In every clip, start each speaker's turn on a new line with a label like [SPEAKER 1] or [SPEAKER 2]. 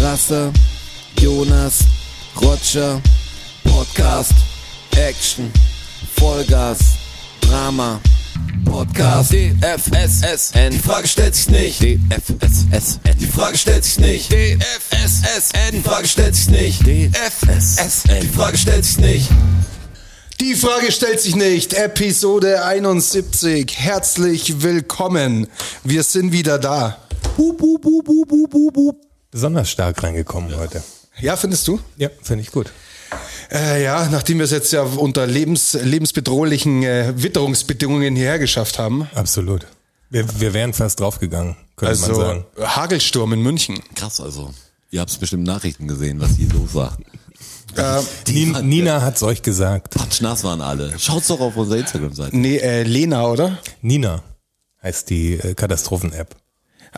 [SPEAKER 1] Rasse, Jonas, Roger, Podcast, Action, Vollgas, Drama, Podcast, DFSSN, die Frage stellt sich nicht, DFSSN, die Frage stellt sich nicht, DFSSN, die Frage stellt sich nicht, DFSSN, die Frage stellt sich nicht.
[SPEAKER 2] Die Frage stellt sich nicht. Episode 71. Herzlich willkommen. Wir sind wieder da. Hup, hup, hup, hup, hup, hup, hup.
[SPEAKER 3] besonders stark reingekommen heute.
[SPEAKER 2] Ja, findest du?
[SPEAKER 3] Ja, finde ich gut.
[SPEAKER 2] Äh, ja, nachdem wir es jetzt ja unter lebens, lebensbedrohlichen äh, Witterungsbedingungen hierher geschafft haben.
[SPEAKER 3] Absolut. Wir, wir wären fast draufgegangen, könnte man
[SPEAKER 2] Also
[SPEAKER 3] sagen.
[SPEAKER 2] Hagelsturm in München.
[SPEAKER 1] Krass also. Ihr habt bestimmt Nachrichten gesehen, was die so sagen.
[SPEAKER 2] Äh,
[SPEAKER 3] Ni- Nina hat's euch gesagt.
[SPEAKER 1] Patschnass waren alle. Schaut's doch auf unserer Instagram-Seite.
[SPEAKER 2] nee, äh, Lena, oder?
[SPEAKER 3] Nina heißt die äh, Katastrophen-App.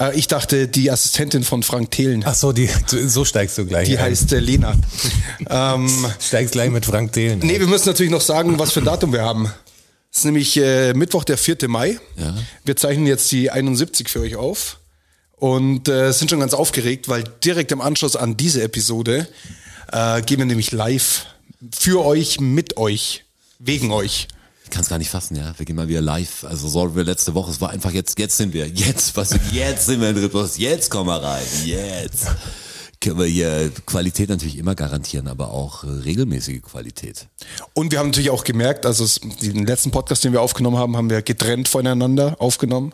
[SPEAKER 2] Äh, ich dachte, die Assistentin von Frank Thelen.
[SPEAKER 3] Ach so, die, so so steigst du gleich.
[SPEAKER 2] Die
[SPEAKER 3] ein.
[SPEAKER 2] heißt äh, Lena. ähm,
[SPEAKER 3] Steigst gleich mit Frank Thelen.
[SPEAKER 2] Nee, wir müssen natürlich noch sagen, was für ein Datum wir haben. Es ist nämlich äh, Mittwoch, der 4. Mai.
[SPEAKER 1] Ja.
[SPEAKER 2] Wir zeichnen jetzt die 71 für euch auf und äh, sind schon ganz aufgeregt, weil direkt im Anschluss an diese Episode äh, gehen wir nämlich live für euch, mit euch, wegen euch.
[SPEAKER 1] Ich kann es gar nicht fassen, ja. Wir gehen mal wieder live. Also so wie letzte Woche. Es war einfach jetzt, jetzt sind wir. Jetzt, was? Jetzt sind wir in Rhythmus. Jetzt kommen wir rein. Jetzt. Können wir hier Qualität natürlich immer garantieren, aber auch äh, regelmäßige Qualität.
[SPEAKER 2] Und wir haben natürlich auch gemerkt, also es, den letzten Podcast, den wir aufgenommen haben, haben wir getrennt voneinander aufgenommen,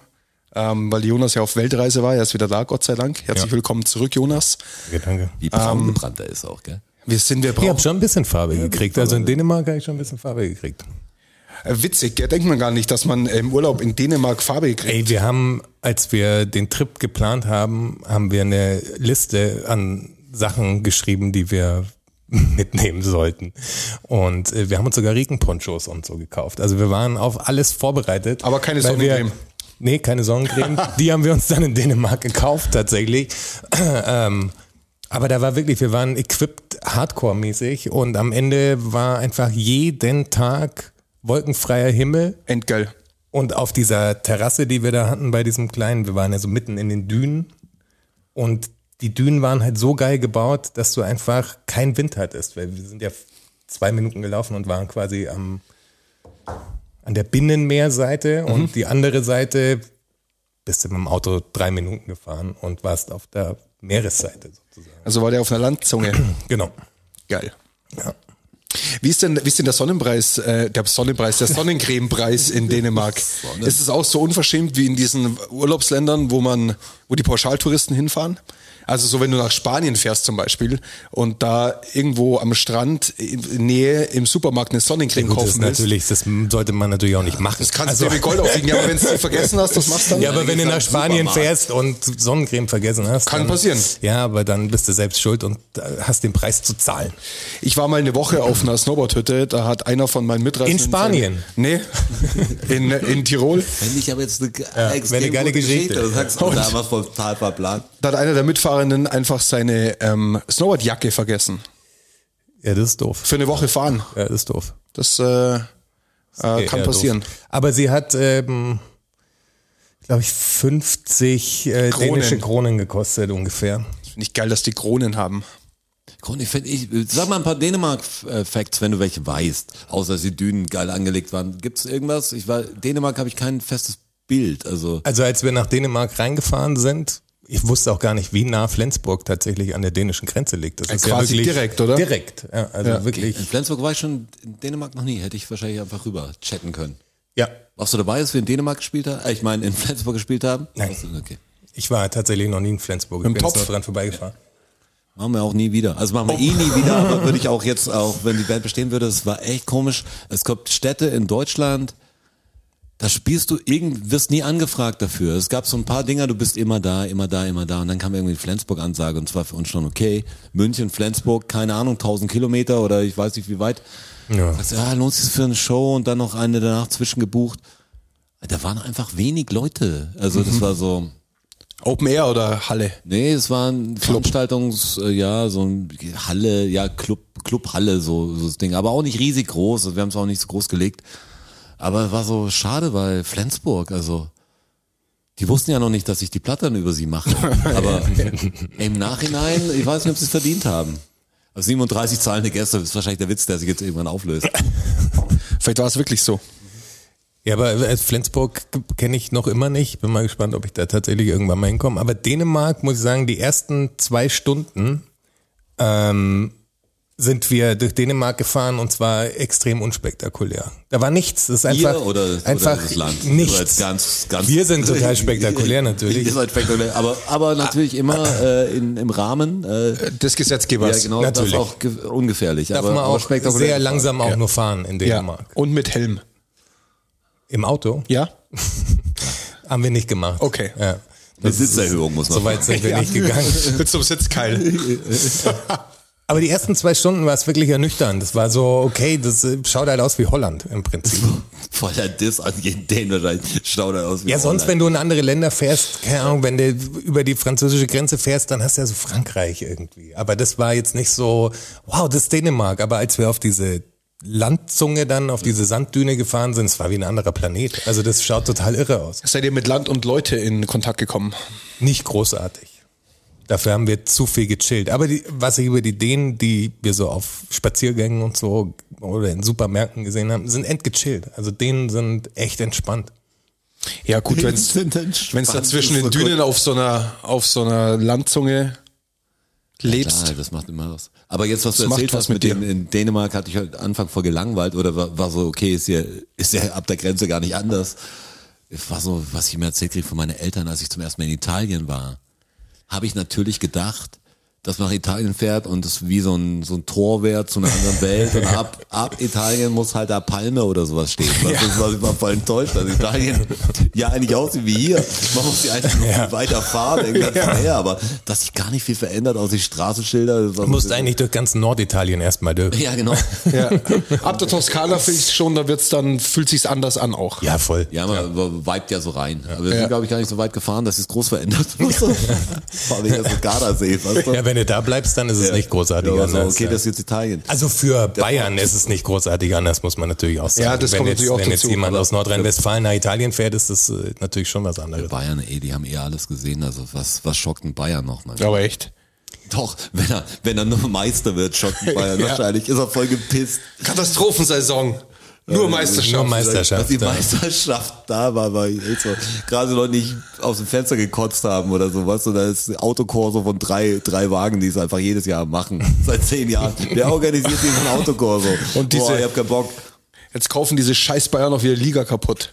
[SPEAKER 2] ähm, weil Jonas ja auf Weltreise war. Er ist wieder da, Gott sei Dank. Herzlich
[SPEAKER 3] Ja.
[SPEAKER 2] willkommen zurück, Jonas.
[SPEAKER 3] Okay, danke.
[SPEAKER 1] Wie braun gebrannt er ist auch, gell?
[SPEAKER 2] Wir sind, wir
[SPEAKER 3] Ich
[SPEAKER 2] brauchen.
[SPEAKER 3] habe schon ein bisschen Farbe gekriegt. Also in Dänemark habe ich schon ein bisschen Farbe gekriegt.
[SPEAKER 2] Äh, Witzig, gell? denkt man gar nicht, dass man äh, im Urlaub in Dänemark Farbe kriegt.
[SPEAKER 3] Ey, wir haben, als wir den Trip geplant haben, haben wir eine Liste an Sachen geschrieben, die wir mitnehmen sollten. Und äh, wir haben uns sogar Regenponchos und so gekauft. Also wir waren auf alles vorbereitet.
[SPEAKER 2] Aber keine
[SPEAKER 3] weil wir-
[SPEAKER 2] Sonnencreme.
[SPEAKER 3] Nee, keine Sonnencreme. Die haben wir uns dann in Dänemark gekauft, tatsächlich. ähm, aber da war wirklich, wir waren equipped hardcore-mäßig und am Ende war einfach jeden Tag wolkenfreier Himmel.
[SPEAKER 2] Endgeil.
[SPEAKER 3] Und auf dieser Terrasse, die wir da hatten bei diesem kleinen, wir waren ja so mitten in den Dünen und die Dünen waren halt so geil gebaut, dass du einfach keinen Wind hattest, weil wir sind ja zwei Minuten gelaufen und waren quasi am, an der Binnenmeerseite
[SPEAKER 2] Mhm.
[SPEAKER 3] und die andere Seite bist du mit dem Auto drei Minuten gefahren und warst auf der Meeresseite sozusagen.
[SPEAKER 2] Also war der auf einer Landzunge.
[SPEAKER 3] Genau.
[SPEAKER 2] Geil.
[SPEAKER 3] Ja.
[SPEAKER 2] Wie ist denn, wie ist denn der Sonnenpreis, äh, der Sonnenpreis, der Sonnencremepreis in Dänemark? Ist es auch so unverschämt wie in diesen Urlaubsländern, wo man, wo die Pauschaltouristen hinfahren? Also so, wenn du nach Spanien fährst zum Beispiel und da irgendwo am Strand in in Nähe im Supermarkt eine Sonnencreme
[SPEAKER 3] Gut, das, ist
[SPEAKER 2] kaufen willst.
[SPEAKER 3] natürlich, das sollte man natürlich auch nicht machen. Also
[SPEAKER 2] Das kannst du dir mit Gold aufwiegen, ja, aber wenn du es vergessen hast, das machst du dann.
[SPEAKER 3] Ja, aber wenn du nach Spanien
[SPEAKER 1] Supermarkt.
[SPEAKER 3] fährst und Sonnencreme vergessen hast.
[SPEAKER 2] Kann
[SPEAKER 3] dann,
[SPEAKER 2] passieren.
[SPEAKER 3] Ja, aber dann bist du selbst schuld und äh, hast den Preis zu zahlen.
[SPEAKER 2] Ich war mal eine Woche auf einer Snowboardhütte, da hat einer von meinen Mitreisenden...
[SPEAKER 3] In Spanien?
[SPEAKER 2] Nee, in, in Tirol.
[SPEAKER 1] Wenn ich aber jetzt eine, ge- extrem
[SPEAKER 3] wäre eine geile
[SPEAKER 1] gute
[SPEAKER 3] Geschichte.
[SPEAKER 1] Du sagst,
[SPEAKER 2] Und-
[SPEAKER 1] da haben wir es total verplant.
[SPEAKER 2] Da hat einer der Mitfahrenden einfach seine ähm, Snowboardjacke vergessen.
[SPEAKER 3] Ja, das ist doof.
[SPEAKER 2] Für eine Woche fahren.
[SPEAKER 3] Ja, das ist doof.
[SPEAKER 2] Das äh, äh,
[SPEAKER 3] Ja,
[SPEAKER 2] kann
[SPEAKER 3] eher
[SPEAKER 2] passieren.
[SPEAKER 3] Doof. Aber sie hat, ähm, glaube ich, 50 äh,
[SPEAKER 2] Kronen.
[SPEAKER 3] dänische Kronen gekostet ungefähr.
[SPEAKER 2] Nicht geil, dass die Kronen haben.
[SPEAKER 1] Grund, ich finde, ich, sag mal ein paar Dänemark-Facts, wenn du welche weißt. Außer dass die Dünen geil angelegt waren. Gibt's irgendwas? Ich war, Dänemark habe ich kein festes Bild. Also,
[SPEAKER 3] Also als wir nach Dänemark reingefahren sind, ich wusste auch gar nicht, wie nah Flensburg tatsächlich an der dänischen Grenze liegt. Das ist
[SPEAKER 2] quasi
[SPEAKER 3] ja wirklich
[SPEAKER 2] direkt, oder?
[SPEAKER 3] Direkt, ja, also wirklich.
[SPEAKER 1] in Flensburg war ich schon, in Dänemark noch nie. Hätte ich wahrscheinlich einfach rüber chatten können.
[SPEAKER 3] Ja,
[SPEAKER 1] Warst du dabei, als wir in Dänemark gespielt haben? Äh, Ich meine, in Flensburg gespielt haben?
[SPEAKER 3] Nein.
[SPEAKER 1] Warst du- Okay.
[SPEAKER 3] ich war tatsächlich noch nie in Flensburg.
[SPEAKER 2] Im
[SPEAKER 3] Ich bin jetzt
[SPEAKER 2] Topf.
[SPEAKER 3] nur dran vorbeigefahren.
[SPEAKER 1] Machen wir auch nie wieder. Also machen wir eh nie wieder, aber würde ich auch jetzt auch, wenn die Band bestehen würde, es war echt komisch. Es gibt Städte in Deutschland, da spielst du irgend, wirst nie angefragt dafür. Es gab so ein paar Dinger, du bist immer da, immer da, immer da. Und dann kam irgendwie die Flensburg-Ansage und zwar für uns schon okay. München, Flensburg, keine Ahnung, 1000 Kilometer oder ich weiß nicht wie weit.
[SPEAKER 3] Ja.
[SPEAKER 1] Sagst, ja, lohnt sich für eine Show und dann noch eine danach zwischengebucht. Da waren einfach wenig Leute. Also das war so,
[SPEAKER 2] Open Air oder Halle?
[SPEAKER 1] Nee, es war ein Veranstaltungs, äh, ja, so ein Halle, ja, Club, Clubhalle, so, so das Ding. Aber auch nicht riesig groß, also wir haben es auch nicht so groß gelegt. Aber war so schade, weil Flensburg, also Die wussten ja noch nicht, dass ich die Plattern über sie mache. Aber im Nachhinein, ich weiß nicht, ob sie es verdient haben. Also 37 zahlende Gäste ist wahrscheinlich der Witz, der sich jetzt irgendwann auflöst.
[SPEAKER 2] Vielleicht war es wirklich so.
[SPEAKER 3] Ja, aber äh, Flensburg kenne ich noch immer nicht. Bin mal gespannt, ob ich da tatsächlich irgendwann mal hinkomme. Aber Dänemark, muss ich sagen, die ersten zwei Stunden ähm, sind wir durch Dänemark gefahren und zwar extrem unspektakulär. Da war nichts. Das ist einfach,
[SPEAKER 1] Ihr oder,
[SPEAKER 3] einfach
[SPEAKER 1] oder das Land? Oder
[SPEAKER 3] nichts.
[SPEAKER 1] Ganz, ganz
[SPEAKER 3] wir sind total spektakulär natürlich.
[SPEAKER 1] Ihr seid spektakulär, aber, aber natürlich immer äh, in, im Rahmen. Äh,
[SPEAKER 2] Des
[SPEAKER 1] ja,
[SPEAKER 2] Gesetzgebers.
[SPEAKER 1] genau,
[SPEAKER 3] natürlich.
[SPEAKER 1] das ist auch ge- ungefährlich.
[SPEAKER 3] Darf
[SPEAKER 1] aber,
[SPEAKER 3] man
[SPEAKER 1] aber
[SPEAKER 3] auch
[SPEAKER 1] spektakulär.
[SPEAKER 3] sehr langsam auch nur fahren in
[SPEAKER 2] Ja.
[SPEAKER 3] Dänemark.
[SPEAKER 2] Und mit Helm.
[SPEAKER 3] Im Auto
[SPEAKER 2] Ja?
[SPEAKER 3] haben wir nicht gemacht.
[SPEAKER 2] Okay.
[SPEAKER 3] Ja.
[SPEAKER 1] Eine Sitzerhöhung muss man
[SPEAKER 3] So weit sind wir
[SPEAKER 2] Ja.
[SPEAKER 3] nicht gegangen.
[SPEAKER 2] Mit so einem Sitzkeil.
[SPEAKER 3] Aber die ersten zwei Stunden war es wirklich ernüchternd. Das war so, okay, das äh, schaut halt aus wie Holland im Prinzip.
[SPEAKER 1] Voller Diss an jeden Dänen wahrscheinlich. Schaut er aus wie
[SPEAKER 3] Ja, sonst, wenn du in andere Länder fährst, keine Ahnung, wenn du über die französische Grenze fährst, dann hast du ja so Frankreich irgendwie. Aber das war jetzt nicht so, wow, das ist Dänemark. Aber als wir auf diese Landzunge dann, auf diese Sanddüne gefahren sind, es war wie ein anderer Planet. Also das schaut total irre aus.
[SPEAKER 2] Seid ihr mit Land und Leute in Kontakt gekommen?
[SPEAKER 3] Nicht großartig. Dafür haben wir zu viel gechillt. Aber die, was ich über die Dänen, die wir so auf Spaziergängen und so oder in Supermärkten gesehen haben, sind entgechillt. Also Dänen sind echt entspannt.
[SPEAKER 2] Ja, gut, wenn es
[SPEAKER 1] wenn
[SPEAKER 2] dann zwischen den Dünen auf so einer, auf so einer Landzunge lebst.
[SPEAKER 1] Ja, das macht immer was. Aber jetzt, was du
[SPEAKER 2] macht
[SPEAKER 1] erzählt
[SPEAKER 2] was
[SPEAKER 1] hast mit
[SPEAKER 2] mit
[SPEAKER 1] dem in Dänemark, hatte ich heute Anfang vor gelangweilt oder war, war so, okay, ist ja, ist ja ab der Grenze gar nicht anders. Es war so, was ich mir erzählt kriege von meinen Eltern, als ich zum ersten Mal in Italien war, habe ich natürlich gedacht, dass man nach Italien fährt und es wie so ein, so ein Tor wäre zu einer anderen Welt und ab, ab Italien muss halt da Palme oder sowas stehen. Was ist, was ich war voll enttäuscht, dass Italien ja eigentlich aussieht wie hier. Man muss die einfach nur
[SPEAKER 3] Ja.
[SPEAKER 1] weiter fahren, im ganzen Meer, aber dass sich gar nicht viel verändert, außer die Straßenschilder. das war so
[SPEAKER 3] Du
[SPEAKER 1] ein
[SPEAKER 3] musst
[SPEAKER 1] bisschen-
[SPEAKER 3] eigentlich durch ganz Norditalien erstmal durch.
[SPEAKER 1] Ja, genau.
[SPEAKER 2] Ja. Ab der Toskana finde ich schon, da wird's dann, fühlt sich's anders an auch.
[SPEAKER 3] Ja, voll.
[SPEAKER 1] Ja, man ja. vibet ja so rein. Aber wir sind,
[SPEAKER 2] Ja.
[SPEAKER 1] glaube ich, gar nicht so weit gefahren, dass es groß verändert. Vor allem das ist Gardasee, weißt du?
[SPEAKER 3] Ja, wenn du da bleibst, dann ist es nicht großartig
[SPEAKER 1] Ja, aber so,
[SPEAKER 3] anders.
[SPEAKER 1] okay, das ist jetzt Italien.
[SPEAKER 3] also für Bayern ist es nicht großartig anders, muss man natürlich auch sagen.
[SPEAKER 2] Ja, das
[SPEAKER 3] wenn
[SPEAKER 2] kommt
[SPEAKER 3] jetzt,
[SPEAKER 2] natürlich auch
[SPEAKER 3] Wenn jetzt
[SPEAKER 2] dazu,
[SPEAKER 3] jemand
[SPEAKER 2] aber-
[SPEAKER 3] aus Nordrhein-Westfalen nach Italien fährt, ist das äh, natürlich schon was anderes.
[SPEAKER 1] Bayern, eh, die haben eh alles gesehen. Also was, was schockt ein Bayern noch, man?
[SPEAKER 2] Aber echt.
[SPEAKER 1] Doch, wenn er, wenn er nur Meister wird, schockt ein Bayern
[SPEAKER 2] Ja.
[SPEAKER 1] wahrscheinlich. Ist er voll gepisst.
[SPEAKER 2] Katastrophensaison. Äh, Nur Meisterschaft.
[SPEAKER 3] Nur
[SPEAKER 1] Dass
[SPEAKER 3] Meisterschaft.
[SPEAKER 1] die
[SPEAKER 3] ja.
[SPEAKER 1] Meisterschaft da war, weil ich so, gerade noch nicht aus dem Fenster gekotzt haben oder sowas. Und da ist Autokorso von drei, drei Wagen, die es einfach jedes Jahr machen. Seit zehn Jahren. Wer organisiert diesen Autokorso?
[SPEAKER 2] Und diese-
[SPEAKER 1] Boah, ich hab keinen Bock.
[SPEAKER 2] Jetzt kaufen diese scheiß Bayern auch wieder Liga kaputt.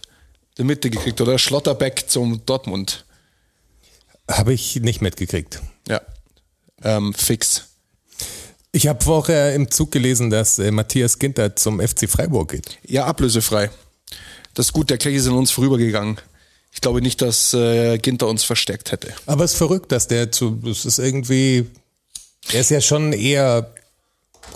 [SPEAKER 2] Die Mitte gekriegt, oder? Schlotterbeck zum Dortmund.
[SPEAKER 3] Habe ich nicht mitgekriegt.
[SPEAKER 2] Ja. Ähm, fix.
[SPEAKER 3] Ich habe vorher im Zug gelesen, dass äh, Matthias Ginter zum FC Freiburg geht.
[SPEAKER 2] Ja, ablösefrei. Das ist gut, der Krieg ist an uns vorübergegangen. Ich glaube nicht, dass äh, Ginter uns versteckt hätte.
[SPEAKER 3] Aber es ist verrückt, dass der zu. Das ist irgendwie. Er ist ja schon eher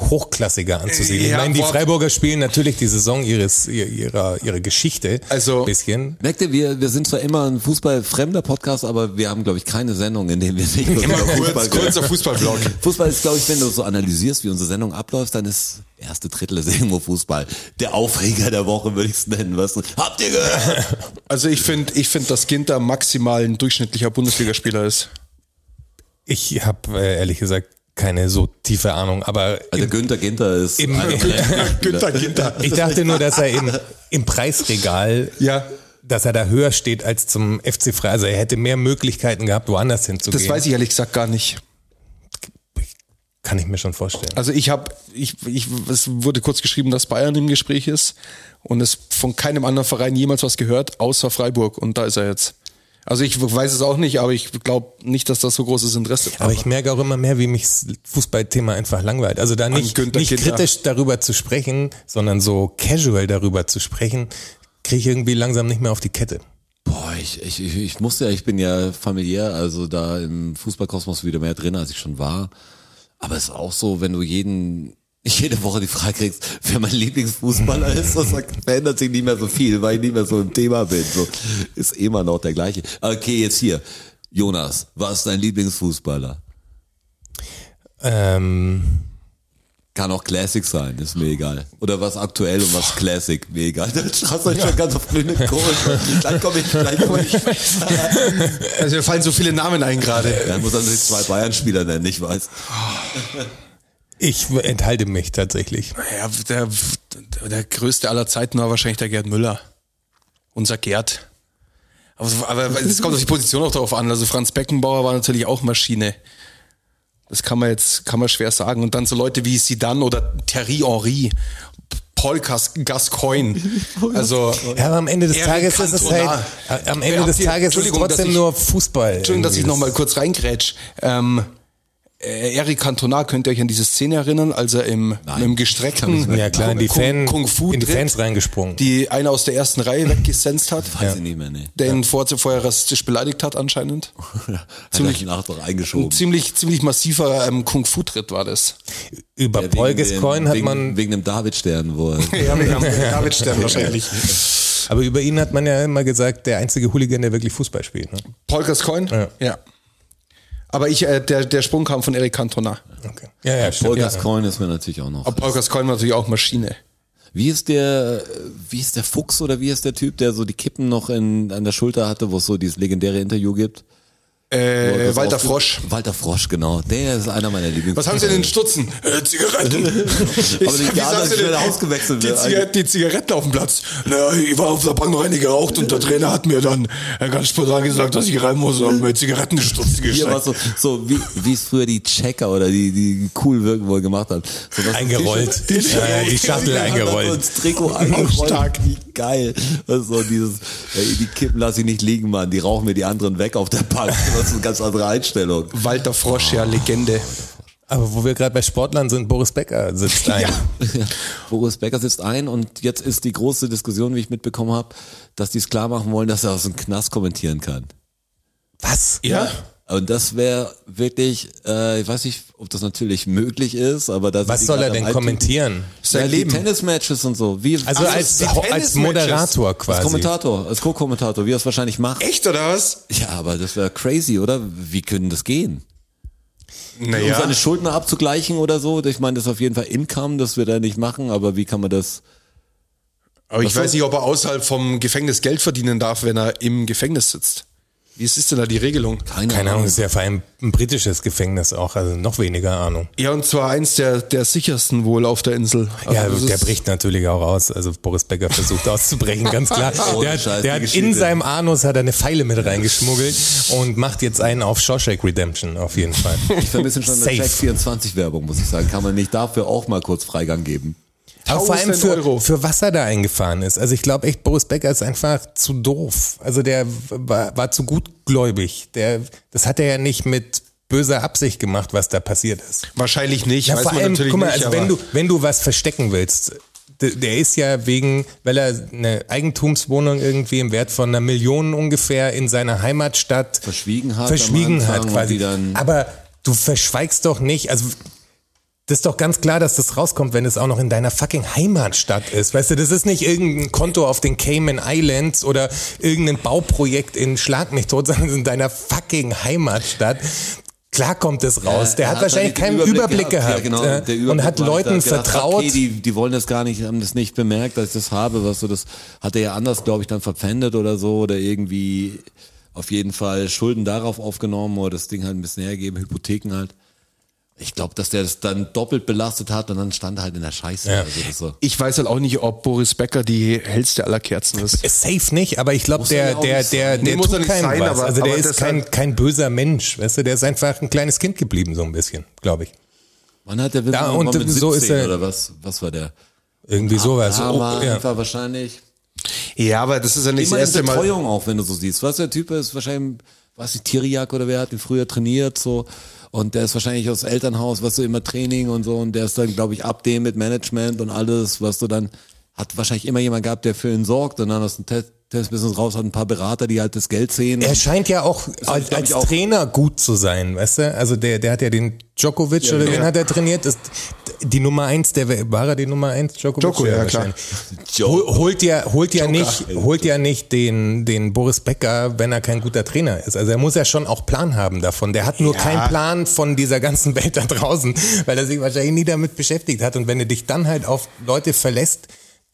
[SPEAKER 3] hochklassiger anzusiedeln.
[SPEAKER 2] Ja,
[SPEAKER 3] ich meine, die
[SPEAKER 2] boah.
[SPEAKER 3] Freiburger spielen natürlich die Saison ihres ihr- ihrer ihrer Geschichte
[SPEAKER 2] Also-
[SPEAKER 3] ein bisschen.
[SPEAKER 1] Merkt ihr, wir, wir sind zwar immer ein fußballfremder Podcast, aber wir haben, glaube ich, keine Sendung, in der wir nicht immer
[SPEAKER 2] Fußballblock.
[SPEAKER 1] Fußball ist, glaube ich, wenn du so analysierst, wie unsere Sendung abläuft, dann ist erste Drittel ist irgendwo Fußball. Der Aufreger der Woche würde ich es nennen. Weißt du? Habt ihr gehört?
[SPEAKER 2] Also ich finde, ich find, dass Ginter maximal ein durchschnittlicher Bundesligaspieler ist.
[SPEAKER 3] Ich habe äh, ehrlich gesagt keine so tiefe Ahnung, aber
[SPEAKER 1] Also Günther Ginter ist.
[SPEAKER 3] im,
[SPEAKER 1] einer
[SPEAKER 3] im,
[SPEAKER 1] der-
[SPEAKER 2] Ginter.
[SPEAKER 3] ich dachte nur, dass er im, im Preisregal
[SPEAKER 2] Ja,
[SPEAKER 3] dass er da höher steht als zum FC Freiburg. Also er hätte mehr Möglichkeiten gehabt, woanders hinzugehen.
[SPEAKER 2] das weiß ich ehrlich gesagt gar nicht.
[SPEAKER 3] Kann ich mir schon vorstellen.
[SPEAKER 2] Also ich habe, ich, ich, es wurde kurz geschrieben, dass Bayern im Gespräch ist und es von keinem anderen Verein jemals was gehört, außer Freiburg und da ist er jetzt. Also ich weiß es auch nicht, aber ich glaube nicht, dass das so großes Interesse
[SPEAKER 3] Aber ich merke auch immer mehr, wie mich das Fußballthema einfach langweilt. Also da nicht,
[SPEAKER 2] Günther
[SPEAKER 3] nicht
[SPEAKER 2] Kinder.
[SPEAKER 3] kritisch darüber zu sprechen, sondern so casual darüber zu sprechen, kriege ich irgendwie langsam nicht mehr auf die Kette.
[SPEAKER 1] Boah, ich, ich, ich, ich muss ja, ich bin ja familiär, also da im Fußballkosmos wieder mehr drin, als ich schon war. Aber es ist auch so, wenn du jeden, jede Woche die Frage kriegst, wer mein Lieblingsfußballer ist, das sagt, verändert sich nicht mehr so viel, weil ich nicht mehr so im Thema bin. So, ist immer noch der gleiche. Okay, jetzt hier. Jonas, was ist dein Lieblingsfußballer?
[SPEAKER 3] Ähm,
[SPEAKER 1] Kann auch Classic sein, ist mir egal. Oder was aktuell und was Classic, mir egal. Das hast du euch schon ganz auf grüne Kohle. Gleich komme ich, gleich komme ich.
[SPEAKER 2] Also mir fallen so viele Namen ein gerade.
[SPEAKER 1] Dann muss er natürlich zwei Bayern-Spieler nennen, ich weiß.
[SPEAKER 3] Ich enthalte mich tatsächlich.
[SPEAKER 2] Ja, der, der größte aller Zeiten war wahrscheinlich der Gerd Müller. Unser Gerd. Aber, aber es kommt auf die Position auch drauf an. Also Franz Beckenbauer war natürlich auch Maschine. Das kann man jetzt, kann man schwer sagen. Und dann so Leute wie Sidan oder Thierry Henry, Paul Gas Gascoigne. Also,
[SPEAKER 3] Ja, aber am Ende des
[SPEAKER 2] Eric
[SPEAKER 3] Tages ist es halt,
[SPEAKER 2] Cantona.
[SPEAKER 3] a- am
[SPEAKER 2] Habt
[SPEAKER 3] Ende des
[SPEAKER 2] ihr-
[SPEAKER 3] Tages ist es
[SPEAKER 2] Entschuldigung, dass
[SPEAKER 3] trotzdem
[SPEAKER 2] ich-
[SPEAKER 3] nur Fußball.
[SPEAKER 2] Entschuldigung, dass ich
[SPEAKER 3] irgendwie.
[SPEAKER 2] nochmal kurz reingrätsch. Ähm, äh, Eric Cantona, könnt ihr euch an diese Szene erinnern, als er im, im gestreckten
[SPEAKER 3] Ja klar, in die, Fan,
[SPEAKER 2] Kung Fu
[SPEAKER 3] in die
[SPEAKER 2] tritt,
[SPEAKER 3] Fans reingesprungen.
[SPEAKER 2] die einer aus der ersten Reihe weggesenzt hat,
[SPEAKER 1] Weiß ich nicht mehr, ne.
[SPEAKER 2] der ihn vorher, vorher rassistisch beleidigt hat anscheinend.
[SPEAKER 1] Ziemlich nach doch eingeschoben.
[SPEAKER 2] Ein ziemlich, ziemlich massiver ähm, Kung-Fu-Tritt war das.
[SPEAKER 3] Über Paul Gascoigne hat
[SPEAKER 1] wegen,
[SPEAKER 3] man,
[SPEAKER 1] Wegen dem David-Stern wohl.
[SPEAKER 2] Ja, mit David Stern wahrscheinlich.
[SPEAKER 3] aber über ihn hat man ja immer gesagt, der einzige Hooligan, der wirklich Fußball spielt. Ne?
[SPEAKER 2] Paul Gascoigne? Ja. Aber ich, äh, der, der Sprung kam von Eric Cantona.
[SPEAKER 3] Okay. Ja, ja, stimmt.
[SPEAKER 1] Paul
[SPEAKER 3] Ja.
[SPEAKER 1] Gascoigne ist mir natürlich auch noch.
[SPEAKER 2] Aber Paul Gascoigne war natürlich auch Maschine.
[SPEAKER 1] Wie ist der, äh, wie ist der Fuchs oder wie ist der Typ, der so die Kippen noch in, an der Schulter hatte, wo es so dieses legendäre Interview gibt? Wo er
[SPEAKER 2] Äh,
[SPEAKER 1] das
[SPEAKER 2] Walter
[SPEAKER 1] auf-
[SPEAKER 2] Frosch.
[SPEAKER 1] Walter Frosch, genau. Der ist einer meiner Lieblings.
[SPEAKER 2] Was haben Sie in den Stutzen? Äh, Zigaretten. Ich,
[SPEAKER 1] Aber die
[SPEAKER 2] wie
[SPEAKER 1] Jahre
[SPEAKER 2] sagst du denn,
[SPEAKER 1] sind schnell ausgewechselt
[SPEAKER 2] Die,
[SPEAKER 1] werden.
[SPEAKER 2] Ziga die Zigaretten auf dem Platz. Naja, ich war auf der Bank noch eine geraucht und der Trainer hat mir dann äh, ganz spontan gesagt, dass ich rein muss und mir Zigaretten in die Stutzen
[SPEAKER 1] Hier war
[SPEAKER 2] gesteckt.
[SPEAKER 1] so, so wie, wie es früher die Checker oder die, die cool wirken wollen gemacht haben. So was-
[SPEAKER 3] Eingerollt. Ja, ja, die Schachtel
[SPEAKER 1] Jeder hat dann so
[SPEAKER 3] eingerollt.
[SPEAKER 1] ins Trikot eingerollt.
[SPEAKER 2] Stark.
[SPEAKER 1] Wie geil. Das ist so dieses, ey, die Kippen lasse ich nicht liegen, Mann. Die rauchen mir die anderen weg auf der Bank. Das ist eine ganz andere Einstellung.
[SPEAKER 2] Walter Frosch, ja, Legende.
[SPEAKER 3] Aber wo wir gerade bei Sportlern sind, Boris Becker sitzt ein.
[SPEAKER 2] Ja.
[SPEAKER 1] Boris Becker sitzt ein und jetzt ist die große Diskussion, wie ich mitbekommen habe, dass die es klar machen wollen, dass er aus dem Knast kommentieren kann.
[SPEAKER 3] Was?
[SPEAKER 2] Ja?
[SPEAKER 1] Und das wäre wirklich, äh, ich weiß nicht, ob das natürlich möglich ist, aber da sind
[SPEAKER 3] Was
[SPEAKER 1] die
[SPEAKER 3] soll
[SPEAKER 1] gerade
[SPEAKER 3] er
[SPEAKER 1] am
[SPEAKER 3] denn
[SPEAKER 1] alten-
[SPEAKER 3] kommentieren?
[SPEAKER 1] Ja,
[SPEAKER 2] Sein
[SPEAKER 1] die
[SPEAKER 2] Leben.
[SPEAKER 1] Tennismatches und so. Wie,
[SPEAKER 3] Also
[SPEAKER 1] Ach,
[SPEAKER 3] als,
[SPEAKER 2] die
[SPEAKER 3] als
[SPEAKER 2] Tennis-Matches.
[SPEAKER 3] Moderator
[SPEAKER 1] als
[SPEAKER 3] quasi.
[SPEAKER 1] Kommentator, als Co-Kommentator, wie er es wahrscheinlich macht.
[SPEAKER 2] Echt, oder was?
[SPEAKER 1] Ja, aber das wäre crazy, oder? Wie können das gehen? Um
[SPEAKER 2] Naja.
[SPEAKER 1] seine Schulden abzugleichen oder so? Ich meine, das ist auf jeden Fall Income, das wir da nicht machen, aber wie kann man das?
[SPEAKER 2] Aber ich
[SPEAKER 1] Was
[SPEAKER 2] weiß nicht, ob er außerhalb vom Gefängnis Geld verdienen darf, wenn er im Gefängnis sitzt. Wie ist denn da die Regelung?
[SPEAKER 3] Keine Ahnung, ist ja vor allem ein britisches Gefängnis auch, also noch weniger Ahnung.
[SPEAKER 2] Ja, und zwar eins der, der sichersten wohl auf der Insel.
[SPEAKER 3] Ja,
[SPEAKER 2] Also das
[SPEAKER 3] der
[SPEAKER 2] ist-
[SPEAKER 3] bricht natürlich auch aus. Also Boris Becker versucht auszubrechen, ganz klar.
[SPEAKER 1] Ohne
[SPEAKER 3] Der,
[SPEAKER 1] Scheiß,
[SPEAKER 3] hat-
[SPEAKER 1] die
[SPEAKER 3] der hat in
[SPEAKER 1] Geschichte.
[SPEAKER 3] seinem Anus hat er eine Pfeile mit reingeschmuggelt und macht jetzt einen auf Shawshank Redemption auf jeden Fall.
[SPEAKER 1] Ich vermisse schon eine
[SPEAKER 3] Safe.
[SPEAKER 1] Check24-Werbung, muss ich sagen. Kann man nicht dafür auch mal kurz Freigang geben?
[SPEAKER 3] Aber vor allem
[SPEAKER 2] 1000 Euro.
[SPEAKER 3] für, für was er da eingefahren ist. Also ich glaube echt, Boris Becker ist einfach zu doof. Also der war, war zu gutgläubig. Der, das hat er ja nicht mit böser Absicht gemacht, was da passiert ist.
[SPEAKER 2] Wahrscheinlich nicht.
[SPEAKER 3] Ja,
[SPEAKER 2] weiß
[SPEAKER 3] vor
[SPEAKER 2] man
[SPEAKER 3] allem,
[SPEAKER 2] natürlich
[SPEAKER 3] guck mal,
[SPEAKER 2] nicht,
[SPEAKER 3] also wenn
[SPEAKER 2] aber-
[SPEAKER 3] du, wenn du was verstecken willst, d- der ist ja wegen, weil er eine Eigentumswohnung irgendwie im Wert von einer Million ungefähr in seiner Heimatstadt
[SPEAKER 1] Verschwiegen hat. am
[SPEAKER 3] verschwiegen hat
[SPEAKER 1] Anfang und
[SPEAKER 3] quasi.
[SPEAKER 1] Die dann
[SPEAKER 3] Aber du verschweigst doch nicht, also das ist doch ganz klar, dass das rauskommt, wenn es auch noch in deiner fucking Heimatstadt ist. Weißt du, das ist nicht irgendein Konto auf den Cayman Islands oder irgendein Bauprojekt in Schlag mich tot, sondern in deiner fucking Heimatstadt. Klar kommt das raus.
[SPEAKER 1] Ja,
[SPEAKER 3] der
[SPEAKER 1] er
[SPEAKER 3] hat, wahrscheinlich
[SPEAKER 1] dann
[SPEAKER 3] keinen
[SPEAKER 1] den
[SPEAKER 3] Überblick, gehabt.
[SPEAKER 1] Ja, genau,
[SPEAKER 3] äh,
[SPEAKER 1] der Überblick
[SPEAKER 3] und hat
[SPEAKER 1] war nicht da.
[SPEAKER 3] Leuten
[SPEAKER 1] Er hat gedacht,
[SPEAKER 3] vertraut.
[SPEAKER 1] Okay, die, die wollen das gar nicht, haben das nicht bemerkt, dass ich das habe. Was so, das hat er ja anders, glaube ich, dann verpfändet oder so oder irgendwie auf jeden Fall Schulden darauf aufgenommen oder das Ding halt ein bisschen hergeben, Hypotheken halt. Ich glaube, dass der das dann doppelt belastet hat und dann stand er halt in der Scheiße.
[SPEAKER 3] Ja.
[SPEAKER 1] Also das ist so.
[SPEAKER 2] Ich weiß halt auch nicht, ob Boris Becker die hellste aller Kerzen ist.
[SPEAKER 3] Safe nicht, aber ich glaube, der,
[SPEAKER 1] ja auch
[SPEAKER 3] der,
[SPEAKER 1] nicht sein.
[SPEAKER 3] der,
[SPEAKER 2] Nee,
[SPEAKER 3] der
[SPEAKER 2] muss er
[SPEAKER 3] tut
[SPEAKER 2] nicht
[SPEAKER 3] keinem
[SPEAKER 2] sein,
[SPEAKER 3] was.
[SPEAKER 2] aber-
[SPEAKER 3] also der
[SPEAKER 2] aber
[SPEAKER 3] ist kein,
[SPEAKER 2] deshalb-
[SPEAKER 3] kein böser Mensch, weißt du, der ist einfach ein kleines Kind geblieben, so ein bisschen, glaube ich.
[SPEAKER 1] Wann hat der Wissen
[SPEAKER 3] Ja, und
[SPEAKER 1] mit 17
[SPEAKER 3] so ist er-
[SPEAKER 1] oder was? Was war der?
[SPEAKER 3] Irgendwie sowas.
[SPEAKER 1] Ah,
[SPEAKER 3] Oh,
[SPEAKER 1] war,
[SPEAKER 3] ja.
[SPEAKER 1] war wahrscheinlich.
[SPEAKER 2] Ja, aber das ist ja nicht
[SPEAKER 1] Immer
[SPEAKER 2] das erste
[SPEAKER 1] in
[SPEAKER 2] Mal.
[SPEAKER 1] Betreuung auch, wenn du so siehst. Was der Typ ist wahrscheinlich, was die Tiriak oder wer hat ihn früher trainiert so und der ist wahrscheinlich aus Elternhaus, was du immer Training und so und der ist dann glaube ich ab dem mit Management und alles, was du dann hat wahrscheinlich immer jemand gehabt, der für ihn sorgt und dann aus dem Te des Business raus hat, ein paar Berater, die halt das Geld sehen.
[SPEAKER 3] Er scheint ja auch
[SPEAKER 1] hab ich,
[SPEAKER 3] als,
[SPEAKER 1] glaub
[SPEAKER 3] als
[SPEAKER 1] ich, auch-
[SPEAKER 3] Trainer gut zu sein, weißt du? Also der, der hat ja den Djokovic oder den
[SPEAKER 4] ja.
[SPEAKER 3] hat er trainiert. Ist die Nummer eins, der Wel- war er die Nummer eins, Djokovic?
[SPEAKER 4] Djoko, ja, klar.
[SPEAKER 3] wahrscheinlich. Hol, holt ja, holt ja nicht, holt ja nicht den, den Boris Becker, wenn er kein guter Trainer ist. Also er muss ja schon auch Plan haben davon. Der hat nur
[SPEAKER 4] Ja.
[SPEAKER 3] keinen Plan von dieser ganzen Welt da draußen, weil er sich wahrscheinlich nie damit beschäftigt hat. Und wenn du dich dann halt auf Leute verlässt,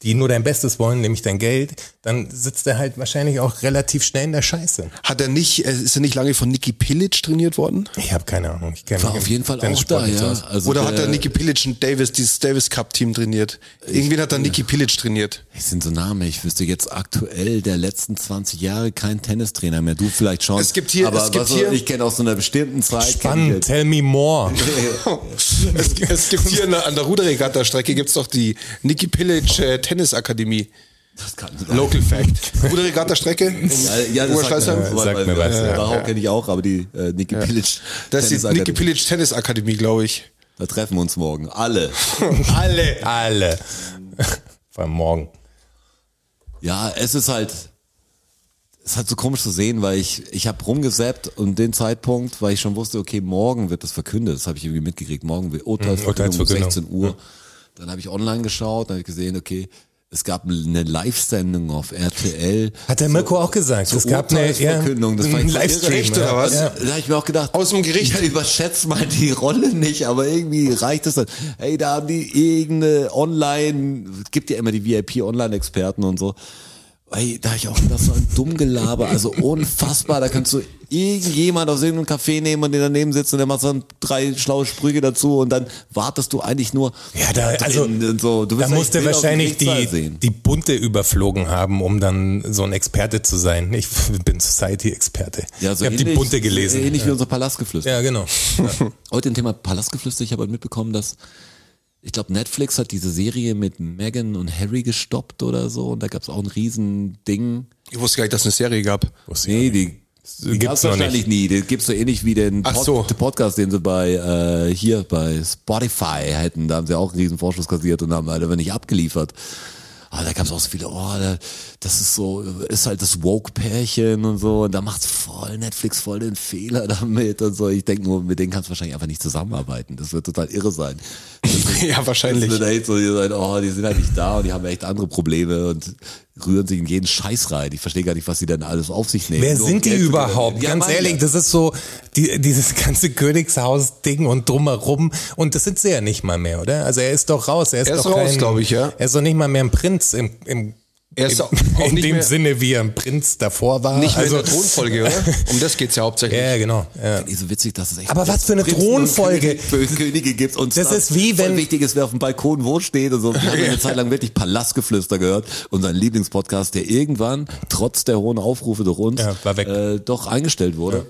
[SPEAKER 3] die nur dein Bestes wollen, nämlich dein Geld, dann sitzt er halt wahrscheinlich auch relativ schnell in der Scheiße.
[SPEAKER 4] Hat er nicht, äh, ist er nicht lange von Niki Pilic trainiert worden?
[SPEAKER 3] Ich habe keine Ahnung. Ich kenn
[SPEAKER 1] war
[SPEAKER 3] mich
[SPEAKER 1] auf
[SPEAKER 3] im
[SPEAKER 1] jeden Fall auch
[SPEAKER 3] Tennissport
[SPEAKER 1] da,
[SPEAKER 3] nicht
[SPEAKER 1] ja.
[SPEAKER 3] aus.
[SPEAKER 1] Also
[SPEAKER 4] Oder hat
[SPEAKER 1] der-
[SPEAKER 4] er Niki Pilic und Davis, dieses Davis Cup Team trainiert? Irgendwen hat er Niki Pilic trainiert.
[SPEAKER 1] Das sind so Namen, ich wüsste jetzt aktuell der letzten 20 Jahre keinen Tennistrainer mehr. Du vielleicht schon.
[SPEAKER 4] Es gibt hier-
[SPEAKER 1] aber
[SPEAKER 4] es gibt
[SPEAKER 1] weißt du,
[SPEAKER 4] hier-
[SPEAKER 1] ich kenne aus so einer bestimmten Zeit.
[SPEAKER 3] Spannend,
[SPEAKER 1] kenn
[SPEAKER 3] tell me more.
[SPEAKER 4] es, es gibt hier an der, an der Ruderregatta-Strecke gibt's doch die Niki Pilic äh, Tennisakademie.
[SPEAKER 1] ich das kann
[SPEAKER 4] Local Fact. Ruderregatta-Strecke?
[SPEAKER 1] Ja, Äh, ja, das sagt,
[SPEAKER 4] Oberschleißheim?
[SPEAKER 1] mir-
[SPEAKER 3] Sagt mir was, ja.
[SPEAKER 1] Dachau kenne ich auch, aber die äh, Niki Pilic.
[SPEAKER 4] Das ist die Niki
[SPEAKER 1] Tennisakademie.
[SPEAKER 4] Pilic Tennisakademie, glaube ich.
[SPEAKER 1] Da treffen wir uns morgen. Alle.
[SPEAKER 4] Alle.
[SPEAKER 3] Alle. Vor allem morgen.
[SPEAKER 1] Ja, es ist halt, es ist halt so komisch zu sehen, weil ich, ich habe rumgesappt um den Zeitpunkt, weil ich schon wusste, okay, morgen wird das verkündet. Das habe ich irgendwie mitgekriegt. Morgen wird Urteilsverkündung um
[SPEAKER 3] Urteilsverkündung.
[SPEAKER 1] 16 Uhr. Dann habe ich online geschaut, dann habe ich gesehen, okay, es gab eine Live-Sendung auf RTL.
[SPEAKER 3] Hat der Mirko auch gesagt. es gab eine ja,
[SPEAKER 1] Urteilsverkündung, das war
[SPEAKER 3] einen
[SPEAKER 1] jetzt
[SPEAKER 3] Livestream.
[SPEAKER 4] echt, oder
[SPEAKER 3] ja.
[SPEAKER 4] was?
[SPEAKER 3] Ja.
[SPEAKER 1] Da habe ich mir auch gedacht,
[SPEAKER 4] Aus dem Gericht.
[SPEAKER 1] ja, überschätzt mal die Rolle nicht, aber irgendwie reicht es dann. Hey, da haben die irgendeine Online, gibt ja immer die VIP-Online-Experten und so. Hey, da hab ich auch das so ein dumm Gelaber, also unfassbar. Da kannst du irgendjemand aus irgendeinem Café nehmen und den daneben sitzen und der macht dann drei schlaue Sprüche dazu und dann wartest du eigentlich nur.
[SPEAKER 3] Ja, da, also,
[SPEAKER 1] drin und so. du
[SPEAKER 3] da
[SPEAKER 1] willst
[SPEAKER 3] musste
[SPEAKER 1] eigentlich Bilder
[SPEAKER 3] wahrscheinlich
[SPEAKER 1] aus dem Gerichtssaal
[SPEAKER 3] die, die Bunte überflogen haben, um dann so ein Experte zu sein. Ich bin Society-Experte.
[SPEAKER 1] Ja, so
[SPEAKER 3] ich habe die
[SPEAKER 1] ähnlich-
[SPEAKER 3] Bunte
[SPEAKER 1] so
[SPEAKER 3] gelesen.
[SPEAKER 1] Ähnlich wie unser Palastgeflüster.
[SPEAKER 3] Ja, genau.
[SPEAKER 1] Heute ein Thema Palastgeflüster. Ich habe halt mitbekommen, dass ich glaube, Netflix hat diese Serie mit Meghan und Harry gestoppt oder so. Und da gab es auch ein Riesending.
[SPEAKER 4] Ich wusste gar nicht, dass es eine Serie gab.
[SPEAKER 1] Nee, die, die
[SPEAKER 3] gibt's
[SPEAKER 1] gab's
[SPEAKER 3] noch
[SPEAKER 1] wahrscheinlich nie. Den gibt's so ähnlich wie den
[SPEAKER 4] Ach
[SPEAKER 1] Pod
[SPEAKER 4] so.
[SPEAKER 1] den Podcast, den sie bei äh, hier bei Spotify hätten. Da haben sie auch einen riesen Vorschuss kassiert und haben halt einfach nicht abgeliefert. Aber da gab's auch so viele, oh, da, das ist so, ist halt das Woke-Pärchen und so. Und da macht voll Netflix voll den Fehler damit und so. Ich denke nur, mit denen kannst du wahrscheinlich einfach nicht zusammenarbeiten. Das wird total irre sein.
[SPEAKER 4] ja, wahrscheinlich.
[SPEAKER 1] Das wird echt so, die, sagen, oh, die sind halt nicht da und die haben echt andere Probleme und rühren sich in jeden Scheiß rein. Ich verstehe gar nicht, was sie denn alles auf sich nehmen.
[SPEAKER 3] Wer
[SPEAKER 1] Nur um
[SPEAKER 3] sind die
[SPEAKER 1] Geld zu verdienen.
[SPEAKER 3] überhaupt?
[SPEAKER 1] Ja,
[SPEAKER 3] Ganz
[SPEAKER 1] Mann,
[SPEAKER 3] ehrlich,
[SPEAKER 1] ja.
[SPEAKER 3] das ist so die, dieses ganze Königshaus-Ding und drumherum. Und das sind sie ja nicht mal mehr, oder? Also er ist doch raus. Er ist,
[SPEAKER 4] Er ist
[SPEAKER 3] doch
[SPEAKER 4] raus,
[SPEAKER 3] kein-
[SPEAKER 4] glaub ich, ja.
[SPEAKER 3] Er ist doch nicht mal mehr ein Prinz im, im
[SPEAKER 4] Er ist
[SPEAKER 3] in,
[SPEAKER 4] auch nicht
[SPEAKER 3] in dem
[SPEAKER 4] mehr-
[SPEAKER 3] Sinne, wie er ein Prinz davor war.
[SPEAKER 4] Nicht mehr
[SPEAKER 3] also,
[SPEAKER 4] in der Thronfolge, oder? Um das geht's ja hauptsächlich.
[SPEAKER 3] Ja, genau. Ja.
[SPEAKER 1] Finde ich so witzig, dass es echt.
[SPEAKER 3] Aber was für eine
[SPEAKER 1] Prinzen
[SPEAKER 3] Thronfolge.
[SPEAKER 1] und Könige, für Könige gibt und
[SPEAKER 3] Das ist wie wenn-
[SPEAKER 1] Wichtiges, wer auf dem Balkon wo steht und so. Wir haben eine Zeit lang wirklich Palastgeflüster gehört. Unser Lieblingspodcast, der irgendwann, trotz der hohen Aufrufe durch uns,
[SPEAKER 3] Ja, war weg.
[SPEAKER 1] Äh, doch eingestellt wurde.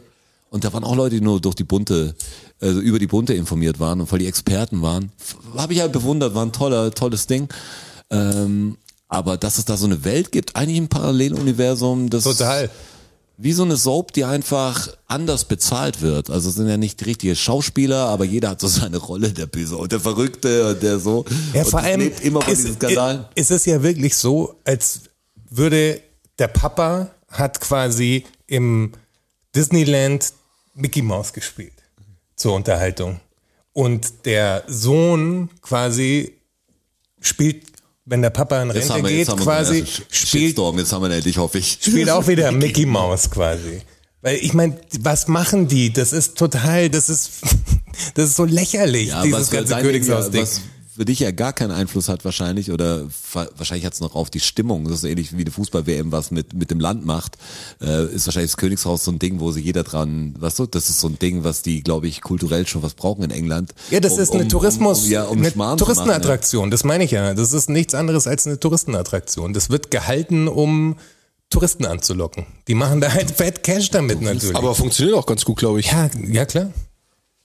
[SPEAKER 1] Und da waren auch Leute, die nur durch die Bunte, also über die Bunte informiert waren und voll die Experten waren. Habe ich halt bewundert, war ein toller, tolles Ding. Ähm, aber dass es da so eine Welt gibt, eigentlich ein Paralleluniversum, das
[SPEAKER 3] Total.
[SPEAKER 1] wie so eine Soap, die einfach anders bezahlt wird. Also es sind ja nicht richtige Schauspieler, aber jeder hat so seine Rolle, der Böse und der Verrückte und der so.
[SPEAKER 3] Ja,
[SPEAKER 1] und
[SPEAKER 3] vor
[SPEAKER 1] es
[SPEAKER 3] allem
[SPEAKER 1] lebt immer von
[SPEAKER 3] ist,
[SPEAKER 1] diesen Skandalen.
[SPEAKER 3] ist es ja wirklich so, als würde der Papa hat quasi im Disneyland Mickey Mouse gespielt zur Unterhaltung und der Sohn quasi spielt, wenn der Papa in Rente geht,
[SPEAKER 1] wir
[SPEAKER 3] quasi
[SPEAKER 1] den ersten
[SPEAKER 3] spielt
[SPEAKER 1] Shitstorm, jetzt haben wir ihn endlich, hoffe ich.
[SPEAKER 3] spielt auch wieder Mickey Mouse quasi. Weil ich meine, was machen die? Das ist total, das ist, das ist so lächerlich,
[SPEAKER 1] Ja,
[SPEAKER 3] dieses
[SPEAKER 1] was für
[SPEAKER 3] ganze
[SPEAKER 1] dein Ding
[SPEAKER 3] Königshaus-Ding.
[SPEAKER 1] ja- Was für dich ja gar keinen Einfluss hat wahrscheinlich oder fa- wahrscheinlich hat es noch auf die Stimmung. Das ist ähnlich wie eine Fußball-WM, was mit, mit dem Land macht. Äh, ist wahrscheinlich das Königshaus so ein Ding, wo sich jeder dran, weißt du, das ist so ein Ding, was die, glaube ich, kulturell schon was brauchen in England.
[SPEAKER 3] Ja, das
[SPEAKER 1] Um-
[SPEAKER 3] ist eine
[SPEAKER 1] um- um-
[SPEAKER 3] Tourismus,
[SPEAKER 1] um, ja, um
[SPEAKER 3] eine
[SPEAKER 1] Schmarrn zu machen, ja.
[SPEAKER 3] Touristenattraktion. Das meine ich ja. Das ist nichts anderes als eine Touristenattraktion. Das wird gehalten, um Touristen anzulocken. Die machen da halt Fat Cash damit natürlich.
[SPEAKER 4] Aber funktioniert auch ganz gut, glaube ich.
[SPEAKER 3] ja, ja klar.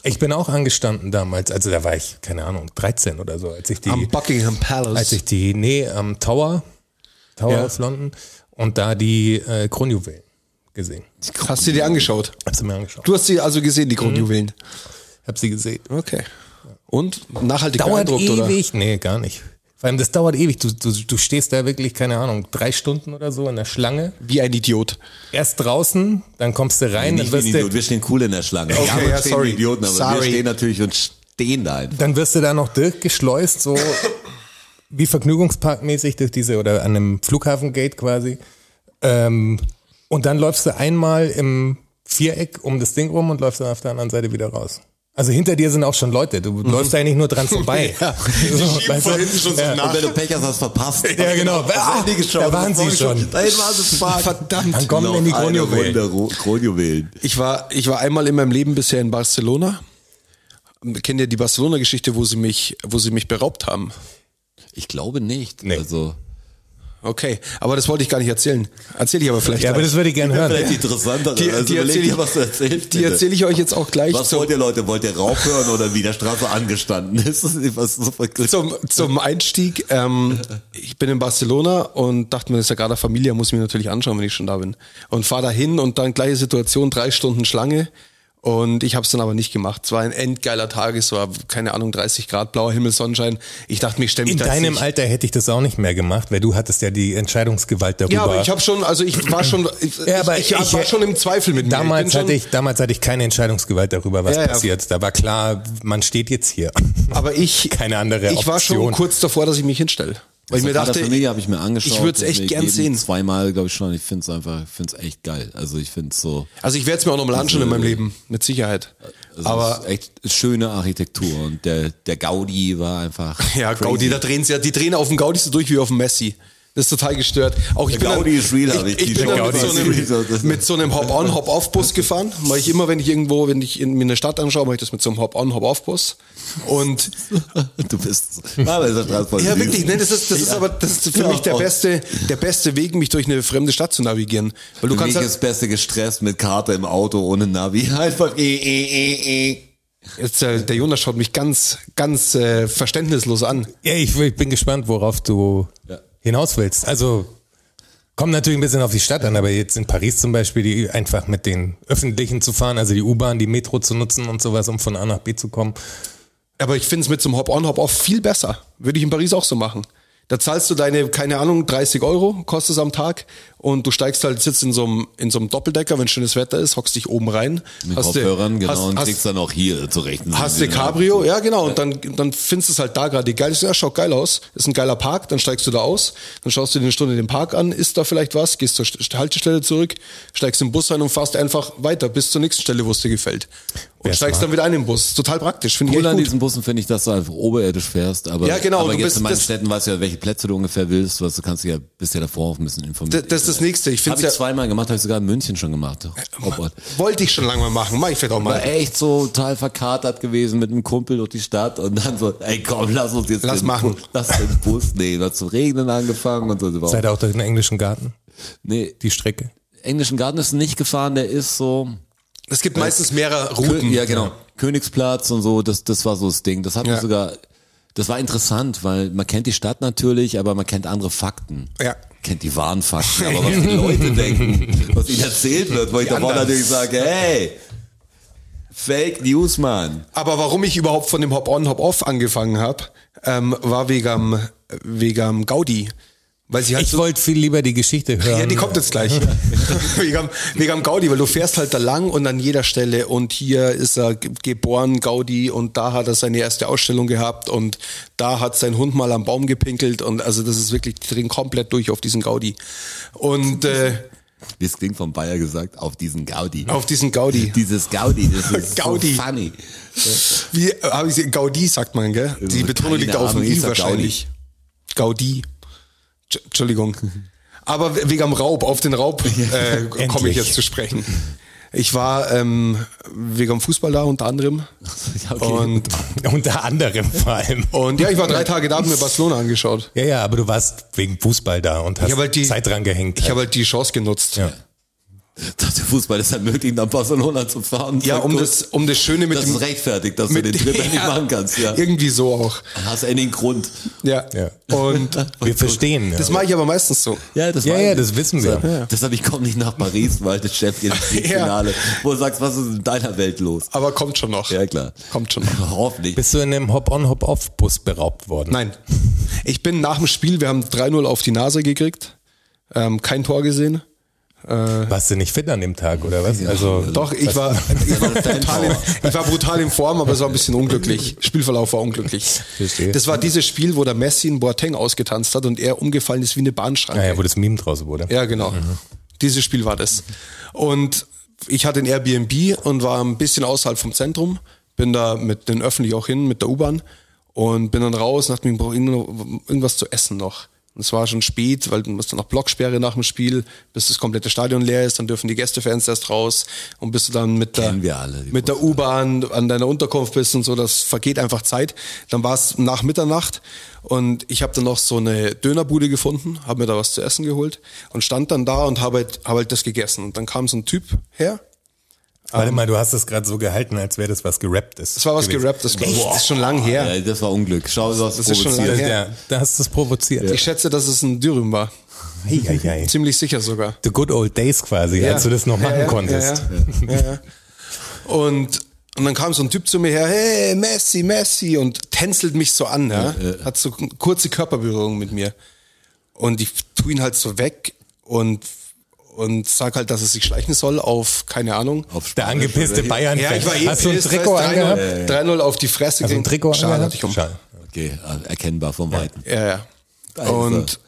[SPEAKER 3] Ich bin auch angestanden damals. Also da war ich keine Ahnung 13 oder so, als ich die,
[SPEAKER 4] Am Buckingham Palace.
[SPEAKER 3] als ich die, nee, am Tower, Tower
[SPEAKER 4] Ja.
[SPEAKER 3] of London und da die äh, Kronjuwelen gesehen.
[SPEAKER 4] hast du dir angeschaut?
[SPEAKER 3] Hab sie mir angeschaut.
[SPEAKER 4] Du hast sie also gesehen, die Kronjuwelen.
[SPEAKER 3] Hab sie gesehen.
[SPEAKER 4] Okay. Und nachhaltig
[SPEAKER 3] Dauert
[SPEAKER 4] beeindruckt, oder?
[SPEAKER 3] ewig. Nee, gar nicht. Vor allem, das dauert ewig. Du, du, du stehst da wirklich, keine Ahnung, drei Stunden oder so in der Schlange.
[SPEAKER 4] Wie ein Idiot.
[SPEAKER 3] Erst draußen, dann kommst du rein, dann
[SPEAKER 1] Nicht wie ein
[SPEAKER 3] wirst
[SPEAKER 1] Idiot,
[SPEAKER 3] du,
[SPEAKER 1] wir stehen cool in der Schlange.
[SPEAKER 4] Okay,
[SPEAKER 1] wir
[SPEAKER 4] ja,
[SPEAKER 1] stehen
[SPEAKER 4] sorry.
[SPEAKER 1] wie Idioten, aber wir
[SPEAKER 4] Sorry.
[SPEAKER 1] stehen natürlich und stehen da einfach.
[SPEAKER 3] dann wirst du da noch durchgeschleust, so wie vergnügungsparkmäßig durch diese oder an einem Flughafengate quasi. Ähm, und dann läufst du einmal im Viereck um das Ding rum und läufst dann auf der anderen Seite wieder raus. Also hinter dir sind auch schon Leute, du läufst eigentlich nur dran vorbei. So, weißt du? Ja.
[SPEAKER 1] Und wenn du Pech hast, hast du verpasst.
[SPEAKER 3] Ja, genau.
[SPEAKER 1] Da sind die geschaut,
[SPEAKER 3] Da waren sie schon.
[SPEAKER 1] Da hinten waren sie schon.
[SPEAKER 4] Verdammt.
[SPEAKER 3] Dann kommen
[SPEAKER 1] Noch
[SPEAKER 3] in die
[SPEAKER 1] eine
[SPEAKER 3] Kronjuwelen.
[SPEAKER 1] Runde Ru- Kronjuwelen.
[SPEAKER 4] Ich war, ich war einmal in meinem Leben bisher in Barcelona. Kennt ihr die Barcelona-Geschichte, wo sie mich, wo sie mich beraubt haben?
[SPEAKER 1] Ich glaube nicht.
[SPEAKER 3] Nee.
[SPEAKER 1] Also,
[SPEAKER 4] Okay, aber das wollte ich gar nicht erzählen. Erzähle ich aber vielleicht.
[SPEAKER 3] Ja, aber
[SPEAKER 4] gleich.
[SPEAKER 3] das würde ich gerne hören.
[SPEAKER 1] vielleicht interessanter.
[SPEAKER 4] Die-
[SPEAKER 1] also
[SPEAKER 4] die
[SPEAKER 1] überleg
[SPEAKER 4] erzähl
[SPEAKER 1] dir,
[SPEAKER 4] ich-
[SPEAKER 1] was du erzählst.
[SPEAKER 4] die
[SPEAKER 1] bitte.
[SPEAKER 4] erzähle ich euch jetzt auch gleich
[SPEAKER 1] Was
[SPEAKER 4] zum,
[SPEAKER 1] wollt ihr, Leute? Wollt ihr Raub hören oder wie der Straße angestanden ist? Was so
[SPEAKER 4] zum, zum Einstieg. Ähm, ich bin in Barcelona und dachte mir, das ist ja gerade Familie, muss ich mir natürlich anschauen, wenn ich schon da bin. Und fahre dahin und dann gleiche Situation, drei Stunden Schlange. Und ich habe es dann aber nicht gemacht. Es war ein endgeiler Tag, es war, keine Ahnung, 30 Grad, blauer Himmel, Sonnenschein. Ich dachte mir, ich stelle mich
[SPEAKER 3] In
[SPEAKER 4] da jetzt
[SPEAKER 3] deinem
[SPEAKER 4] nicht-
[SPEAKER 3] Alter hätte ich das auch nicht mehr gemacht, weil du hattest ja die Entscheidungsgewalt darüber.
[SPEAKER 4] Ja, aber ich habe schon, also ich war schon, ich,
[SPEAKER 3] Ja, aber
[SPEAKER 4] ich, ich,
[SPEAKER 3] ich-
[SPEAKER 4] war schon im Zweifel mit mir.
[SPEAKER 3] damals
[SPEAKER 4] ich bin schon,
[SPEAKER 3] hatte ich damals hatte ich keine Entscheidungsgewalt darüber, was
[SPEAKER 4] Ja, ja.
[SPEAKER 3] passiert. Da war klar, man steht jetzt hier.
[SPEAKER 4] aber ich,
[SPEAKER 3] keine andere
[SPEAKER 4] ich war schon
[SPEAKER 3] Option.
[SPEAKER 4] kurz davor, dass ich mich hinstelle. Weil ich mir dachte,
[SPEAKER 1] Familie habe ich mir angeschaut.
[SPEAKER 4] ich würd's
[SPEAKER 1] hab
[SPEAKER 4] echt
[SPEAKER 1] mir
[SPEAKER 4] gern
[SPEAKER 1] gegeben,
[SPEAKER 4] sehen.
[SPEAKER 1] Zweimal, glaube ich schon. Ich finde es einfach, ich finde es echt geil. Also ich finde es so,
[SPEAKER 4] also ich werde es mir auch nochmal anschauen in meinem Leben, mit Sicherheit.
[SPEAKER 1] also es
[SPEAKER 4] Aber
[SPEAKER 1] ist echt schöne Architektur und der, der Gaudi war einfach.
[SPEAKER 4] ja,
[SPEAKER 1] crazy.
[SPEAKER 4] Gaudi, da drehen sie ja, die drehen auf dem Gaudi so durch wie auf dem Messi. Das ist total gestört. Auch ich
[SPEAKER 1] Der Gaudi
[SPEAKER 4] bin
[SPEAKER 1] ist real,
[SPEAKER 4] dann,
[SPEAKER 1] hab ich
[SPEAKER 4] ich, ich bin
[SPEAKER 1] die-
[SPEAKER 4] dann mit,
[SPEAKER 1] der
[SPEAKER 4] so
[SPEAKER 1] Gaudi ist real.
[SPEAKER 4] einem, mit so einem Hop-on, Hop-off-Bus gefahren. Mache ich immer, wenn ich irgendwo, wenn ich in, mir eine Stadt anschaue, mache ich das mit so einem Hop-on, Hop-off-Bus. Und
[SPEAKER 1] Du bist. Aber ist der Straße voll
[SPEAKER 4] Ja,
[SPEAKER 1] süß.
[SPEAKER 4] wirklich. Ne? Das ist, das ist aber das ist für
[SPEAKER 1] Ja,
[SPEAKER 4] mich der
[SPEAKER 1] voll.
[SPEAKER 4] beste, der beste Weg, mich durch eine fremde Stadt zu navigieren. Weil du
[SPEAKER 1] Du
[SPEAKER 4] kannst
[SPEAKER 1] kannst
[SPEAKER 4] halt,
[SPEAKER 1] das Beste gestresst mit Karte im Auto ohne Navi. Einfach eh, eh, eh, eh.
[SPEAKER 4] jetzt, äh, der Jonas schaut mich ganz, ganz äh, verständnislos an.
[SPEAKER 3] Ja, ich, ich bin gespannt, worauf du
[SPEAKER 1] Ja.
[SPEAKER 3] hinaus willst. Also kommt natürlich ein bisschen auf die Stadt an, aber jetzt in Paris zum Beispiel, die einfach mit den Öffentlichen zu fahren, also die U-Bahn, die Metro zu nutzen und sowas, um von A nach B zu kommen.
[SPEAKER 4] Aber ich finde es mit so einem Hop-on, Hop-off viel besser. Würde ich in Paris auch so machen. Da zahlst du deine, keine Ahnung, 30 Euro, kostet es am Tag. Und du steigst halt, sitzt in so einem, in so einem Doppeldecker, wenn schönes Wetter ist, hockst dich oben rein.
[SPEAKER 1] Mit
[SPEAKER 4] hast dir-
[SPEAKER 1] Kopfhörern, genau, und
[SPEAKER 4] hast,
[SPEAKER 1] kriegst dann auch hier zur rechten
[SPEAKER 4] Hast du
[SPEAKER 1] Seite.
[SPEAKER 4] Cabrio? Ja, genau. Und dann, dann findest du es halt da gerade geil. Ja, schaut geil aus. Ist ein geiler Park. Dann steigst du da aus. Dann schaust du dir eine Stunde den Park an. Ist da vielleicht was? Gehst zur St- Haltestelle zurück, steigst im Bus ein und fährst einfach weiter bis zur nächsten Stelle, wo es dir gefällt. Und
[SPEAKER 3] Wer
[SPEAKER 4] steigst
[SPEAKER 3] smart.
[SPEAKER 4] dann wieder ein im Bus. Total praktisch. Finde ich
[SPEAKER 1] Cool an
[SPEAKER 4] echt gut.
[SPEAKER 1] diesen Bussen finde ich, dass du einfach oberirdisch fährst, aber,
[SPEAKER 4] Ja, genau,
[SPEAKER 1] aber
[SPEAKER 4] du
[SPEAKER 1] jetzt
[SPEAKER 4] bist-
[SPEAKER 1] in manchen
[SPEAKER 4] das-
[SPEAKER 1] Städten weißt du ja, welche Plätze du ungefähr willst, was du kannst dich ja bisher davor auch ein bisschen informieren.
[SPEAKER 4] Das, das ist das nächste. Ich
[SPEAKER 1] Habe
[SPEAKER 4] finde
[SPEAKER 1] ich
[SPEAKER 4] es ja, Äh,
[SPEAKER 1] zweimal gemacht, habe ich sogar in München schon gemacht. Oh Gott.
[SPEAKER 4] wollte ich schon lange mal machen. Mach ich vielleicht auch mal.
[SPEAKER 1] War echt so total verkatert gewesen mit einem Kumpel durch die Stadt und dann so, ey komm, lass uns jetzt
[SPEAKER 4] Lass
[SPEAKER 1] den,
[SPEAKER 4] machen.
[SPEAKER 1] Bus- lass den Bus nehmen. Hat zu regnen angefangen und so.
[SPEAKER 4] Oh.
[SPEAKER 3] Seid ihr auch durch den englischen Garten,
[SPEAKER 1] Nee,
[SPEAKER 3] die Strecke.
[SPEAKER 1] englischen Garten ist nicht gefahren, der ist so,
[SPEAKER 4] Es gibt meistens mehrere Routen.
[SPEAKER 1] Kö Äh, ja, genau. Königsplatz und so, das, das war so das Ding. Das hat
[SPEAKER 4] Ja.
[SPEAKER 1] mir sogar, das war interessant, weil man kennt die Stadt natürlich, aber man kennt andere Fakten.
[SPEAKER 4] Ja.
[SPEAKER 1] Kennt die wahren Fakten, aber was die Leute denken, was ihnen erzählt wird, wo ich davor
[SPEAKER 4] anderen.
[SPEAKER 1] natürlich sage, hey, Fake News, Mann.
[SPEAKER 4] Aber warum ich überhaupt von dem Hop-on, Hop-off angefangen habe, ähm, war wegen, am- wegen am Gaudi. Weil sie halt
[SPEAKER 3] Ich wollte viel lieber die Geschichte hören.
[SPEAKER 4] Ja, die kommt jetzt gleich. wegen, am- wegen am Gaudi, weil du fährst halt da lang und an jeder Stelle und hier ist er ge- geboren, Gaudi, und da hat er seine erste Ausstellung gehabt und da hat sein Hund mal am Baum gepinkelt und also das ist wirklich, die drehen komplett durch auf diesen Gaudi. Und äh,
[SPEAKER 1] Wie es klingt vom Bayer gesagt, auf diesen Gaudi.
[SPEAKER 4] auf diesen Gaudi.
[SPEAKER 1] Dieses Gaudi, das ist
[SPEAKER 4] Gaudi.
[SPEAKER 1] so funny.
[SPEAKER 4] Wie äh, hab ich sie- Gaudi sagt man, gell? Die
[SPEAKER 1] Also
[SPEAKER 4] Betonung liegt
[SPEAKER 1] keine
[SPEAKER 4] auf dem
[SPEAKER 1] Ahnung, ich
[SPEAKER 4] I
[SPEAKER 1] sag
[SPEAKER 4] wahrscheinlich. Gaudi. Tsch- Entschuldigung. Aber we- wegen am Raub, auf den Raub äh, komme ich
[SPEAKER 3] Endlich.
[SPEAKER 4] jetzt zu sprechen. Ich war ähm, wegen am Fußball da unter anderem.
[SPEAKER 1] Ja, okay.
[SPEAKER 4] Und,
[SPEAKER 3] Unter anderem vor allem.
[SPEAKER 4] und ja, ich war drei Tage da und mir Barcelona angeschaut.
[SPEAKER 3] Ja, ja, aber du warst wegen Fußball da und hast
[SPEAKER 4] hab halt die-
[SPEAKER 3] Zeit dran gehängt.
[SPEAKER 4] Ich habe halt die Chance genutzt.
[SPEAKER 3] ja.
[SPEAKER 1] Dass der Fußball das ermöglicht, nach Barcelona zu fahren.
[SPEAKER 4] Ja, um
[SPEAKER 1] Gut,
[SPEAKER 4] das, um das Schöne mit
[SPEAKER 1] das
[SPEAKER 4] dem.
[SPEAKER 1] ist rechtfertigt, dass du den Trip nicht machen kannst. Ja.
[SPEAKER 4] Irgendwie so auch.
[SPEAKER 1] Hast einen Grund.
[SPEAKER 4] Ja.
[SPEAKER 3] Ja.
[SPEAKER 4] Und
[SPEAKER 3] Wir verstehen.
[SPEAKER 4] halt- das
[SPEAKER 3] ja.
[SPEAKER 4] mache ich aber meistens so.
[SPEAKER 1] Ja, das
[SPEAKER 3] Ja,
[SPEAKER 1] weiß
[SPEAKER 3] ja,
[SPEAKER 1] ich.
[SPEAKER 3] das wissen wir.
[SPEAKER 1] Deshalb- Deshalb, ich komme nicht nach Paris, weil das Chef im Finale, wo du sagst, was ist in deiner Welt los?
[SPEAKER 4] Aber kommt schon noch.
[SPEAKER 1] Ja, klar.
[SPEAKER 4] Kommt schon noch.
[SPEAKER 1] Hoffentlich.
[SPEAKER 3] Bist du in einem Hop-on, Hop-off-Bus beraubt worden?
[SPEAKER 4] Nein. Ich bin nach dem Spiel, wir haben 3-0 auf die Nase gekriegt, ähm, kein Tor gesehen.
[SPEAKER 3] Warst du nicht fit an dem Tag, oder was? Also,
[SPEAKER 4] Doch, ich war, ich war, brutal, in, ich war brutal in Form, aber es war ein bisschen unglücklich. Spielverlauf war unglücklich.
[SPEAKER 3] Verstehe.
[SPEAKER 4] Das war dieses Spiel, wo der Messi einen Boateng ausgetanzt hat und er umgefallen ist wie eine Bahnschranke.
[SPEAKER 3] Naja, Ah, wo das Meme draus wurde.
[SPEAKER 4] Ja, genau. Dieses Spiel war das. Und ich hatte ein Airbnb und war ein bisschen außerhalb vom Zentrum. Bin da mit den Öffentlich auch hin, mit der U-Bahn. Und bin dann raus und dachte mir, ich brauche irgend- irgendwas zu essen noch. Und es war schon spät, weil du musst dann noch Blocksperre nach dem Spiel, bis das komplette Stadion leer ist, dann dürfen die Gästefans erst raus und bis du dann mit der,
[SPEAKER 1] Kennen wir alle, die
[SPEAKER 4] mit der U-Bahn an deiner Unterkunft bist und so, das vergeht einfach Zeit. Dann war es nach Mitternacht und ich habe dann noch so eine Dönerbude gefunden, habe mir da was zu essen geholt und stand dann da und habe halt, hab halt das gegessen. Und dann kam so ein Typ her,
[SPEAKER 3] Warte mal, du hast es gerade so gehalten, als wäre das was gerappt ist.
[SPEAKER 4] das ähm, war was
[SPEAKER 3] gewesen.
[SPEAKER 4] gerapptes, glaube ich. Das ist schon lang her.
[SPEAKER 1] Ja, das war Unglück. Schau, du hast
[SPEAKER 4] Das ist schon
[SPEAKER 1] provoziert.
[SPEAKER 4] lange her.
[SPEAKER 3] Ja, da hast du es provoziert.
[SPEAKER 4] Ich schätze, dass es ein Dürüm war.
[SPEAKER 3] Eieiei.
[SPEAKER 4] Ziemlich sicher sogar.
[SPEAKER 3] The good old days quasi,
[SPEAKER 4] Ja.
[SPEAKER 3] als du das noch
[SPEAKER 4] Ja,
[SPEAKER 3] machen
[SPEAKER 4] ja,
[SPEAKER 3] konntest.
[SPEAKER 4] Ja, ja. Ja, ja. Und, und dann kam so ein Typ zu mir her, hey, Messi, Messi, und tänzelt mich so an, ja? hat so kurze Körperberührung mit mir. Und ich tu ihn halt so weg und, und sag halt, dass er sich schleichen soll auf, keine Ahnung.
[SPEAKER 1] Auf
[SPEAKER 3] Der
[SPEAKER 1] Spanisch
[SPEAKER 3] angepisste
[SPEAKER 1] oder-
[SPEAKER 3] Bayern.
[SPEAKER 4] ja, ich war eh
[SPEAKER 3] hast du ein
[SPEAKER 4] pissed,
[SPEAKER 3] Trikot
[SPEAKER 4] weißt, 3-0
[SPEAKER 3] angehabt?
[SPEAKER 4] 3-0 auf die Fresse.
[SPEAKER 3] Also ein
[SPEAKER 4] gekriegt.
[SPEAKER 3] Trikot
[SPEAKER 4] Schal
[SPEAKER 3] angehabt?
[SPEAKER 4] hatte ich um.
[SPEAKER 3] Schal.
[SPEAKER 1] Okay, also erkennbar vom Weiten.
[SPEAKER 4] Ja, ja. Und,
[SPEAKER 1] Also,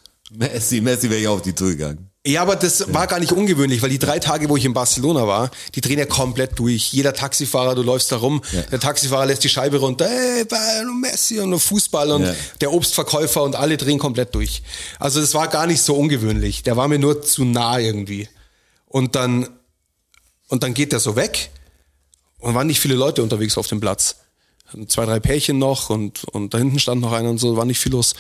[SPEAKER 1] Messi, Messi wäre ja auf die zugegangen.
[SPEAKER 4] Ja, aber das war gar nicht ungewöhnlich, weil die drei Tage, wo ich in Barcelona war, die drehen ja komplett durch. Jeder Taxifahrer, du läufst da rum,
[SPEAKER 1] Ja.
[SPEAKER 4] der Taxifahrer lässt die Scheibe runter, hey, Bayern und Messi und Fußball und
[SPEAKER 1] Ja.
[SPEAKER 4] der Obstverkäufer und alle drehen komplett durch. Also das war gar nicht so ungewöhnlich. Der war mir nur zu nah irgendwie. Und dann, und dann geht der so weg und waren nicht viele Leute unterwegs auf dem Platz. Zwei, drei Pärchen noch und, und da hinten stand noch einer und so, war nicht viel los.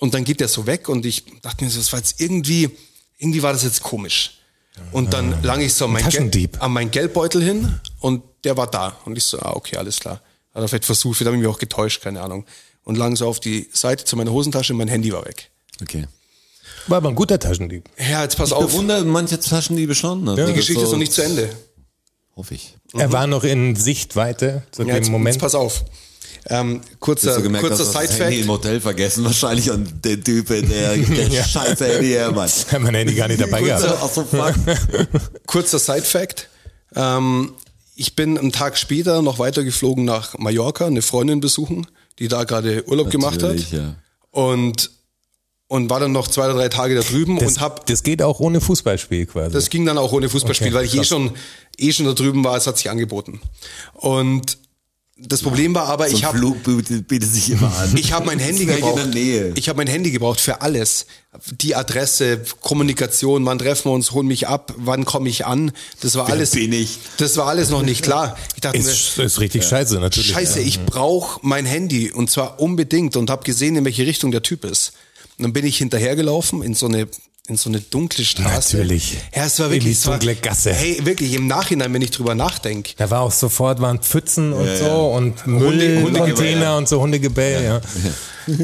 [SPEAKER 4] Und dann geht der so weg und ich dachte mir, so, das war jetzt irgendwie, irgendwie war das jetzt komisch. Und
[SPEAKER 1] Ah.
[SPEAKER 4] dann lang ich so an mein, Gel
[SPEAKER 3] Taschendieb.
[SPEAKER 4] an mein Geldbeutel hin und der war da. Und ich so, ah, okay, alles klar. Hat er vielleicht versucht, vielleicht habe ich mich auch getäuscht, keine Ahnung. Und lang so auf die Seite zu meiner Hosentasche und mein Handy war weg.
[SPEAKER 1] Okay.
[SPEAKER 3] War aber ein guter Taschendieb.
[SPEAKER 4] Ja, jetzt pass
[SPEAKER 1] Ich
[SPEAKER 4] auf,
[SPEAKER 1] bewundere manche Taschendiebe schon. ne? Das
[SPEAKER 4] die Geschichte ist
[SPEAKER 1] so-
[SPEAKER 4] noch nicht zu Ende.
[SPEAKER 1] Hoffe ich.
[SPEAKER 3] Er war noch in Sichtweite zu
[SPEAKER 4] Mhm. Ja,
[SPEAKER 3] dem
[SPEAKER 4] jetzt,
[SPEAKER 3] Moment.
[SPEAKER 4] jetzt pass auf. Ähm,
[SPEAKER 1] Hast
[SPEAKER 4] kurzer
[SPEAKER 1] du gemerkt,
[SPEAKER 4] kurzer
[SPEAKER 1] dass das Handy
[SPEAKER 4] Side-Fact.
[SPEAKER 1] im Hotel vergessen wahrscheinlich und der Typ, der, der
[SPEAKER 3] Ja.
[SPEAKER 1] scheiß Handy Hermann.
[SPEAKER 3] Hat mein Handy gar nicht dabei gehabt.
[SPEAKER 1] Ach so, fuck.
[SPEAKER 4] kurzer Side-Fact. Ähm, ich bin einen Tag später noch weitergeflogen nach Mallorca, eine Freundin besuchen, die da gerade Urlaub gemacht
[SPEAKER 1] Natürlich,
[SPEAKER 4] hat.
[SPEAKER 1] ja.
[SPEAKER 4] Und, und war dann noch zwei oder drei Tage da drüben
[SPEAKER 3] Das,
[SPEAKER 4] und hab.
[SPEAKER 3] das geht auch ohne Fußballspiel quasi.
[SPEAKER 4] Das ging dann auch ohne Fußballspiel,
[SPEAKER 3] Okay,
[SPEAKER 4] weil ich eh
[SPEAKER 3] krass.
[SPEAKER 4] schon, eh schon da drüben war, es hat sich angeboten. Und das Problem war aber, ich
[SPEAKER 1] So ein
[SPEAKER 4] habe
[SPEAKER 1] Flug bietet, bietet sich immer an.
[SPEAKER 4] ich habe mein Handy
[SPEAKER 1] Gleich in der
[SPEAKER 4] gebraucht.
[SPEAKER 1] Nähe.
[SPEAKER 4] Ich habe mein Handy gebraucht für alles. Die Adresse, Kommunikation, wann treffen wir uns, holen mich ab, wann komme ich an. Das war alles.
[SPEAKER 1] bin ich?
[SPEAKER 4] Das war alles noch nicht klar. Ich dachte mir,
[SPEAKER 3] ist, ist richtig scheiße natürlich.
[SPEAKER 4] Scheiße, ich brauche mein Handy und zwar unbedingt und habe gesehen, in welche Richtung der Typ ist. Und dann bin ich hinterhergelaufen in so eine in so eine dunkle Straße.
[SPEAKER 3] Natürlich.
[SPEAKER 4] Ja, es war
[SPEAKER 3] In
[SPEAKER 4] wirklich
[SPEAKER 3] die
[SPEAKER 4] es war-
[SPEAKER 3] dunkle Gasse.
[SPEAKER 4] Hey, wirklich im Nachhinein, wenn ich drüber nachdenke,
[SPEAKER 3] Da war auch sofort, waren Pfützen und so und
[SPEAKER 4] Hunde- Hundegebell,
[SPEAKER 3] Müllcontainer
[SPEAKER 4] ja.
[SPEAKER 3] und so Hundegebell, ja.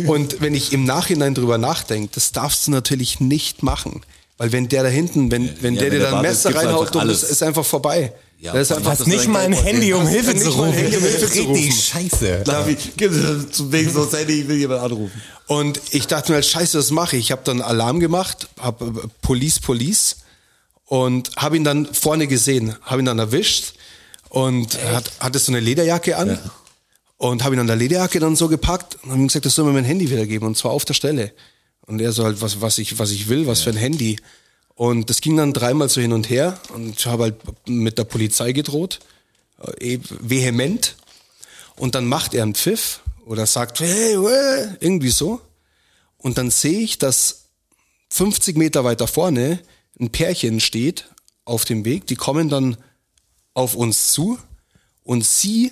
[SPEAKER 4] Und wenn ich im Nachhinein drüber nachdenke, das darfst du natürlich nicht machen. Weil wenn der da hinten, wenn, wenn
[SPEAKER 1] ja,
[SPEAKER 4] der
[SPEAKER 1] wenn
[SPEAKER 4] dir
[SPEAKER 1] der
[SPEAKER 4] dann
[SPEAKER 1] wartet,
[SPEAKER 4] Messer
[SPEAKER 1] gibt's einfach
[SPEAKER 4] reinhaut, du
[SPEAKER 1] alles.
[SPEAKER 4] bist, ist einfach vorbei.
[SPEAKER 1] Ja,
[SPEAKER 4] das ist
[SPEAKER 1] Mann,
[SPEAKER 4] einfach,
[SPEAKER 1] hast
[SPEAKER 3] Hast
[SPEAKER 1] du
[SPEAKER 3] nicht
[SPEAKER 1] dein
[SPEAKER 3] mal ein
[SPEAKER 1] Geld
[SPEAKER 3] Handy, um
[SPEAKER 4] ausgegeben?
[SPEAKER 3] Hilfe
[SPEAKER 4] Hast
[SPEAKER 3] zu
[SPEAKER 4] nicht mal ein
[SPEAKER 3] rufen.
[SPEAKER 4] Handy, um Hilfe zu rufen.
[SPEAKER 3] Richtig scheiße.
[SPEAKER 1] Darf ich, gib mir zum Wegen so das Handy, ich will jemand anrufen.
[SPEAKER 4] und ich dachte mir, halt, scheiße, das mache ich. Ich habe dann Alarm gemacht, habe äh, Police, Police und habe ihn dann vorne gesehen, habe ihn dann erwischt und er hat, hatte so eine Lederjacke an. Und habe ihn an der Lederjacke dann so gepackt und habe ihm gesagt, das soll mir mein Handy wiedergeben und zwar auf der Stelle. Und er so halt, was, was, ich, was ich will, was für ein Handy. Und das ging dann dreimal so hin und her und ich habe halt mit der Polizei gedroht, eh vehement. Und dann macht er einen Pfiff oder sagt, hey, hey, irgendwie so. Und dann sehe ich, dass 50 Meter weiter vorne ein Pärchen steht auf dem Weg. Die kommen dann auf uns zu und sie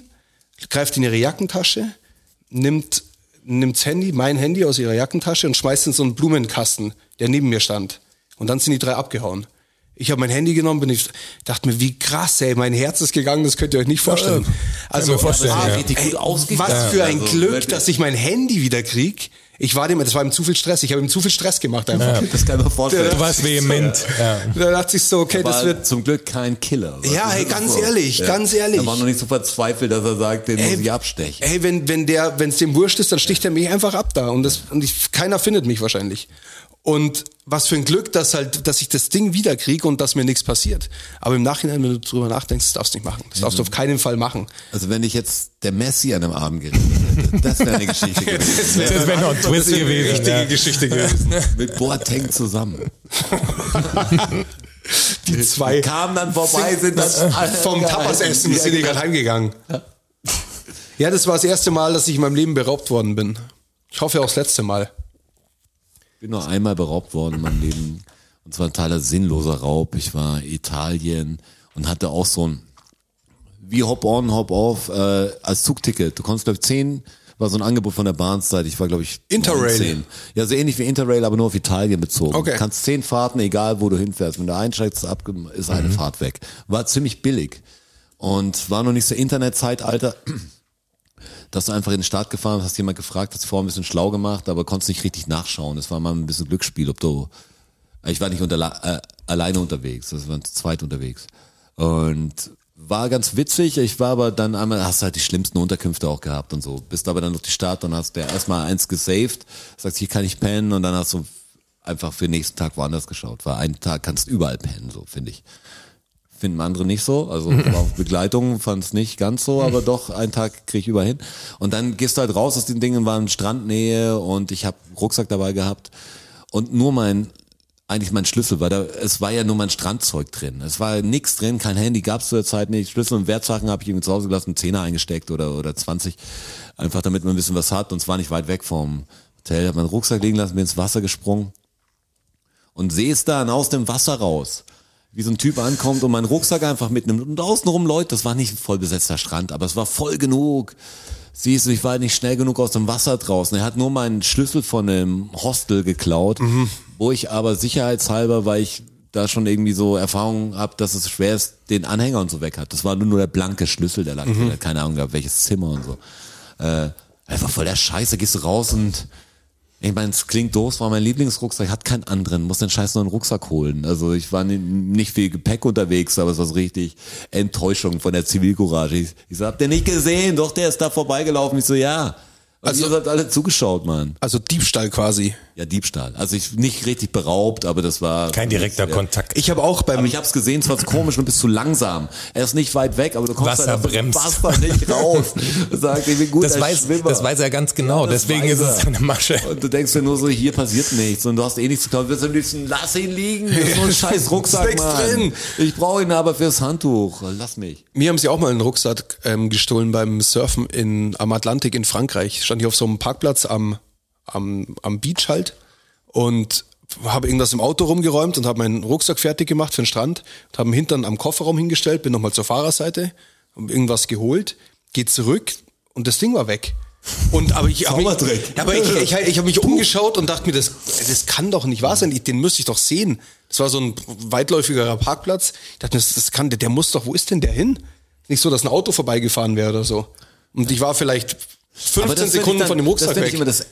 [SPEAKER 4] greift in ihre Jackentasche, nimmt, nimmt das Handy, mein Handy aus ihrer Jackentasche und schmeißt in so einen Blumenkasten, der neben mir stand. Und dann sind die drei abgehauen. Ich habe mein Handy genommen, bin ich, dachte mir, wie krass, ey, mein Herz ist gegangen, das könnt ihr euch nicht vorstellen.
[SPEAKER 3] Ja,
[SPEAKER 4] Also,
[SPEAKER 3] kann ich mir vorstellen, ja.
[SPEAKER 4] ey,
[SPEAKER 1] Richtig gut ausgegangen.
[SPEAKER 4] was für ein
[SPEAKER 1] Also,
[SPEAKER 4] Glück,
[SPEAKER 1] wirklich.
[SPEAKER 4] dass ich mein Handy wieder krieg. Ich war dem, das war ihm zu viel Stress. Ich habe ihm zu viel Stress gemacht einfach.
[SPEAKER 1] Das kann man vorstellen.
[SPEAKER 4] Ja,
[SPEAKER 3] Du warst vehement. Ja.
[SPEAKER 4] Da dachte ich so, okay, das
[SPEAKER 1] war
[SPEAKER 4] wird.
[SPEAKER 1] zum Glück kein Killer. weißt
[SPEAKER 4] Ja,
[SPEAKER 1] du?
[SPEAKER 4] ey, ganz ehrlich, ganz ehrlich.
[SPEAKER 1] Er war noch nicht so verzweifelt, dass er sagt, den muss ich abstechen.
[SPEAKER 4] Hey, wenn, wenn der, wenn es dem wurscht ist, dann sticht er mich einfach ab da und das, und ich, keiner findet mich wahrscheinlich. Und was für ein Glück, dass halt, dass ich das Ding wiederkriege und dass mir nichts passiert. Aber im Nachhinein, wenn du drüber nachdenkst, das darfst du nicht machen. Das
[SPEAKER 1] Mhm.
[SPEAKER 4] darfst du auf keinen Fall machen.
[SPEAKER 1] Also wenn ich jetzt der Messi an einem Arm gerissen hätte, das wäre eine Geschichte gewesen.
[SPEAKER 3] Das wäre noch ein Twist gewesen. Ja.
[SPEAKER 4] Geschichte gewesen.
[SPEAKER 1] Mit Boateng zusammen.
[SPEAKER 4] Die
[SPEAKER 1] Die
[SPEAKER 4] zwei
[SPEAKER 1] kamen dann vorbei, sind dann alle
[SPEAKER 4] vom
[SPEAKER 1] gehalten.
[SPEAKER 4] Tapas-Essen
[SPEAKER 1] Ja,
[SPEAKER 4] sind die gerade heimgegangen. Ja, das war das erste Mal, dass ich in meinem Leben beraubt worden bin. Ich hoffe auch das letzte Mal.
[SPEAKER 1] Ich bin nur einmal beraubt worden in meinem Leben. Und zwar ein totaler sinnloser Raub. Ich war in Italien und hatte auch so ein, wie Hop on, Hop off, äh, als Zugticket. Du konntest, glaube ich, 10, war so ein Angebot von der Bahnzeit. Ich war, glaube ich,
[SPEAKER 4] Interrail.
[SPEAKER 1] 19. Ja, so ähnlich wie Interrail, aber nur auf Italien bezogen.
[SPEAKER 4] Okay.
[SPEAKER 1] Du kannst 10 Fahrten, egal wo du hinfährst. Wenn du einsteigst, ist abge- ist eine Fahrt weg. War ziemlich billig. Und war noch nicht so Internetzeitalter dass du einfach in den Start gefahren bist, hast jemand gefragt, hast vorher ein bisschen schlau gemacht, aber konntest nicht richtig nachschauen. Es war mal ein bisschen Glücksspiel, ob du. Ich war nicht unter, äh, alleine unterwegs, das waren zu zweit unterwegs. Und war ganz witzig, ich war aber dann einmal, hast halt die schlimmsten Unterkünfte auch gehabt und so. Bist aber dann durch die Stadt und hast der erstmal eins gesaved, sagst, hier kann ich pennen und dann hast du einfach für den nächsten Tag woanders geschaut. Weil einen Tag kannst du überall pennen, so finde ich finden andere nicht so. Also war auf Begleitung fand es nicht ganz so, aber doch, einen Tag krieg ich überall hin. Und dann gehst du halt raus aus den Dingen, war in Strandnähe und ich habe Rucksack dabei gehabt und nur mein eigentlich mein Schlüssel, weil da, es war ja nur mein Strandzeug drin. Es war nichts drin, kein Handy gab's zu der Zeit nicht. Schlüssel und Wertsachen habe ich irgendwie zu Hause gelassen, einen Zehner eingesteckt oder, oder 20. Einfach damit man ein bisschen was hat und es war nicht weit weg vom Hotel. Hab meinen Rucksack liegen lassen, bin ins Wasser gesprungen und sehe es dann aus dem Wasser raus. Wie so ein Typ ankommt und meinen Rucksack einfach mitnimmt. Und außenrum Leute, das war nicht ein voll besetzter Strand, aber es war voll genug. Siehst du, ich war nicht schnell genug aus dem Wasser draußen. Er hat nur meinen Schlüssel von einem Hostel geklaut, wo ich aber sicherheitshalber, weil ich da schon irgendwie so Erfahrungen habe, dass es schwer ist, den Anhänger und so weg hat. Das war nur, nur der blanke Schlüssel, der lag. drin. Er hat keine Ahnung gehabt, welches Zimmer und so. Äh, einfach voll der Scheiße, gehst du raus und ich meine, es klingt doof, war mein Lieblingsrucksack, hat keinen anderen, muss den Scheiß nur einen Rucksack holen. Also ich war ni- nicht viel Gepäck unterwegs, aber es war so richtig Enttäuschung von der Zivilcourage. Ich, ich so, habt ihr nicht gesehen? Doch, der ist da vorbeigelaufen. Ich so, ja. Also
[SPEAKER 4] Also-
[SPEAKER 1] ihr habt alle zugeschaut, Mann.
[SPEAKER 4] Also Diebstahl quasi.
[SPEAKER 1] Ja, Diebstahl. Also ich nicht richtig beraubt, aber das war...
[SPEAKER 3] Kein direkter
[SPEAKER 1] Ja.
[SPEAKER 3] Kontakt.
[SPEAKER 4] Ich habe auch
[SPEAKER 1] Aber
[SPEAKER 4] beim
[SPEAKER 1] ich hab's gesehen, es war komisch und bist zu langsam. Er ist nicht weit weg, aber du kommst
[SPEAKER 3] Wasser
[SPEAKER 1] halt aus dem
[SPEAKER 3] bremst.
[SPEAKER 1] Wasser nicht raus. Sagt, ich bin gut,
[SPEAKER 3] das,
[SPEAKER 1] als
[SPEAKER 3] weiß,
[SPEAKER 1] Schwimmer.
[SPEAKER 3] das weiß er ganz genau.
[SPEAKER 1] das
[SPEAKER 3] Deswegen
[SPEAKER 1] weiß
[SPEAKER 3] ist es
[SPEAKER 1] er.
[SPEAKER 3] eine Masche.
[SPEAKER 1] Und du denkst dir nur so, hier passiert nichts und du hast eh nichts zu tun. Du willst am liebsten, lass ihn liegen, das ist so ein scheiß
[SPEAKER 4] Ist
[SPEAKER 1] Rucksack,
[SPEAKER 4] nichts
[SPEAKER 1] Mann.
[SPEAKER 4] drin.
[SPEAKER 1] Ich brauche ihn aber fürs Handtuch, lass mich.
[SPEAKER 4] Mir haben sie auch mal einen Rucksack ähm, gestohlen beim Surfen in, am Atlantik in Frankreich. Stand ich auf so einem Parkplatz am, am, am Beach halt und habe irgendwas im Auto rumgeräumt und habe meinen Rucksack fertig gemacht für den Strand und habe ihn hintern am Kofferraum hingestellt, bin nochmal zur Fahrerseite, hab irgendwas geholt, geh zurück und das Ding war weg. Und aber ich habe
[SPEAKER 1] Zaubertrick.
[SPEAKER 4] mich, aber ich, ich, ich habe mich umgeschaut und dachte mir, das, das kann doch nicht wahr sein. Ich, den müsste ich doch sehen. Das war so ein weitläufigerer Parkplatz. Ich dachte mir, das, das kann, der, der muss doch, wo ist denn der hin? Nicht so, dass ein Auto vorbeigefahren wäre oder so. Und ich war vielleicht 15
[SPEAKER 1] find ich
[SPEAKER 4] Sekunden
[SPEAKER 1] dann-
[SPEAKER 4] von dem
[SPEAKER 1] das
[SPEAKER 4] Rucksack
[SPEAKER 1] find ich
[SPEAKER 4] weg.
[SPEAKER 1] Immer das,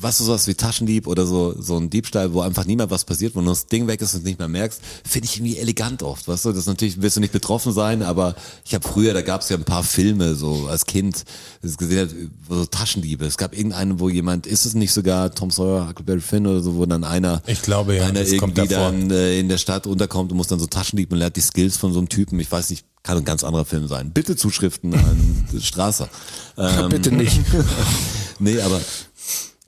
[SPEAKER 1] was du sowas wie Taschendieb oder so, so ein Diebstahl, wo einfach niemand was passiert, wo nur das Ding weg ist und es nicht mehr merkst, finde ich irgendwie elegant oft, weißt du? Das ist natürlich, willst du nicht betroffen sein, aber ich habe früher, da gab es ja ein paar Filme, so als Kind, das ich gesehen habe, so Taschendiebe. Es gab irgendeinen, wo jemand, ist es nicht sogar Tom Sawyer, Huckleberry Finn oder so, wo dann einer,
[SPEAKER 3] Ich glaube, ja,
[SPEAKER 1] einer
[SPEAKER 3] das kommt
[SPEAKER 1] irgendwie
[SPEAKER 3] davor.
[SPEAKER 1] dann äh, in der Stadt unterkommt und muss dann so Taschendieb und lernt die Skills von so einem Typen. Ich weiß nicht, kann ein ganz anderer Film sein. Bitte Zuschriften an Straße. Ähm,
[SPEAKER 4] Bitte nicht.
[SPEAKER 1] nee, aber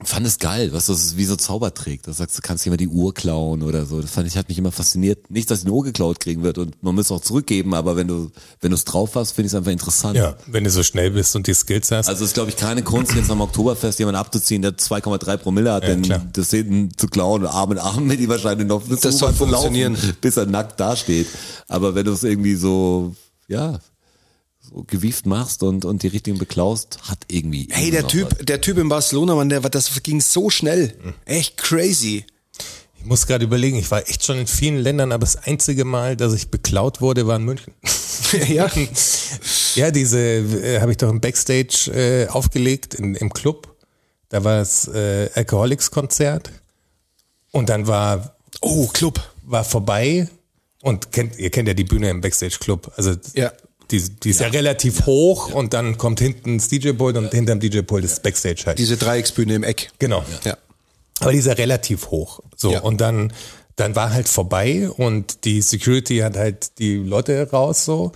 [SPEAKER 1] fand es geil, was das ist wie so Zaubertrick. Da sagst du, kannst jemand die Uhr klauen oder so. Das fand ich, hat mich immer fasziniert. Nicht, dass ich eine Uhr geklaut kriegen wird und man muss auch zurückgeben, aber wenn du, wenn du es drauf hast, finde ich es einfach interessant.
[SPEAKER 3] Ja, wenn du so schnell bist und die Skills hast.
[SPEAKER 1] Also es ist, glaube ich, keine Kunst, jetzt am Oktoberfest jemanden abzuziehen, der 2,3 Promille hat,
[SPEAKER 3] Ja,
[SPEAKER 1] denn
[SPEAKER 3] klar.
[SPEAKER 1] das hinten zu klauen, Arm in Arm mit ihm wahrscheinlich noch bis
[SPEAKER 4] Das
[SPEAKER 1] zur U-Bahn
[SPEAKER 4] soll
[SPEAKER 1] zu
[SPEAKER 4] funktionieren.
[SPEAKER 1] laufen, bis er nackt dasteht. Aber wenn du es irgendwie so, ja, so gewieft machst und, und die richtigen beklaust, hat irgendwie.
[SPEAKER 4] Hey, der
[SPEAKER 1] noch
[SPEAKER 4] Typ, der Typ in Barcelona, Mann, der, war- das ging so schnell.
[SPEAKER 1] Mhm.
[SPEAKER 4] Echt crazy.
[SPEAKER 3] Ich muss gerade überlegen, ich war echt schon in vielen Ländern, aber das einzige Mal, dass ich beklaut wurde, war in München.
[SPEAKER 4] ja.
[SPEAKER 3] Ja, diese äh, habe ich doch im Backstage äh, aufgelegt in, im Club Da war das äh, Alcoholics-Konzert und dann war,
[SPEAKER 4] Oh, Club.
[SPEAKER 3] war vorbei und kennt, ihr kennt ja die Bühne im Backstage-Club. Also
[SPEAKER 4] Ja.
[SPEAKER 3] die, die ist ja, relativ hoch und dann kommt hinten das DJ-Pult und hinterm DJ-Pult ist Backstage halt.
[SPEAKER 4] Diese Dreiecksbühne im Eck.
[SPEAKER 3] genau.
[SPEAKER 4] Ja.
[SPEAKER 3] Aber die ist ja relativ hoch. So,
[SPEAKER 4] Ja.
[SPEAKER 3] und dann, dann war halt vorbei und die Security hat halt die Leute raus so.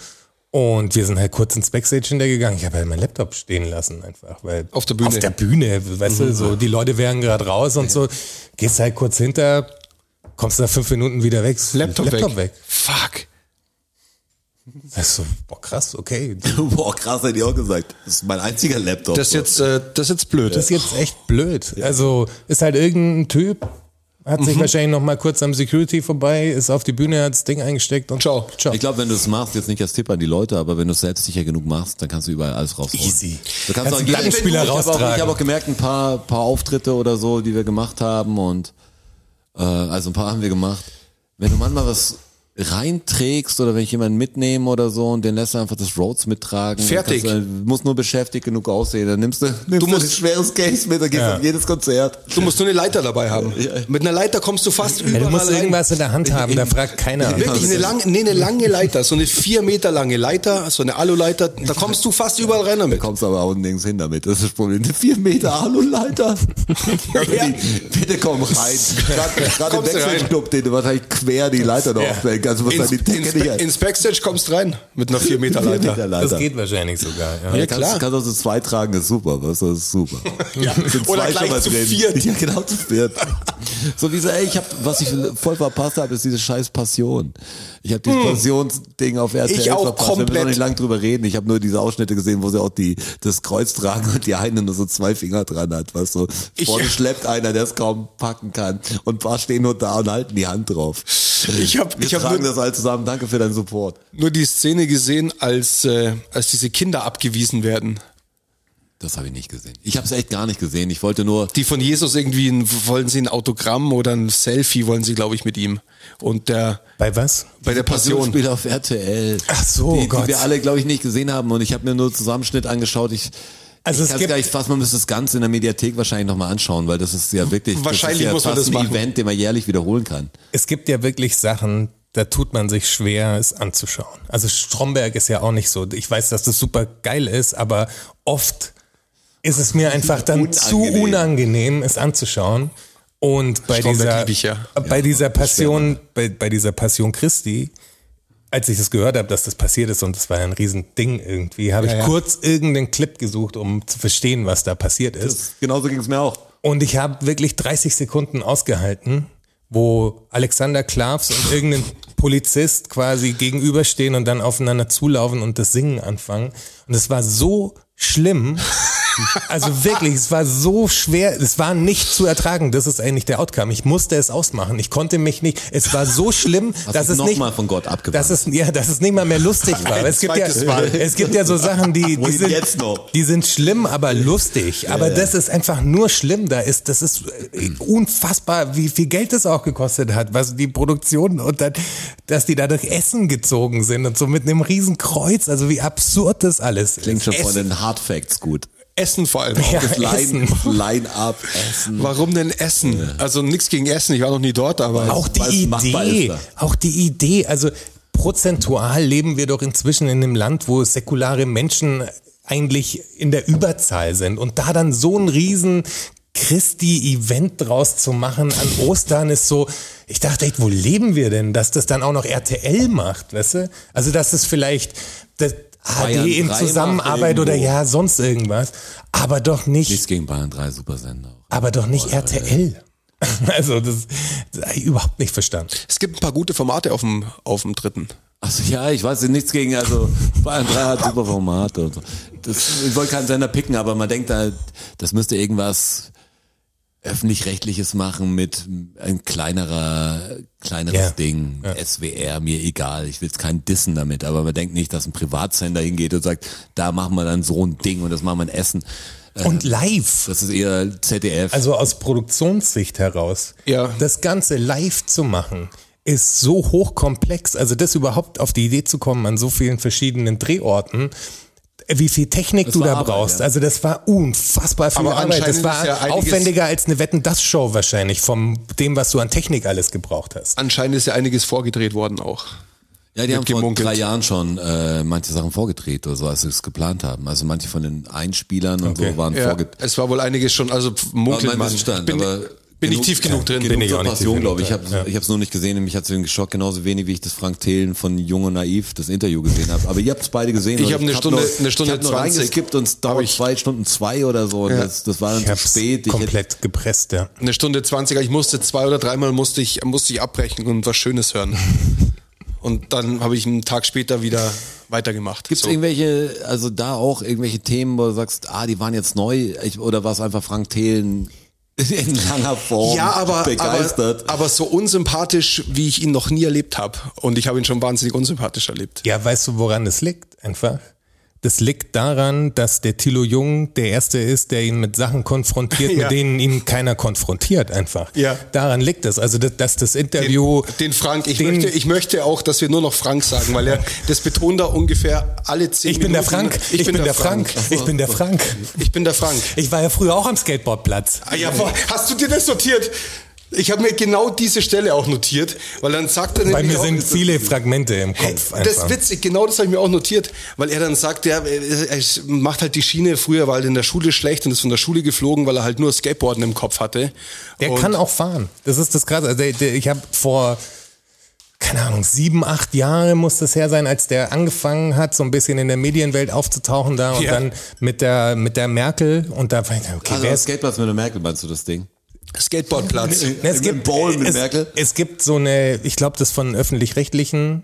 [SPEAKER 3] Und wir sind halt kurz ins Backstage hintergegangen. Ich habe halt meinen Laptop stehen lassen einfach, weil
[SPEAKER 4] Auf der Bühne. Mhm.
[SPEAKER 3] auf der Bühne, weißt du, so die Leute wären gerade raus und so. Gehst halt kurz hinter, kommst nach fünf Minuten wieder weg,
[SPEAKER 4] Laptop,
[SPEAKER 3] Laptop weg.
[SPEAKER 4] weg. Fuck.
[SPEAKER 3] Weißt du, boah krass, okay,
[SPEAKER 1] Boah, krass, hätte ich auch gesagt. Das ist mein einziger Laptop.
[SPEAKER 4] Das ist jetzt, äh, das ist jetzt blöd.
[SPEAKER 3] Das ist jetzt echt blöd. Also ist halt irgendein Typ, hat
[SPEAKER 4] Mhm.
[SPEAKER 3] sich wahrscheinlich noch mal kurz am Security vorbei, ist auf die Bühne, hat das Ding eingesteckt und
[SPEAKER 4] Ciao.
[SPEAKER 3] ciao.
[SPEAKER 1] Ich glaube, wenn du es machst, jetzt nicht als Tipp an die Leute, aber wenn du es selbstsicher genug machst, dann kannst du überall alles rausholen.
[SPEAKER 3] Easy.
[SPEAKER 1] Du kannst
[SPEAKER 3] Kannst
[SPEAKER 1] auch
[SPEAKER 3] einen
[SPEAKER 1] jeden
[SPEAKER 3] Plattenspieler
[SPEAKER 1] ich habe auch, ich
[SPEAKER 3] raustragen.
[SPEAKER 1] hab auch gemerkt, ein paar, paar Auftritte oder so, die wir gemacht haben und äh, also ein paar haben wir gemacht. Wenn du manchmal was reinträgst oder wenn ich jemanden mitnehme oder so und den lässt du einfach das Rhodes mittragen.
[SPEAKER 4] Fertig.
[SPEAKER 1] Du kannst, äh, musst nur beschäftigt genug aussehen. Dann nimmst du, nimmst du
[SPEAKER 4] musst-
[SPEAKER 1] ein schweres Case mit, dann gehst du
[SPEAKER 3] Ja.
[SPEAKER 1] auf jedes Konzert.
[SPEAKER 4] Du musst nur eine Leiter dabei haben. Mit einer Leiter kommst du fast
[SPEAKER 3] Ja,
[SPEAKER 4] überall
[SPEAKER 3] du musst
[SPEAKER 4] rein.
[SPEAKER 3] irgendwas in der Hand haben, da fragt keiner.
[SPEAKER 4] Wirklich eine lange, nee, eine lange Leiter, so eine vier Meter lange Leiter, so eine Aluleiter, da kommst du fast überall rein
[SPEAKER 1] Da
[SPEAKER 4] damit.
[SPEAKER 1] kommst du aber auch nirgends hin damit. Das ist das Problem. Eine 4 Meter Aluleiter.
[SPEAKER 4] Ja.
[SPEAKER 1] Bitte komm rein. Gerade- Gerade im
[SPEAKER 4] Kommst du rein?
[SPEAKER 1] Wechselclub, den du wahrscheinlich quer die Leiter noch
[SPEAKER 3] Ja.
[SPEAKER 1] aufhängen kannst. Du musst
[SPEAKER 4] Ins,
[SPEAKER 1] dann die
[SPEAKER 4] ins,
[SPEAKER 1] Decke nicht
[SPEAKER 4] ins Backstage kommst rein mit einer vier Meter Leiter.
[SPEAKER 3] Das geht wahrscheinlich sogar. Ja.
[SPEAKER 1] Ja,
[SPEAKER 4] Ja,
[SPEAKER 1] kannst,
[SPEAKER 4] klar.
[SPEAKER 1] kannst auch zu zwei tragen, ist super, was? Das ist super.
[SPEAKER 4] Ja.
[SPEAKER 1] Sind
[SPEAKER 4] Oder
[SPEAKER 1] zwei
[SPEAKER 4] gleich
[SPEAKER 1] schon mal
[SPEAKER 4] zu
[SPEAKER 1] drin.
[SPEAKER 4] viert.
[SPEAKER 1] Ja, genau, zu viert. So wie so, ey, ich hab, was ich voll verpasst habe, ist diese scheiß Passion. Ich habe dieses Passionsding auf RTL
[SPEAKER 4] Hm. Ich auch
[SPEAKER 1] verpasst. Wir müssen
[SPEAKER 4] komplett.
[SPEAKER 1] noch nicht lang drüber reden. Ich habe nur diese Ausschnitte gesehen, wo sie auch die, das Kreuz tragen und die eine nur so zwei Finger dran hat, was so.
[SPEAKER 4] Ich-
[SPEAKER 1] Vorne schleppt einer, der es kaum packen kann. Und ein paar stehen nur da und halten die Hand drauf.
[SPEAKER 4] Ich hab-
[SPEAKER 1] Wir
[SPEAKER 4] ich hab
[SPEAKER 1] tragen
[SPEAKER 4] nur-
[SPEAKER 1] das all zusammen. Danke für deinen Support.
[SPEAKER 4] Nur die Szene gesehen, als, äh, als diese Kinder abgewiesen werden,
[SPEAKER 1] Das habe ich nicht gesehen. Ich habe es echt gar nicht gesehen. Ich wollte nur
[SPEAKER 4] die von Jesus irgendwie, ein, wollen sie ein Autogramm oder ein Selfie, wollen sie, glaube ich, mit ihm. Und der,
[SPEAKER 3] Bei was?
[SPEAKER 4] bei der Passion.
[SPEAKER 1] Passionsspiel auf RTL.
[SPEAKER 3] Ach so,
[SPEAKER 1] die,
[SPEAKER 3] Gott.
[SPEAKER 1] Die wir alle, glaube ich, nicht gesehen haben. Und ich habe mir nur Zusammenschnitt angeschaut. Ich,
[SPEAKER 3] Also
[SPEAKER 1] ich
[SPEAKER 3] es
[SPEAKER 1] kann es gar
[SPEAKER 3] gibt,
[SPEAKER 1] nicht fassen, man müsste das Ganze in der Mediathek wahrscheinlich nochmal anschauen, weil das ist ja wirklich das
[SPEAKER 4] Wahrscheinlich
[SPEAKER 1] ist ja
[SPEAKER 4] muss man
[SPEAKER 1] fast
[SPEAKER 4] das
[SPEAKER 1] ein
[SPEAKER 4] machen.
[SPEAKER 1] Event, den man jährlich wiederholen kann.
[SPEAKER 3] es gibt ja wirklich Sachen, da tut man sich schwer, es anzuschauen. Also Stromberg ist ja auch nicht so. Ich weiß, dass das super geil ist, aber oft ist es mir einfach dann zu
[SPEAKER 1] Unangenehm.
[SPEAKER 3] unangenehm, es anzuschauen. Und bei
[SPEAKER 4] Stromberg
[SPEAKER 3] dieser, Äh,
[SPEAKER 4] lieb ich ja.
[SPEAKER 3] bei dieser Passion, bei, bei dieser Passion Christi, als ich das gehört habe, dass das passiert ist und das war ein Riesending irgendwie, habe ich
[SPEAKER 4] ja.
[SPEAKER 3] kurz irgendeinen Clip gesucht, um zu verstehen, was da passiert ist.
[SPEAKER 1] Genauso ging es mir auch.
[SPEAKER 3] Und ich habe wirklich 30 Sekunden ausgehalten, wo Alexander Klavs und irgendein Polizist quasi gegenüberstehen und dann aufeinander zulaufen und das Singen anfangen. Und es war so schlimm. Also wirklich, es war so schwer, es war nicht zu ertragen. Das ist eigentlich der Outcome. Ich musste es ausmachen. Ich konnte mich nicht. Es war so schlimm, dass es nicht
[SPEAKER 1] nochmal von Gott abgewandt.
[SPEAKER 3] dass es, ja, dass es nicht mal mehr lustig war. Es gibt, ja,
[SPEAKER 4] zweites Mal.
[SPEAKER 3] es gibt ja so Sachen, die, die,
[SPEAKER 1] Und
[SPEAKER 3] sind,
[SPEAKER 1] jetzt noch.
[SPEAKER 3] die sind schlimm, aber lustig. Aber das ist einfach nur schlimm. Da ist, das ist äh, unfassbar, wie viel Geld das auch gekostet hat, was die Produktion und dann, dass die dadurch Essen gezogen sind und so mit einem riesen Kreuz. Also wie absurd das alles
[SPEAKER 1] Klingt
[SPEAKER 3] ist.
[SPEAKER 1] schon
[SPEAKER 3] Essen.
[SPEAKER 1] von den Hard Facts gut.
[SPEAKER 4] Essen vor allem.
[SPEAKER 3] Ja,
[SPEAKER 1] Das Line,
[SPEAKER 3] Essen.
[SPEAKER 1] Line up, Essen.
[SPEAKER 4] Warum denn Essen? Also nichts gegen Essen, ich war noch nie dort, aber
[SPEAKER 3] Auch
[SPEAKER 1] weil es
[SPEAKER 3] die
[SPEAKER 1] machbar
[SPEAKER 3] Idee,
[SPEAKER 1] ist
[SPEAKER 3] auch die Idee, also prozentual leben wir doch inzwischen in einem Land, wo säkulare Menschen eigentlich in der Überzahl sind und da dann so ein riesen Christi-Event draus zu machen an Ostern ist so, ich dachte echt, wo leben wir denn, dass das dann auch noch RTL macht, weißt du? Also dass es vielleicht das
[SPEAKER 1] Bayern
[SPEAKER 3] HD in
[SPEAKER 1] drei
[SPEAKER 3] Zusammenarbeit
[SPEAKER 1] macht
[SPEAKER 3] oder
[SPEAKER 1] irgendwo.
[SPEAKER 3] ja, sonst irgendwas, aber doch nicht
[SPEAKER 1] Nichts gegen Bayern 3, super Sender.
[SPEAKER 3] aber doch nicht RTL. Also das, das habe ich überhaupt nicht verstanden.
[SPEAKER 4] es gibt ein paar gute Formate auf dem, auf dem dritten.
[SPEAKER 1] Also ja, ich weiß nichts gegen, also Bayern 3 hat super Formate und so. Das, ich wollte keinen Sender picken, aber man denkt halt, das müsste irgendwas öffentlich-rechtliches machen mit ein kleinerer, kleineres
[SPEAKER 3] Ja.
[SPEAKER 1] Ding, SWR, mir egal, ich will jetzt keinen Dissen damit, aber man denkt nicht, dass ein Privatsender hingeht und sagt, da machen wir dann so ein Ding und das machen wir in Essen. Äh,
[SPEAKER 3] Und live.
[SPEAKER 1] Das ist eher ZDF.
[SPEAKER 3] Also aus Produktionssicht heraus,
[SPEAKER 4] Ja.
[SPEAKER 3] das Ganze live zu machen, ist so hochkomplex. Also das überhaupt auf die Idee zu kommen an so vielen verschiedenen Drehorten, wie viel Technik
[SPEAKER 1] Das
[SPEAKER 3] du
[SPEAKER 1] war
[SPEAKER 3] da
[SPEAKER 1] Arbeit,
[SPEAKER 3] brauchst.
[SPEAKER 1] ja.
[SPEAKER 3] Also das war unfassbar viel
[SPEAKER 4] Aber
[SPEAKER 3] Arbeit. Das
[SPEAKER 4] anscheinend
[SPEAKER 3] war
[SPEAKER 4] ist ja einiges-
[SPEAKER 3] aufwendiger als eine Wetten das Show wahrscheinlich vom dem was du an Technik alles gebraucht hast.
[SPEAKER 4] Anscheinend ist ja einiges vorgedreht worden auch.
[SPEAKER 1] Ja, die haben vor
[SPEAKER 4] gemunkelt.
[SPEAKER 1] drei Jahren schon äh, manche Sachen vorgedreht oder so, als sie es geplant haben. Also manche von den Einspielern und
[SPEAKER 3] Okay.
[SPEAKER 1] so waren
[SPEAKER 4] Ja,
[SPEAKER 1] vorgedreht.
[SPEAKER 4] es war wohl einiges schon, also pf, munkelt
[SPEAKER 1] Mein
[SPEAKER 4] man.
[SPEAKER 1] Wissensstand,
[SPEAKER 4] bin
[SPEAKER 1] aber
[SPEAKER 4] bin ich tief genug drin?
[SPEAKER 1] Genug
[SPEAKER 3] Bin ich
[SPEAKER 1] zur
[SPEAKER 3] auch nicht
[SPEAKER 1] Passion,
[SPEAKER 3] tief
[SPEAKER 1] glaube ich. Ich
[SPEAKER 3] genug
[SPEAKER 1] habe
[SPEAKER 3] drin, ja.
[SPEAKER 1] es nur nicht gesehen. Mich hat es den geschockt, genauso wenig, wie ich das Frank Thelen von Jung und Naiv, das Interview gesehen habe. Aber ihr habt es beide gesehen.
[SPEAKER 4] Ich
[SPEAKER 1] oder?
[SPEAKER 4] hab eine Stunde-
[SPEAKER 1] nur,
[SPEAKER 4] eine Stunde
[SPEAKER 1] ich hab nur
[SPEAKER 4] 20
[SPEAKER 1] reingeskippt und es
[SPEAKER 4] hab
[SPEAKER 1] dauert
[SPEAKER 4] ich-
[SPEAKER 1] zwei Stunden zwei oder so. Und das, das war dann
[SPEAKER 3] Ich
[SPEAKER 1] zu
[SPEAKER 3] hab's
[SPEAKER 1] spät. Ich hätte,
[SPEAKER 3] komplett gepresst, ja.
[SPEAKER 4] Eine Stunde 20, ich musste zwei oder dreimal musste ich, musste ich abbrechen und was Schönes hören. und dann habe ich einen Tag später wieder weitergemacht.
[SPEAKER 1] Gibt es irgendwelche, also da auch irgendwelche Themen, wo du sagst, ah, die waren jetzt neu ich, oder war es einfach Frank Thelen in langer Form
[SPEAKER 4] ja, aber,
[SPEAKER 1] begeistert?
[SPEAKER 4] aber, aber so unsympathisch, wie ich ihn noch nie erlebt habe. Und ich habe ihn schon wahnsinnig unsympathisch erlebt.
[SPEAKER 3] Ja, weißt du, woran das liegt? Einfach. Das liegt daran, dass der Thilo Jung der Erste ist, der ihn mit Sachen konfrontiert,
[SPEAKER 4] Ja.
[SPEAKER 3] mit denen ihn keiner konfrontiert einfach.
[SPEAKER 4] Ja.
[SPEAKER 3] Daran liegt das. Also, dass, dass das Interview...
[SPEAKER 4] Den Frank, ich,
[SPEAKER 3] Den-
[SPEAKER 4] möchte, ich möchte auch, dass wir nur noch Frank sagen, weil er das betont da ungefähr alle zehn
[SPEAKER 3] ich bin
[SPEAKER 4] Minuten.
[SPEAKER 3] der Frank, ich, bin, der Frank, ich bin der Frank.
[SPEAKER 4] Ich bin der Frank.
[SPEAKER 3] Ich war ja früher auch am Skateboardplatz.
[SPEAKER 4] Ah ja, boah, hast du dir das notiert? Ich habe mir genau diese Stelle auch notiert, weil dann sagt er
[SPEAKER 3] Bei
[SPEAKER 4] nämlich
[SPEAKER 3] mir
[SPEAKER 4] auch,
[SPEAKER 3] sind viele Fragmente im Kopf einfach.
[SPEAKER 4] Das ist witzig, genau das habe ich mir auch notiert, weil er dann sagt, ja, er macht halt die Schiene. Früher war er in der Schule schlecht und ist von der Schule geflogen, weil er halt nur Skateboarden im Kopf hatte.
[SPEAKER 3] Der
[SPEAKER 4] und
[SPEAKER 3] kann auch fahren. Das ist das Krasse. Also der, der, ich habe vor, keine Ahnung, sieben, acht Jahre muss das her sein, als der angefangen hat, so ein bisschen in der Medienwelt aufzutauchen da und
[SPEAKER 4] Ja.
[SPEAKER 3] dann mit der, mit der Merkel und da war ich, okay,
[SPEAKER 1] also
[SPEAKER 3] wer
[SPEAKER 1] am
[SPEAKER 3] ist
[SPEAKER 1] Skateplatz mit der Merkel meinst du das Ding?
[SPEAKER 4] Skateboardplatz.
[SPEAKER 3] Ne, es
[SPEAKER 1] Im
[SPEAKER 3] gibt,
[SPEAKER 1] Bowl mit
[SPEAKER 3] es,
[SPEAKER 1] Merkel?
[SPEAKER 3] es gibt so eine, ich glaube, das von öffentlich-rechtlichen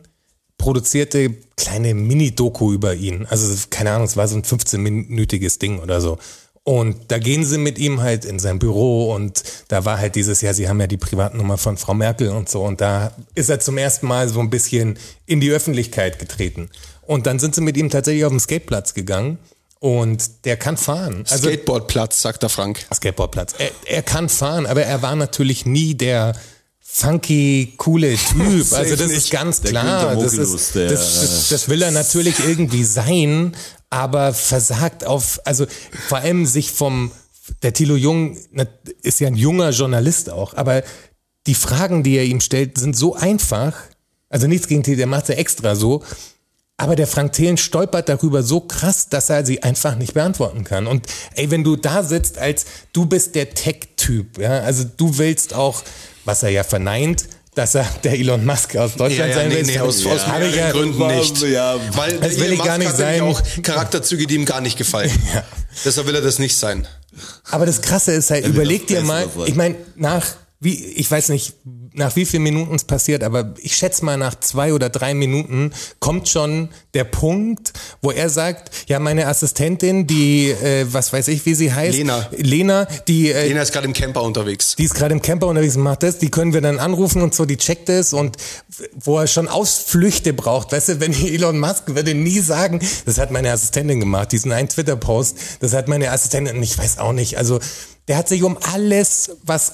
[SPEAKER 3] produzierte kleine Mini-Doku über ihn. Also keine Ahnung, es war so ein 15-minütiges Ding oder so. Und da gehen sie mit ihm halt in sein Büro und da war halt dieses Jahr, sie haben ja die Privatnummer von Frau Merkel und so und da ist er zum ersten Mal so ein bisschen in die Öffentlichkeit getreten. Und dann sind sie mit ihm tatsächlich auf den Skateplatz gegangen und der kann fahren. Also
[SPEAKER 4] Skateboardplatz, sagt der Frank.
[SPEAKER 3] Skateboardplatz. Er, er kann fahren, aber er war natürlich nie der funky, coole Typ. Also das ist
[SPEAKER 1] nicht.
[SPEAKER 3] ganz
[SPEAKER 1] Der
[SPEAKER 3] klar.
[SPEAKER 1] Günther
[SPEAKER 3] Das,
[SPEAKER 1] Mogelus,
[SPEAKER 3] ist,
[SPEAKER 1] der- äh,
[SPEAKER 3] das, das, das will er natürlich irgendwie sein, aber versagt auf, also vor allem sich vom, der Thilo Jung na, ist ja ein junger Journalist auch, aber die Fragen, die er ihm stellt, sind so einfach. Also nichts gegen Thilo, der macht ja extra so. Aber der Frank Thelen stolpert darüber so krass, dass er sie einfach nicht beantworten kann. Und ey, wenn du da sitzt als, du bist der Tech-Typ, ja, also du willst auch, was er ja verneint, dass er der Elon Musk aus Deutschland sein will.
[SPEAKER 4] nee, aus, aus
[SPEAKER 3] Habe ich
[SPEAKER 4] mehreren
[SPEAKER 3] ja-
[SPEAKER 4] Gründen nicht.
[SPEAKER 1] Ja,
[SPEAKER 4] weil
[SPEAKER 3] das will
[SPEAKER 4] Elon
[SPEAKER 3] ich gar
[SPEAKER 4] Musk
[SPEAKER 3] nicht
[SPEAKER 4] hat nämlich
[SPEAKER 3] sein.
[SPEAKER 4] auch Charakterzüge, die ihm gar nicht gefallen. Deshalb will er das nicht sein.
[SPEAKER 3] Aber das Krasse ist halt,
[SPEAKER 1] will
[SPEAKER 3] überleg
[SPEAKER 1] das
[SPEAKER 3] dir
[SPEAKER 1] Beste
[SPEAKER 3] mal,
[SPEAKER 1] davon.
[SPEAKER 3] ich meine, nach, wie, ich weiß nicht, nach wie vielen Minuten es passiert, aber ich schätze mal, nach zwei oder drei Minuten kommt schon der Punkt, wo er sagt, ja, meine Assistentin, die, äh, was weiß ich, wie sie heißt,
[SPEAKER 4] Lena.
[SPEAKER 3] Lena die, äh,
[SPEAKER 4] Lena ist gerade im Camper unterwegs.
[SPEAKER 3] die ist gerade im Camper unterwegs und macht das, die können wir dann anrufen und so, die checkt es und wo er schon Ausflüchte braucht, weißt du, wenn Elon Musk würde nie sagen, das hat meine Assistentin gemacht, diesen einen Twitter-Post, das hat meine Assistentin, und ich weiß auch nicht, also der hat sich um alles, was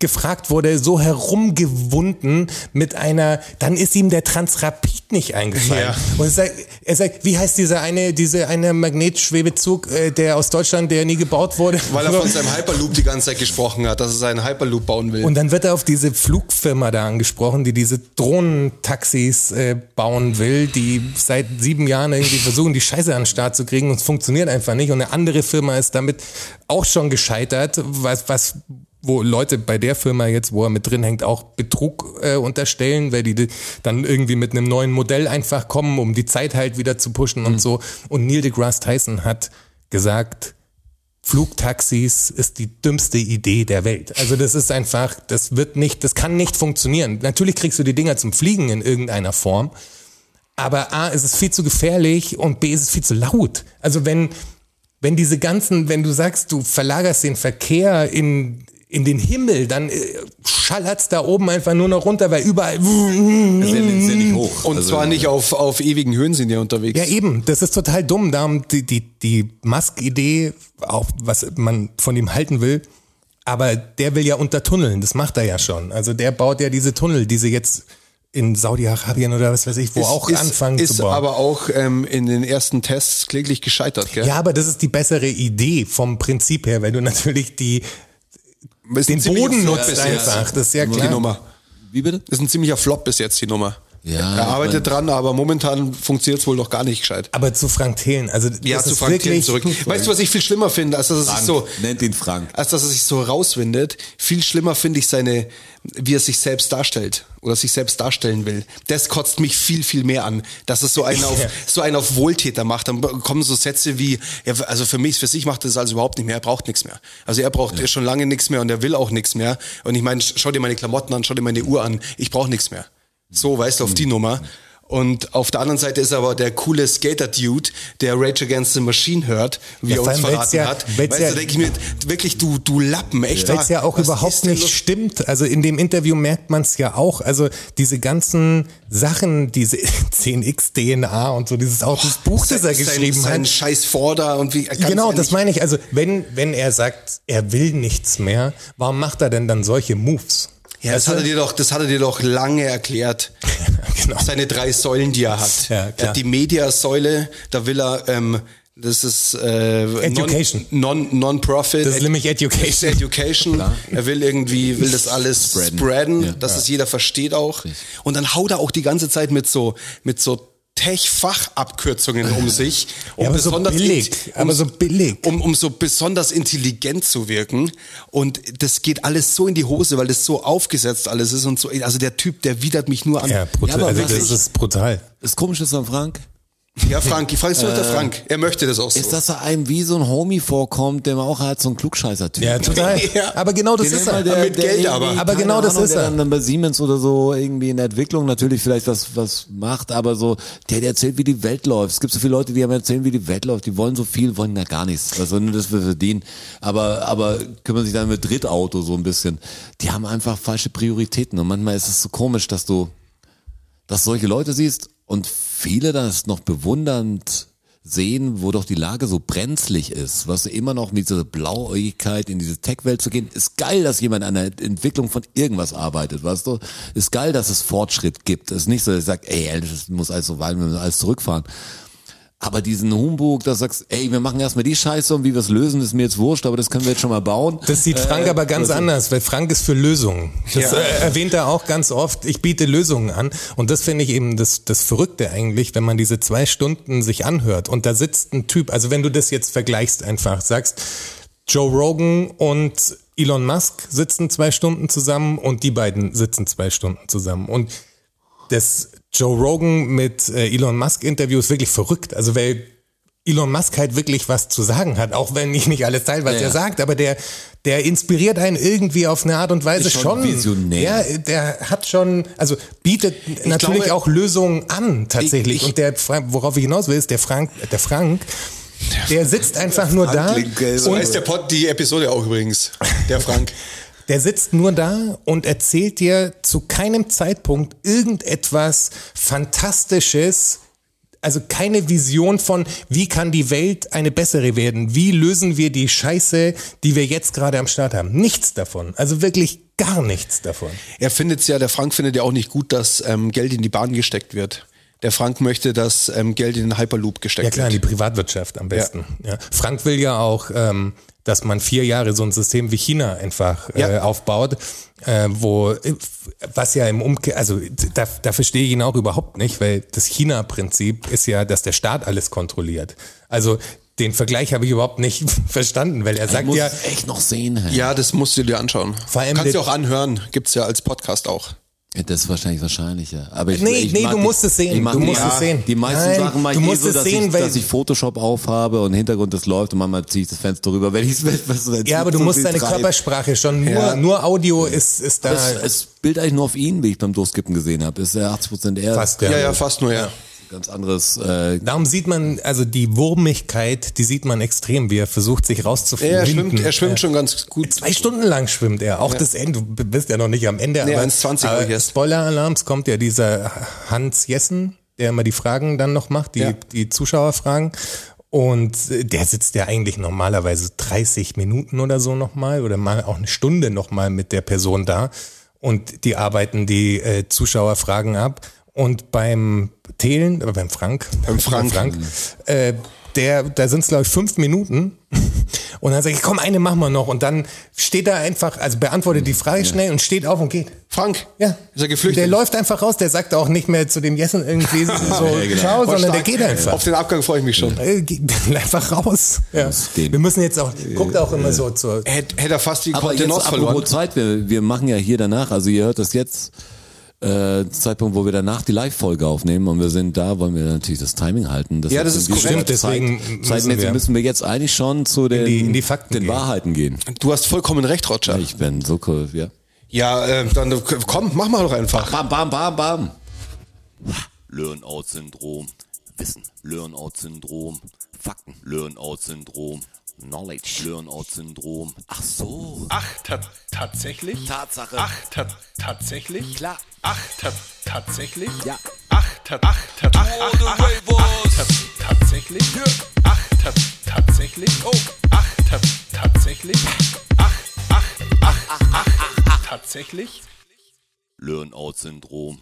[SPEAKER 3] gefragt wurde, so herumgewunden mit einer, dann ist ihm der Transrapid nicht eingefallen.
[SPEAKER 4] Ja.
[SPEAKER 3] Und er sagt, er sagt, wie heißt dieser eine, diese eine Magnetschwebezug, äh, der aus Deutschland, der nie gebaut wurde?
[SPEAKER 4] Weil er von seinem Hyperloop die ganze Zeit gesprochen hat, dass er seinen Hyperloop bauen will.
[SPEAKER 3] Und dann wird er auf diese Flugfirma da angesprochen, die diese Drohnentaxis äh, bauen will, die seit sieben Jahren irgendwie versuchen, die Scheiße an den Start zu kriegen und es funktioniert einfach nicht. Und eine andere Firma ist damit auch schon gescheitert, was, was wo Leute bei der Firma jetzt, wo er mit drin hängt, auch Betrug äh, unterstellen, weil die, die dann irgendwie mit einem neuen Modell einfach kommen, um die Zeit halt wieder zu pushen und so. Und Neil deGrasse Tyson hat gesagt, Flugtaxis ist die dümmste Idee der Welt. Also das ist einfach, das wird nicht, das kann nicht funktionieren. Natürlich kriegst du die Dinger zum Fliegen in irgendeiner Form, aber A, ist es viel zu gefährlich und B, ist es viel zu laut. Also wenn, wenn diese ganzen, wenn du sagst, du verlagerst den Verkehr in, in den Himmel, dann äh, schallert's da oben einfach nur noch runter, weil überall
[SPEAKER 1] Sehr, sehr nicht hoch.
[SPEAKER 4] Mm. Und
[SPEAKER 1] Also,
[SPEAKER 4] zwar nicht auf, auf ewigen Höhen sind die unterwegs.
[SPEAKER 3] Ja, eben, das ist total dumm. Da haben die, die, die Musk-Idee, auch was man von ihm halten will, aber der will ja untertunneln, das macht er ja schon. Also der baut ja diese Tunnel, die sie jetzt in Saudi-Arabien oder was weiß ich, wo auch anfangen
[SPEAKER 4] ist
[SPEAKER 3] zu bauen.
[SPEAKER 4] aber auch ähm, in den ersten Tests kläglich gescheitert, gell?
[SPEAKER 3] ja, aber das ist die bessere Idee vom Prinzip her, weil du natürlich die,
[SPEAKER 4] Ist ein
[SPEAKER 3] den
[SPEAKER 4] ziemlicher
[SPEAKER 3] Boden
[SPEAKER 4] Flop
[SPEAKER 3] nutzt
[SPEAKER 4] bis jetzt.
[SPEAKER 3] einfach. Das ist ja
[SPEAKER 4] Die
[SPEAKER 3] klar.
[SPEAKER 4] Nummer.
[SPEAKER 1] Wie bitte?
[SPEAKER 4] Ist ein ziemlicher Flop bis jetzt, die Nummer.
[SPEAKER 1] Ja,
[SPEAKER 4] er arbeitet dran, aber momentan funktioniert es wohl noch gar nicht gescheit.
[SPEAKER 3] Aber zu Frank Thelen, also
[SPEAKER 4] Ja,
[SPEAKER 3] das
[SPEAKER 4] zu
[SPEAKER 3] ist
[SPEAKER 4] Frank Thelen
[SPEAKER 3] wirklich,
[SPEAKER 4] zurück. Weißt du, was ich viel schlimmer finde, als dass es sich so,
[SPEAKER 1] Nennt ihn Frank.
[SPEAKER 4] als dass er sich so rauswindet? Viel schlimmer finde ich seine, wie er sich selbst darstellt oder sich selbst darstellen will. Das kotzt mich viel, viel mehr an, dass es so einen auf,
[SPEAKER 3] Ja.
[SPEAKER 4] so einen auf Wohltäter macht. Dann kommen so Sätze wie, ja, also für mich, für sich macht das alles überhaupt nicht mehr. Er braucht nichts mehr. Also er braucht schon lange nichts mehr und er will auch nichts mehr. Und ich meine, sch- schau dir meine Klamotten an, schau dir meine Uhr an. Ich brauche nichts mehr. So, weißt du, auf die Nummer. Und auf der anderen Seite ist aber der coole Skater-Dude, der Rage Against the Machine hört, wie
[SPEAKER 3] Ja,
[SPEAKER 4] er
[SPEAKER 3] vor
[SPEAKER 4] uns
[SPEAKER 3] allem, weil's
[SPEAKER 4] verraten
[SPEAKER 3] ja-
[SPEAKER 4] hat.
[SPEAKER 3] weil's
[SPEAKER 4] Weißt
[SPEAKER 3] ja-
[SPEAKER 4] du, denke ich mir, wirklich, du, du Lappen, echt.
[SPEAKER 3] weil es ja auch
[SPEAKER 4] Was ist
[SPEAKER 3] überhaupt
[SPEAKER 4] denn
[SPEAKER 3] nicht
[SPEAKER 4] los?
[SPEAKER 3] stimmt. Also in dem Interview merkt man es ja auch. Also diese ganzen Sachen, diese 10x-DNA und so, dieses auch das Buch, das er
[SPEAKER 4] Sein-
[SPEAKER 3] geschrieben
[SPEAKER 4] sein,
[SPEAKER 3] hat.
[SPEAKER 4] scheiß Vorder und wie. ganz
[SPEAKER 3] Genau, das
[SPEAKER 4] ehrlich,
[SPEAKER 3] meine ich. Also wenn, wenn er sagt, er will nichts mehr, warum macht er denn dann solche Moves?
[SPEAKER 4] ja,
[SPEAKER 3] Also-
[SPEAKER 4] das, hat er dir doch, das hat er dir doch lange erklärt.
[SPEAKER 3] genau.
[SPEAKER 4] Seine drei Säulen, die er hat.
[SPEAKER 3] Ja,
[SPEAKER 4] er
[SPEAKER 3] klar.
[SPEAKER 4] hat die Mediasäule, da will er, ähm, das ist äh,
[SPEAKER 3] Education.
[SPEAKER 4] Non- Non- Non-Profit.
[SPEAKER 3] Das ist nämlich Education.
[SPEAKER 4] Education. Er will irgendwie, will das alles
[SPEAKER 1] Spreaden.
[SPEAKER 4] spreaden,
[SPEAKER 1] Ja.
[SPEAKER 4] dass es jeder versteht auch. Und dann haut er auch die ganze Zeit mit so, mit so Tech-Fachabkürzungen um sich. Um
[SPEAKER 3] Ja, aber so billig,
[SPEAKER 4] um,
[SPEAKER 3] aber so billig.
[SPEAKER 4] Um, um so besonders intelligent zu wirken. Und das geht alles so in die Hose, weil das so aufgesetzt alles ist und so. Also der Typ, der widert mich nur an.
[SPEAKER 3] Ja, brutal.
[SPEAKER 1] aber
[SPEAKER 3] also
[SPEAKER 1] was
[SPEAKER 3] das
[SPEAKER 1] ich-
[SPEAKER 3] ist brutal.
[SPEAKER 1] Das Komische ist an Frank,
[SPEAKER 4] Ja, Frank, ich frage es nur nach der Frank. Er möchte das auch so.
[SPEAKER 1] ist, dass er einem wie so ein Homie vorkommt, der man auch halt so ein Klugscheißer-Typ.
[SPEAKER 3] Ja, total.
[SPEAKER 4] Ja.
[SPEAKER 3] Aber genau das
[SPEAKER 1] Den
[SPEAKER 3] ist
[SPEAKER 1] immer
[SPEAKER 3] er.
[SPEAKER 1] der-
[SPEAKER 4] Mit
[SPEAKER 1] der
[SPEAKER 4] Geld
[SPEAKER 1] irgendwie,
[SPEAKER 4] aber.
[SPEAKER 3] Aber
[SPEAKER 1] keine
[SPEAKER 3] genau das
[SPEAKER 1] Ahnung,
[SPEAKER 3] ist
[SPEAKER 1] der
[SPEAKER 3] er.
[SPEAKER 1] Dann, dann bei Siemens oder so irgendwie in der Entwicklung natürlich vielleicht was, was macht, aber so, der, der erzählt, wie die Welt läuft. Es gibt so viele Leute, die haben erzählen, wie die Welt läuft. Die wollen so viel, wollen ja gar nichts. Also nur das wir verdienen. Aber, aber kümmern sich dann mit Drittauto so ein bisschen. Die haben einfach falsche Prioritäten. Und manchmal ist es so komisch, dass du, dass du solche Leute siehst und viele das noch bewundernd sehen, wo doch die Lage so brenzlig ist, was immer noch mit dieser Blauäugigkeit in diese Tech-Welt zu gehen, ist geil, dass jemand an der Entwicklung von irgendwas arbeitet, weißt du? Ist geil, dass es Fortschritt gibt. Ist nicht so, dass ich sag, ey, das muss alles so weit, wir müssen alles zurückfahren. Aber diesen Humbug, dass du sagst, ey, wir machen erstmal die Scheiße und wie wir es lösen, ist mir jetzt wurscht, aber das können wir jetzt schon mal bauen.
[SPEAKER 3] Das sieht Frank aber ganz anders, weil Frank ist für Lösungen. Das
[SPEAKER 4] Ja.
[SPEAKER 3] äh, erwähnt er auch ganz oft. Ich biete Lösungen an. Und das finde ich eben das, das Verrückte eigentlich, wenn man diese zwei Stunden sich anhört und da sitzt ein Typ, also wenn du das jetzt vergleichst einfach, sagst, Joe Rogan und Elon Musk sitzen zwei Stunden zusammen und die beiden sitzen zwei Stunden zusammen. Und das Joe Rogan mit äh, Elon Musk Interview ist wirklich verrückt. Also weil Elon Musk halt wirklich was zu sagen hat, auch wenn ich nicht alles teile, was
[SPEAKER 1] Ja, ja.
[SPEAKER 3] er sagt, aber der, der inspiriert einen irgendwie auf eine Art und Weise
[SPEAKER 1] Ist schon
[SPEAKER 3] schon.
[SPEAKER 1] visionär.
[SPEAKER 3] Ja, der hat schon, also bietet natürlich
[SPEAKER 4] glaube-
[SPEAKER 3] auch Lösungen an tatsächlich.
[SPEAKER 4] Ich- ich-
[SPEAKER 3] und der, Fra- worauf ich hinaus will, ist der Frank, der Frank, der sitzt einfach nur da
[SPEAKER 4] So heißt der Pod, die Episode auch übrigens. Der Frank.
[SPEAKER 3] der sitzt nur da und erzählt dir zu keinem Zeitpunkt irgendetwas Fantastisches. Also keine Vision von, wie kann die Welt eine bessere werden? Wie lösen wir die Scheiße, die wir jetzt gerade am Start haben? Nichts davon. Also wirklich gar nichts davon.
[SPEAKER 4] er findet ja, der Frank findet ja auch nicht gut, dass ähm, Geld in die Bahn gesteckt wird. Der Frank möchte, dass ähm, Geld in den Hyperloop gesteckt
[SPEAKER 3] Ja klar, in die
[SPEAKER 4] wird.
[SPEAKER 3] Privatwirtschaft am besten. Ja. Frank will ja auch, ähm, dass man vier Jahre so ein System wie China einfach äh,
[SPEAKER 4] Ja.
[SPEAKER 3] aufbaut, äh, wo was ja im Umkehr, also da, da verstehe ich ihn auch überhaupt nicht, weil das China-Prinzip ist ja, dass der Staat alles kontrolliert. Also den Vergleich habe ich überhaupt nicht verstanden, weil er
[SPEAKER 1] Ich
[SPEAKER 3] sagt
[SPEAKER 1] muss
[SPEAKER 3] ja,
[SPEAKER 1] es echt noch sehen. ey.
[SPEAKER 4] Ja, das musst du dir anschauen.
[SPEAKER 3] Vor allem
[SPEAKER 4] Kannst du
[SPEAKER 3] der-
[SPEAKER 4] auch anhören. Gibt's ja als Podcast auch.
[SPEAKER 1] Ja, Das ist wahrscheinlich wahrscheinlicher. Aber ich,
[SPEAKER 3] Nee,
[SPEAKER 1] ich
[SPEAKER 3] nee,
[SPEAKER 1] mag
[SPEAKER 3] du
[SPEAKER 1] die-
[SPEAKER 3] musst es sehen.
[SPEAKER 1] ich mag
[SPEAKER 3] Du
[SPEAKER 1] die-
[SPEAKER 3] musst
[SPEAKER 1] ja,
[SPEAKER 3] es sehen.
[SPEAKER 1] Die meisten
[SPEAKER 3] Nein,
[SPEAKER 1] Sachen mache
[SPEAKER 3] du
[SPEAKER 1] ich eh
[SPEAKER 3] musst
[SPEAKER 1] so,
[SPEAKER 3] es
[SPEAKER 1] dass,
[SPEAKER 3] sehen,
[SPEAKER 1] ich,
[SPEAKER 3] weil-
[SPEAKER 1] dass ich Photoshop aufhabe und Hintergrund das läuft und manchmal ziehe ich das Fenster drüber, wenn ich es will. weißt wenn es
[SPEAKER 3] ja, aber du
[SPEAKER 1] so
[SPEAKER 3] musst
[SPEAKER 1] viel
[SPEAKER 3] deine
[SPEAKER 1] treibt.
[SPEAKER 3] Körpersprache schon, nur,
[SPEAKER 4] Ja. äh,
[SPEAKER 3] nur Audio ist, ist da
[SPEAKER 1] Es, es bildet eigentlich nur auf ihn, wie ich beim Durchskippen gesehen habe. Ist er 80% er.
[SPEAKER 3] fast
[SPEAKER 4] Ja, ja, fast nur, ja.
[SPEAKER 1] Ganz anderes. Äh,
[SPEAKER 3] Darum sieht man, also die Wurmigkeit, die sieht man extrem, wie er versucht, sich rauszufinden.
[SPEAKER 4] Er schwimmt, er schwimmt schon ganz gut.
[SPEAKER 3] Zwei Stunden lang schwimmt er. Auch das Ende, du bist ja noch nicht am Ende.
[SPEAKER 4] Nee,
[SPEAKER 3] aber-
[SPEAKER 4] 1,20
[SPEAKER 3] aber
[SPEAKER 4] hab ich jetzt.
[SPEAKER 3] Spoiler-Alarms kommt ja dieser Hans Jessen, der immer die Fragen dann noch macht, die,
[SPEAKER 4] Ja.
[SPEAKER 3] die Zuschauerfragen. Und äh, der sitzt ja eigentlich normalerweise 30 Minuten oder so nochmal oder mal auch eine Stunde nochmal mit der Person da. und die arbeiten die äh, Zuschauerfragen ab. Und beim Thelen, äh, beim Frank,
[SPEAKER 4] Beim Frank.
[SPEAKER 3] äh, der, da sind es glaube ich fünf Minuten. Und dann sage ich, komm, eine machen wir noch. Und dann steht er einfach, also beantwortet die Frage schnell und steht auf und geht.
[SPEAKER 4] Frank,
[SPEAKER 3] Ja.
[SPEAKER 4] ist er geflüchtet?
[SPEAKER 3] Der läuft einfach raus, der sagt auch nicht mehr zu dem Jessen irgendwie so,
[SPEAKER 1] genau.
[SPEAKER 3] ciao,
[SPEAKER 4] Voll
[SPEAKER 3] sondern der
[SPEAKER 4] stark.
[SPEAKER 3] geht einfach.
[SPEAKER 4] Auf den Abgang freue ich mich schon.
[SPEAKER 3] Äh, geht einfach raus. Ja.
[SPEAKER 1] Muss gehen.
[SPEAKER 3] Wir müssen jetzt auch, guckt auch immer so zur.
[SPEAKER 4] Hätte hätte er fast die
[SPEAKER 1] Aber jetzt
[SPEAKER 4] Kontenance verloren.
[SPEAKER 1] apropos Zeit, wir, wir machen ja hier danach, also ihr hört das jetzt, äh, Zeitpunkt, wo wir danach die Live-Folge aufnehmen und wir sind da, wollen wir natürlich das Timing halten.
[SPEAKER 4] Ja, das ist korrekt.
[SPEAKER 1] Stimmt,
[SPEAKER 3] Deswegen müssen
[SPEAKER 1] Zeitmäßig
[SPEAKER 3] wir-
[SPEAKER 1] müssen wir jetzt eigentlich schon zu den,
[SPEAKER 3] die- in die Fakten
[SPEAKER 1] den
[SPEAKER 3] gehen.
[SPEAKER 1] Wahrheiten gehen.
[SPEAKER 4] Du hast vollkommen recht, Roger.
[SPEAKER 1] Ich bin so cool, ja.
[SPEAKER 4] Ja, äh, dann äh, komm, mach mal doch einfach.
[SPEAKER 1] Bam, bam, bam, bam. Learn-out-Syndrom. Wissen. Learn-out-Syndrom. Fakten. Learn-out-Syndrom. Knowledge. Learn-out-Syndrom. Ach so.
[SPEAKER 5] Ach, ta tatsächlich?
[SPEAKER 1] Tatsache.
[SPEAKER 5] Ach, ta tatsächlich?
[SPEAKER 1] Klar.
[SPEAKER 5] Ach, ta tatsächlich?
[SPEAKER 1] Ja.
[SPEAKER 5] Ach, ta ach, ta ach, ach, ach, ach, ta tatsächlich? Ach, ta tatsächlich? Oh. Ach, ta tatsächlich? Ach, ach, ach, ach, ach, ach, tatsächlich?
[SPEAKER 1] Learn-out-Syndrom.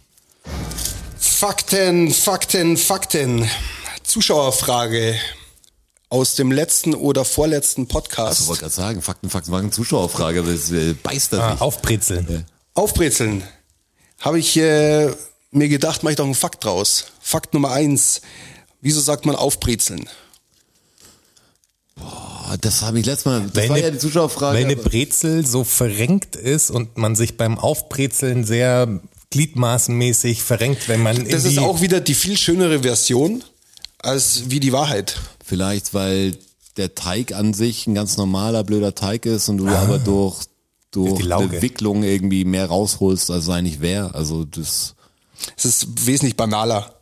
[SPEAKER 4] Fakten, Fakten, Fakten. Zuschauerfrage aus dem letzten oder vorletzten
[SPEAKER 1] Ich
[SPEAKER 4] Podcast.
[SPEAKER 1] wollte gerade sagen, Fakten, Fakten waren Zuschauerfrage, aber es äh, beißt das
[SPEAKER 3] Ah,
[SPEAKER 1] nicht.
[SPEAKER 3] aufbrezeln.
[SPEAKER 4] Aufbrezeln. Habe ich äh, mir gedacht, mache ich doch einen Fakt draus. Fakt Nummer eins. Wieso sagt man aufbrezeln?
[SPEAKER 1] Ah, das habe ich letztes Mal, das war ja die Zuschauerfrage.
[SPEAKER 3] Weil eine
[SPEAKER 1] aber-
[SPEAKER 3] Brezel so verrenkt ist und man sich beim Aufbrezeln sehr gliedmaßenmäßig verrenkt, wenn man in
[SPEAKER 4] Das
[SPEAKER 3] die,
[SPEAKER 4] ist auch wieder Äh, die viel schönere Version als wie die Wahrheit.
[SPEAKER 1] Vielleicht, weil der Teig an sich ein ganz normaler, blöder Teig ist und du aber durch, durch
[SPEAKER 3] Ah. die Lauge.
[SPEAKER 1] Entwicklung irgendwie mehr rausholst, als es eigentlich wäre. Also das
[SPEAKER 4] Es ist wesentlich banaler.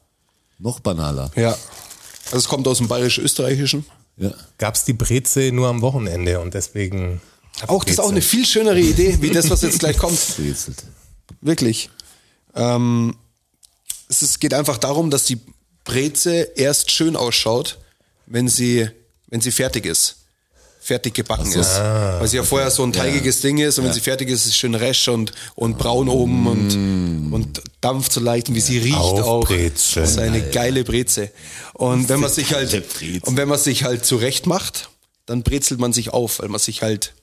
[SPEAKER 1] noch banaler.
[SPEAKER 4] Ja. Also es kommt aus dem bayerisch-österreichischen.
[SPEAKER 1] Ja.
[SPEAKER 3] gab's die Brezel nur am Wochenende und deswegen.
[SPEAKER 4] Auch das ist auch eine viel schönere Idee, wie das, was jetzt gleich kommt.
[SPEAKER 1] Brezelt.
[SPEAKER 4] Wirklich. Ähm, es ist, geht einfach darum, dass die Breze erst schön ausschaut, wenn sie, wenn sie fertig ist. Fertig gebacken
[SPEAKER 1] so. Ah,
[SPEAKER 4] ist. Weil sie ja vorher so ein teigiges Ding ist und wenn sie fertig ist, ist es schön resch und, und braun oben
[SPEAKER 1] Mm.
[SPEAKER 4] und, und dampft so leicht und wie sie riecht auch.
[SPEAKER 3] Aufbrezeln,
[SPEAKER 4] Das ist eine geile Breze. Und wenn man sich halt,
[SPEAKER 1] geile Breze.
[SPEAKER 4] und wenn man sich halt zurecht macht, dann brezelt man sich auf, weil man sich halt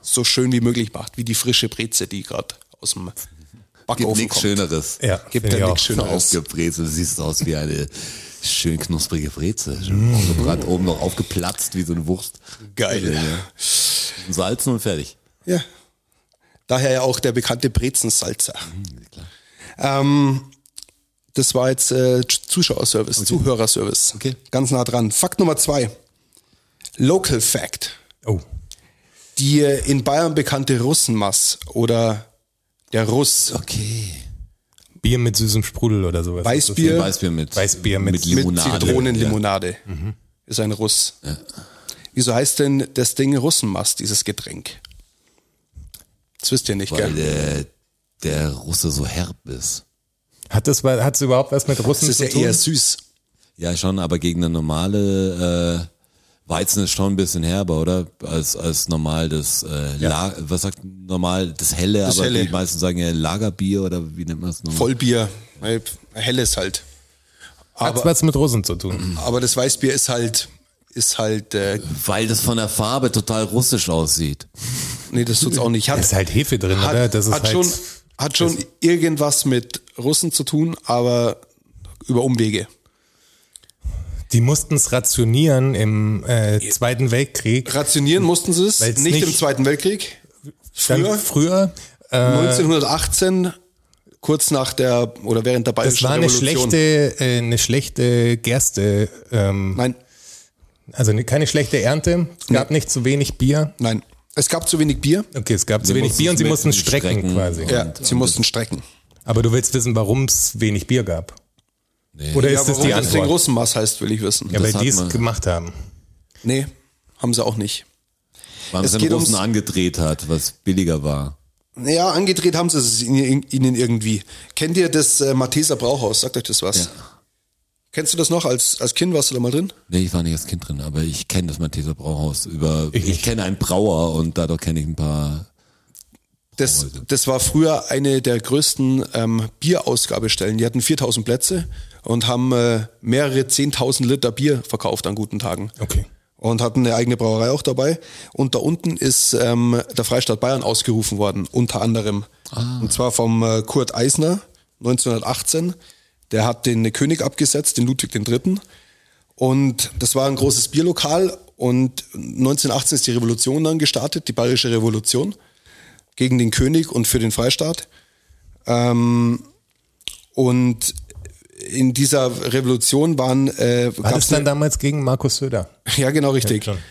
[SPEAKER 4] so schön wie möglich macht, wie die frische Breze, die gerade aus dem
[SPEAKER 1] Gibt
[SPEAKER 4] Backofen
[SPEAKER 1] nichts
[SPEAKER 4] kommt.
[SPEAKER 1] Schöneres.
[SPEAKER 3] Ja,
[SPEAKER 4] Gibt
[SPEAKER 3] find ich
[SPEAKER 4] ja
[SPEAKER 3] auch.
[SPEAKER 4] nichts Schöneres.
[SPEAKER 1] Aufgebrezelt, siehst aus wie eine schön knusprige Breze.
[SPEAKER 3] Mm.
[SPEAKER 1] Schön Aufgebrannt, oben noch aufgeplatzt wie so eine Wurst.
[SPEAKER 4] Geil.
[SPEAKER 1] Und Salzen und fertig.
[SPEAKER 4] Ja. Daher ja auch der bekannte Brezensalzer.
[SPEAKER 1] Mhm,
[SPEAKER 4] Ähm, das war jetzt äh, Zuschauerservice, Zuhörerservice.
[SPEAKER 1] Okay.
[SPEAKER 4] Ganz nah dran. Fakt Nummer zwei. Local Fact.
[SPEAKER 3] Oh.
[SPEAKER 4] Die äh, in Bayern bekannte Russenmass oder der Russ.
[SPEAKER 1] Okay.
[SPEAKER 3] Bier mit süßem Sprudel oder sowas.
[SPEAKER 4] Weißbier
[SPEAKER 1] Weißbier mit,
[SPEAKER 3] Weißbier mit-
[SPEAKER 4] mit
[SPEAKER 1] Limonade. Mhm.
[SPEAKER 4] Zitronenlimonade. Ist ein Russ. Wieso heißt denn das Ding Russenmass, dieses Getränk? Das wisst ihr nicht,
[SPEAKER 1] Weil
[SPEAKER 4] gell?
[SPEAKER 1] äh, der Russe so herb ist.
[SPEAKER 3] Hat das hat's überhaupt was mit Russen
[SPEAKER 4] Das ist
[SPEAKER 3] zu
[SPEAKER 4] ja
[SPEAKER 3] tun?
[SPEAKER 4] eher süß.
[SPEAKER 1] Ja, schon, aber gegen eine normale äh, Weizen ist schon ein bisschen herber, oder? Als, als normal das, äh, La was sagt normal, das helle,
[SPEAKER 4] Das
[SPEAKER 1] aber
[SPEAKER 4] Helle.
[SPEAKER 1] die meisten sagen ja Lagerbier oder wie nennt man es nochmal?
[SPEAKER 4] Vollbier, äh, helles halt.
[SPEAKER 3] Hat's was mit Russen zu tun?
[SPEAKER 4] Aber das Weißbier ist halt, ist halt, äh,
[SPEAKER 1] Weil das von der Farbe total russisch aussieht.
[SPEAKER 4] nee, das tut's auch nicht. Hat,
[SPEAKER 3] Da ist halt Hefe drin,
[SPEAKER 4] hat,
[SPEAKER 3] oder? Das ist
[SPEAKER 4] hat
[SPEAKER 3] halt
[SPEAKER 4] schon, hat schon irgendwas mit Russen zu tun, aber über Umwege.
[SPEAKER 3] Die mussten es rationieren im äh, Zweiten Weltkrieg.
[SPEAKER 4] Rationieren mussten sie es,
[SPEAKER 3] Weil's
[SPEAKER 4] nicht, im
[SPEAKER 3] nicht-
[SPEAKER 4] Zweiten Weltkrieg. Früher,
[SPEAKER 3] Dann früher äh,
[SPEAKER 4] 1918, kurz nach der, oder während der
[SPEAKER 3] das
[SPEAKER 4] Bayerischen
[SPEAKER 3] war eine
[SPEAKER 4] Revolution.
[SPEAKER 3] schlechte, äh, eine schlechte Gerste, ähm,
[SPEAKER 4] Nein,
[SPEAKER 3] also ne- keine schlechte Ernte. Es gab nicht zu wenig Bier.
[SPEAKER 4] nein. Es gab zu wenig Bier.
[SPEAKER 3] Okay, es gab zu
[SPEAKER 1] Sie
[SPEAKER 3] wenig
[SPEAKER 1] mussten
[SPEAKER 3] Bier und
[SPEAKER 1] es
[SPEAKER 3] sie
[SPEAKER 1] mit-
[SPEAKER 3] mussten strecken,
[SPEAKER 1] strecken.
[SPEAKER 3] quasi.
[SPEAKER 4] Ja, sie mussten strecken.
[SPEAKER 3] Aber du willst wissen, warum es wenig Bier gab?
[SPEAKER 1] Nee.
[SPEAKER 3] Oder
[SPEAKER 4] Ja,
[SPEAKER 3] ist das
[SPEAKER 4] warum
[SPEAKER 3] die
[SPEAKER 4] das Ding
[SPEAKER 3] Antwort?
[SPEAKER 4] Russenmaß heißt, will ich wissen.
[SPEAKER 3] Ja, weil
[SPEAKER 1] Das hat
[SPEAKER 3] die es
[SPEAKER 1] man-
[SPEAKER 3] gemacht haben.
[SPEAKER 4] Nee, haben sie auch nicht.
[SPEAKER 1] Weil es
[SPEAKER 4] Es
[SPEAKER 1] den
[SPEAKER 4] geht
[SPEAKER 1] Russen
[SPEAKER 4] ums-
[SPEAKER 1] angedreht hat, was billiger war.
[SPEAKER 4] Naja, angedreht haben sie es ihnen ihnen irgendwie. Kennt ihr das äh, Matheser Brauhaus? Sagt euch das was? Kennst du das noch? Als, als Kind warst du da mal drin?
[SPEAKER 1] Nee, ich war nicht als Kind drin, aber ich kenne das Malteser Brauhaus über. Ich,
[SPEAKER 3] nicht.
[SPEAKER 1] kenne einen Brauer und dadurch kenne ich ein paar
[SPEAKER 4] Das, das war früher eine der größten ähm, Bierausgabestellen. Die hatten 4000 Plätze und haben äh, mehrere 10.000 Liter Bier verkauft an guten Tagen.
[SPEAKER 3] Okay.
[SPEAKER 4] Und hatten eine eigene Brauerei auch dabei. Und da unten ist ähm, der Freistaat Bayern ausgerufen worden, unter anderem. Und zwar vom äh, Kurt Eisner 1918. Der hat den König abgesetzt, den Ludwig III. Und das war ein großes Bierlokal. Und 1918 ist die Revolution dann gestartet, die Bayerische Revolution gegen den König und für den Freistaat. Ähm, und in dieser Revolution waren äh,
[SPEAKER 3] War das
[SPEAKER 4] gab's
[SPEAKER 3] dann damals gegen Markus Söder?
[SPEAKER 4] ja, genau richtig.
[SPEAKER 3] Ja, schon.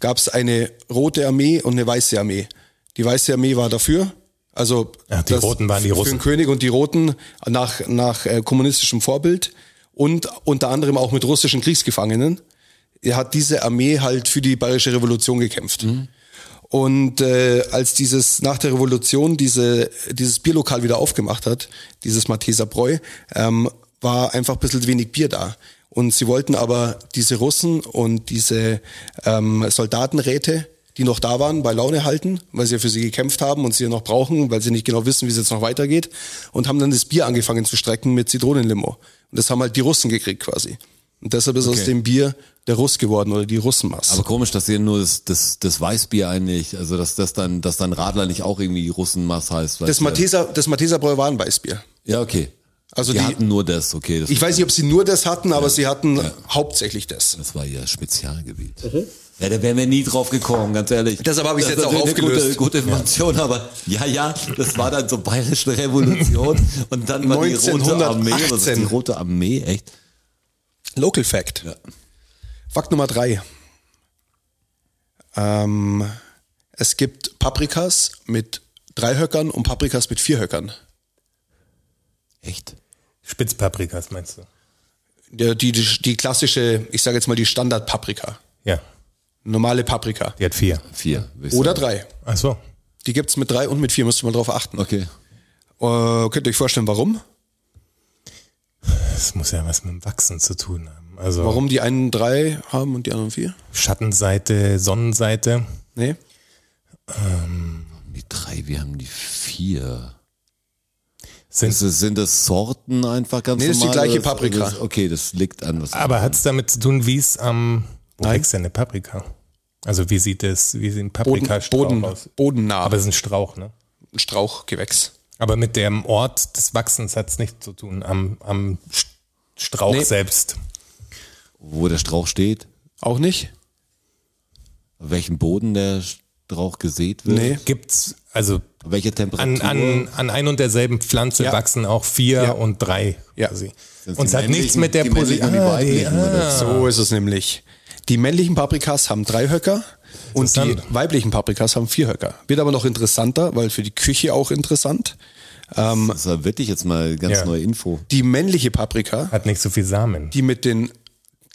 [SPEAKER 4] Gab es eine rote Armee und eine weiße Armee. Die weiße Armee war dafür. Also
[SPEAKER 3] Ja, die Roten waren die
[SPEAKER 4] für
[SPEAKER 3] Russen.
[SPEAKER 4] den König und die Roten nach, nach äh, kommunistischem Vorbild und unter anderem auch mit russischen Kriegsgefangenen. Er hat diese Armee halt für die Bayerische Revolution gekämpft.
[SPEAKER 3] Mhm.
[SPEAKER 4] Und äh, als dieses nach der Revolution diese, dieses Bierlokal wieder aufgemacht hat, dieses Matheser Bräu, ähm, war einfach ein bisschen wenig Bier da. Und sie wollten aber diese Russen und diese ähm, Soldatenräte, die noch da waren, bei Laune halten, weil sie ja für sie gekämpft haben und sie ja noch brauchen, weil sie nicht genau wissen, wie es jetzt noch weitergeht. Und haben dann das Bier angefangen zu strecken mit Zitronenlimo. Und das haben halt die Russen gekriegt quasi. Und deshalb ist aus dem Bier der Russ geworden oder die Russenmasse.
[SPEAKER 1] Aber komisch, dass ihr nur das, das, das Weißbier eigentlich, also dass das dann, dass dann Radler nicht auch irgendwie Russenmass heißt. weil-
[SPEAKER 4] Das Matheser, das Matheser Bräu war ein Weißbier.
[SPEAKER 1] Ja, okay.
[SPEAKER 4] Also
[SPEAKER 1] die,
[SPEAKER 4] die-
[SPEAKER 1] hatten nur das, okay. Das,
[SPEAKER 4] Ich weiß nicht, ob sie nur das hatten, aber sie hatten hauptsächlich das.
[SPEAKER 1] das war ihr Spezialgebiet.
[SPEAKER 4] Mhm.
[SPEAKER 1] Ja, da wären wir nie drauf gekommen, ganz ehrlich.
[SPEAKER 4] Deshalb habe ich's
[SPEAKER 1] Das
[SPEAKER 4] jetzt
[SPEAKER 1] ist
[SPEAKER 4] auch
[SPEAKER 1] eine Gute,
[SPEAKER 4] aufgelöst.
[SPEAKER 1] gute Information, aber ja, ja, das war dann so bayerische Revolution und dann war die Rote Armee. Was ist die
[SPEAKER 4] 1918.
[SPEAKER 1] Rote Armee, echt?
[SPEAKER 4] Local Fact. Fakt Nummer drei. Ähm, es gibt Paprikas mit drei Höckern und Paprikas mit vier Höckern.
[SPEAKER 1] Echt?
[SPEAKER 3] Spitzpaprikas meinst du?
[SPEAKER 4] Die, die, die, die klassische, ich sage jetzt mal die Standard-Paprika.
[SPEAKER 3] Ja,
[SPEAKER 4] Normale Paprika.
[SPEAKER 3] die hat vier.
[SPEAKER 1] Vier. würd ich
[SPEAKER 4] Oder
[SPEAKER 1] sagen.
[SPEAKER 4] drei.
[SPEAKER 3] Ach so.
[SPEAKER 4] Die gibt's mit drei und mit vier, müsst ihr mal drauf achten.
[SPEAKER 1] Okay.
[SPEAKER 4] Äh, könnt ihr euch vorstellen, warum?
[SPEAKER 3] Das muss ja was mit dem Wachsen zu tun haben. Also
[SPEAKER 4] Warum die einen drei haben und die anderen vier?
[SPEAKER 3] Schattenseite, Sonnenseite.
[SPEAKER 4] Nee.
[SPEAKER 1] Die drei, wir haben die vier.
[SPEAKER 3] Sind,
[SPEAKER 1] Ist es- sind das Sorten einfach ganz
[SPEAKER 4] Nee, das
[SPEAKER 1] normal?
[SPEAKER 4] ist die
[SPEAKER 1] oder
[SPEAKER 4] gleiche
[SPEAKER 1] ist-
[SPEAKER 4] Paprika.
[SPEAKER 1] Das, okay, das liegt an was.
[SPEAKER 3] aber hat es damit zu tun, wie es am... Wo wächst denn eine Paprika? Also wie sieht es, wie sieht ein
[SPEAKER 4] Boden,
[SPEAKER 3] Paprikastrauch
[SPEAKER 4] Boden,
[SPEAKER 3] aus?
[SPEAKER 4] bodennah.
[SPEAKER 3] Aber es ist ein Strauch, ne?
[SPEAKER 4] ein Strauchgewächs.
[SPEAKER 3] Aber mit dem Ort des Wachsens hat es nichts zu tun, am, am Sch- Strauch
[SPEAKER 4] Nee.
[SPEAKER 3] selbst.
[SPEAKER 1] Wo der Strauch steht?
[SPEAKER 4] Auch nicht?
[SPEAKER 1] Auf welchem Boden der Strauch gesät wird?
[SPEAKER 4] Nee.
[SPEAKER 3] Gibt's, also
[SPEAKER 1] Auf welche Temperatur?
[SPEAKER 3] an, an, an ein und derselben Pflanze
[SPEAKER 4] Ja.
[SPEAKER 3] wachsen auch vier
[SPEAKER 4] Ja.
[SPEAKER 3] und drei
[SPEAKER 4] Ja.
[SPEAKER 3] quasi.
[SPEAKER 1] Sind's
[SPEAKER 3] Und es
[SPEAKER 1] die
[SPEAKER 3] hat nichts
[SPEAKER 1] männlichen-
[SPEAKER 3] mit der
[SPEAKER 1] die männlichen und die
[SPEAKER 4] Ah,
[SPEAKER 3] Position.
[SPEAKER 1] weiblichen, oder?
[SPEAKER 4] So ist es nämlich. Die männlichen Paprikas haben drei Höcker und die
[SPEAKER 3] Interessant.
[SPEAKER 4] weiblichen Paprikas haben vier Höcker. Wird aber noch interessanter, weil für die Küche auch interessant. ähm,
[SPEAKER 1] Das war wirklich jetzt mal ganz
[SPEAKER 3] Ja.
[SPEAKER 1] neue Info.
[SPEAKER 4] Die männliche Paprika,
[SPEAKER 3] Hat nicht so viel Samen.
[SPEAKER 4] die mit den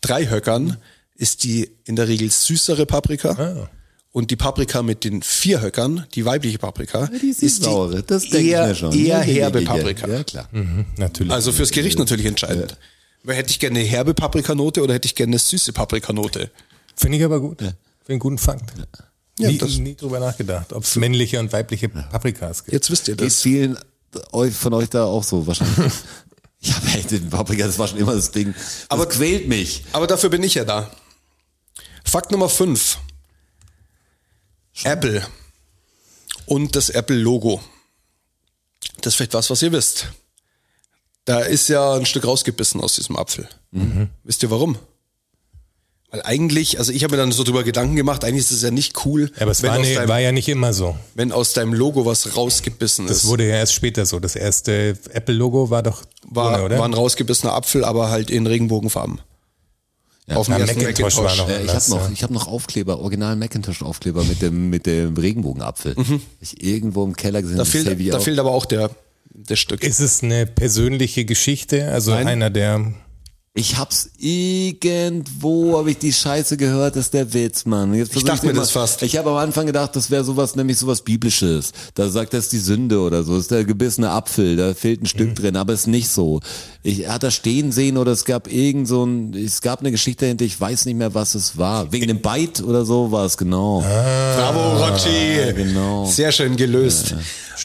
[SPEAKER 4] drei Höckern, ist die in der Regel süßere Paprika. Und die Paprika mit den vier Höckern, die weibliche Paprika, ist, die eher, eher herbe Paprika.
[SPEAKER 1] Ja, klar.
[SPEAKER 3] Natürlich.
[SPEAKER 4] Also fürs Gericht natürlich entscheidend. Weil Hätte ich gerne eine herbe Paprikanote oder hätte ich gerne eine süße Paprikanote?
[SPEAKER 3] Finde ich aber gut. Finde einen guten Fakt. nie,
[SPEAKER 4] das-
[SPEAKER 3] nie drüber nachgedacht, ob es männliche und weibliche Paprikas gibt.
[SPEAKER 4] Jetzt wisst ihr
[SPEAKER 1] Geht
[SPEAKER 4] das.
[SPEAKER 1] vielen eu- von euch da auch so wahrscheinlich. ja, aber ey, den Paprika, das war schon immer das Ding. Das aber quält mich.
[SPEAKER 4] Aber dafür bin ich ja da. Fakt Nummer 5. Apple. Und das Apple-Logo. Das ist vielleicht was, was ihr wisst. Da ist ja ein Stück rausgebissen aus diesem Apfel.
[SPEAKER 3] Mhm.
[SPEAKER 4] Wisst ihr warum? Weil eigentlich, also ich habe mir dann so drüber Gedanken gemacht, eigentlich ist es ja nicht cool,
[SPEAKER 3] Aber es
[SPEAKER 4] wenn,
[SPEAKER 3] war,
[SPEAKER 4] aus
[SPEAKER 3] ne,
[SPEAKER 4] deinem,
[SPEAKER 3] war ja nicht immer so.
[SPEAKER 4] wenn aus deinem Logo was rausgebissen
[SPEAKER 3] Das
[SPEAKER 4] ist.
[SPEAKER 3] wurde ja erst später so. Das erste Apple-Logo war doch
[SPEAKER 4] war,
[SPEAKER 3] ohne, oder?
[SPEAKER 4] war ein rausgebissener Apfel, aber halt in Regenbogenfarben. Auf dem
[SPEAKER 3] Ja,
[SPEAKER 4] ersten
[SPEAKER 3] Macintosh
[SPEAKER 4] Macintosh.
[SPEAKER 3] war noch.
[SPEAKER 1] Äh, ich
[SPEAKER 3] anders,
[SPEAKER 1] habe noch,
[SPEAKER 3] ja.
[SPEAKER 1] ich hab noch Aufkleber, original Macintosh-Aufkleber mit dem, mit dem Regenbogenapfel. Hab Ich irgendwo im Keller gesehen.
[SPEAKER 4] Mhm. Da,
[SPEAKER 1] das save ich
[SPEAKER 4] fehlt, da
[SPEAKER 1] auch.
[SPEAKER 4] fehlt aber auch der, das Stück.
[SPEAKER 3] Ist es eine persönliche Geschichte? Also
[SPEAKER 4] Nein.
[SPEAKER 3] einer der
[SPEAKER 1] Ich hab's irgendwo, habe ich die Scheiße gehört, das ist der Witz, Mann. Jetzt versuch
[SPEAKER 4] dachte mir
[SPEAKER 1] immer-
[SPEAKER 4] das fast.
[SPEAKER 1] Ich habe am Anfang gedacht, das wäre sowas, nämlich sowas Biblisches. Da sagt das die Sünde oder so. Das ist der gebissene Apfel, da fehlt ein Stück
[SPEAKER 4] Mhm.
[SPEAKER 1] drin, aber ist nicht so. Ich hat das stehen sehen oder es gab irgend so ein, es gab eine Geschichte dahinter, ich weiß nicht mehr, was es war. Wegen dem Bite oder so war es, genau.
[SPEAKER 4] Bravo, Rotschi.
[SPEAKER 1] genau.
[SPEAKER 4] Sehr schön gelöst.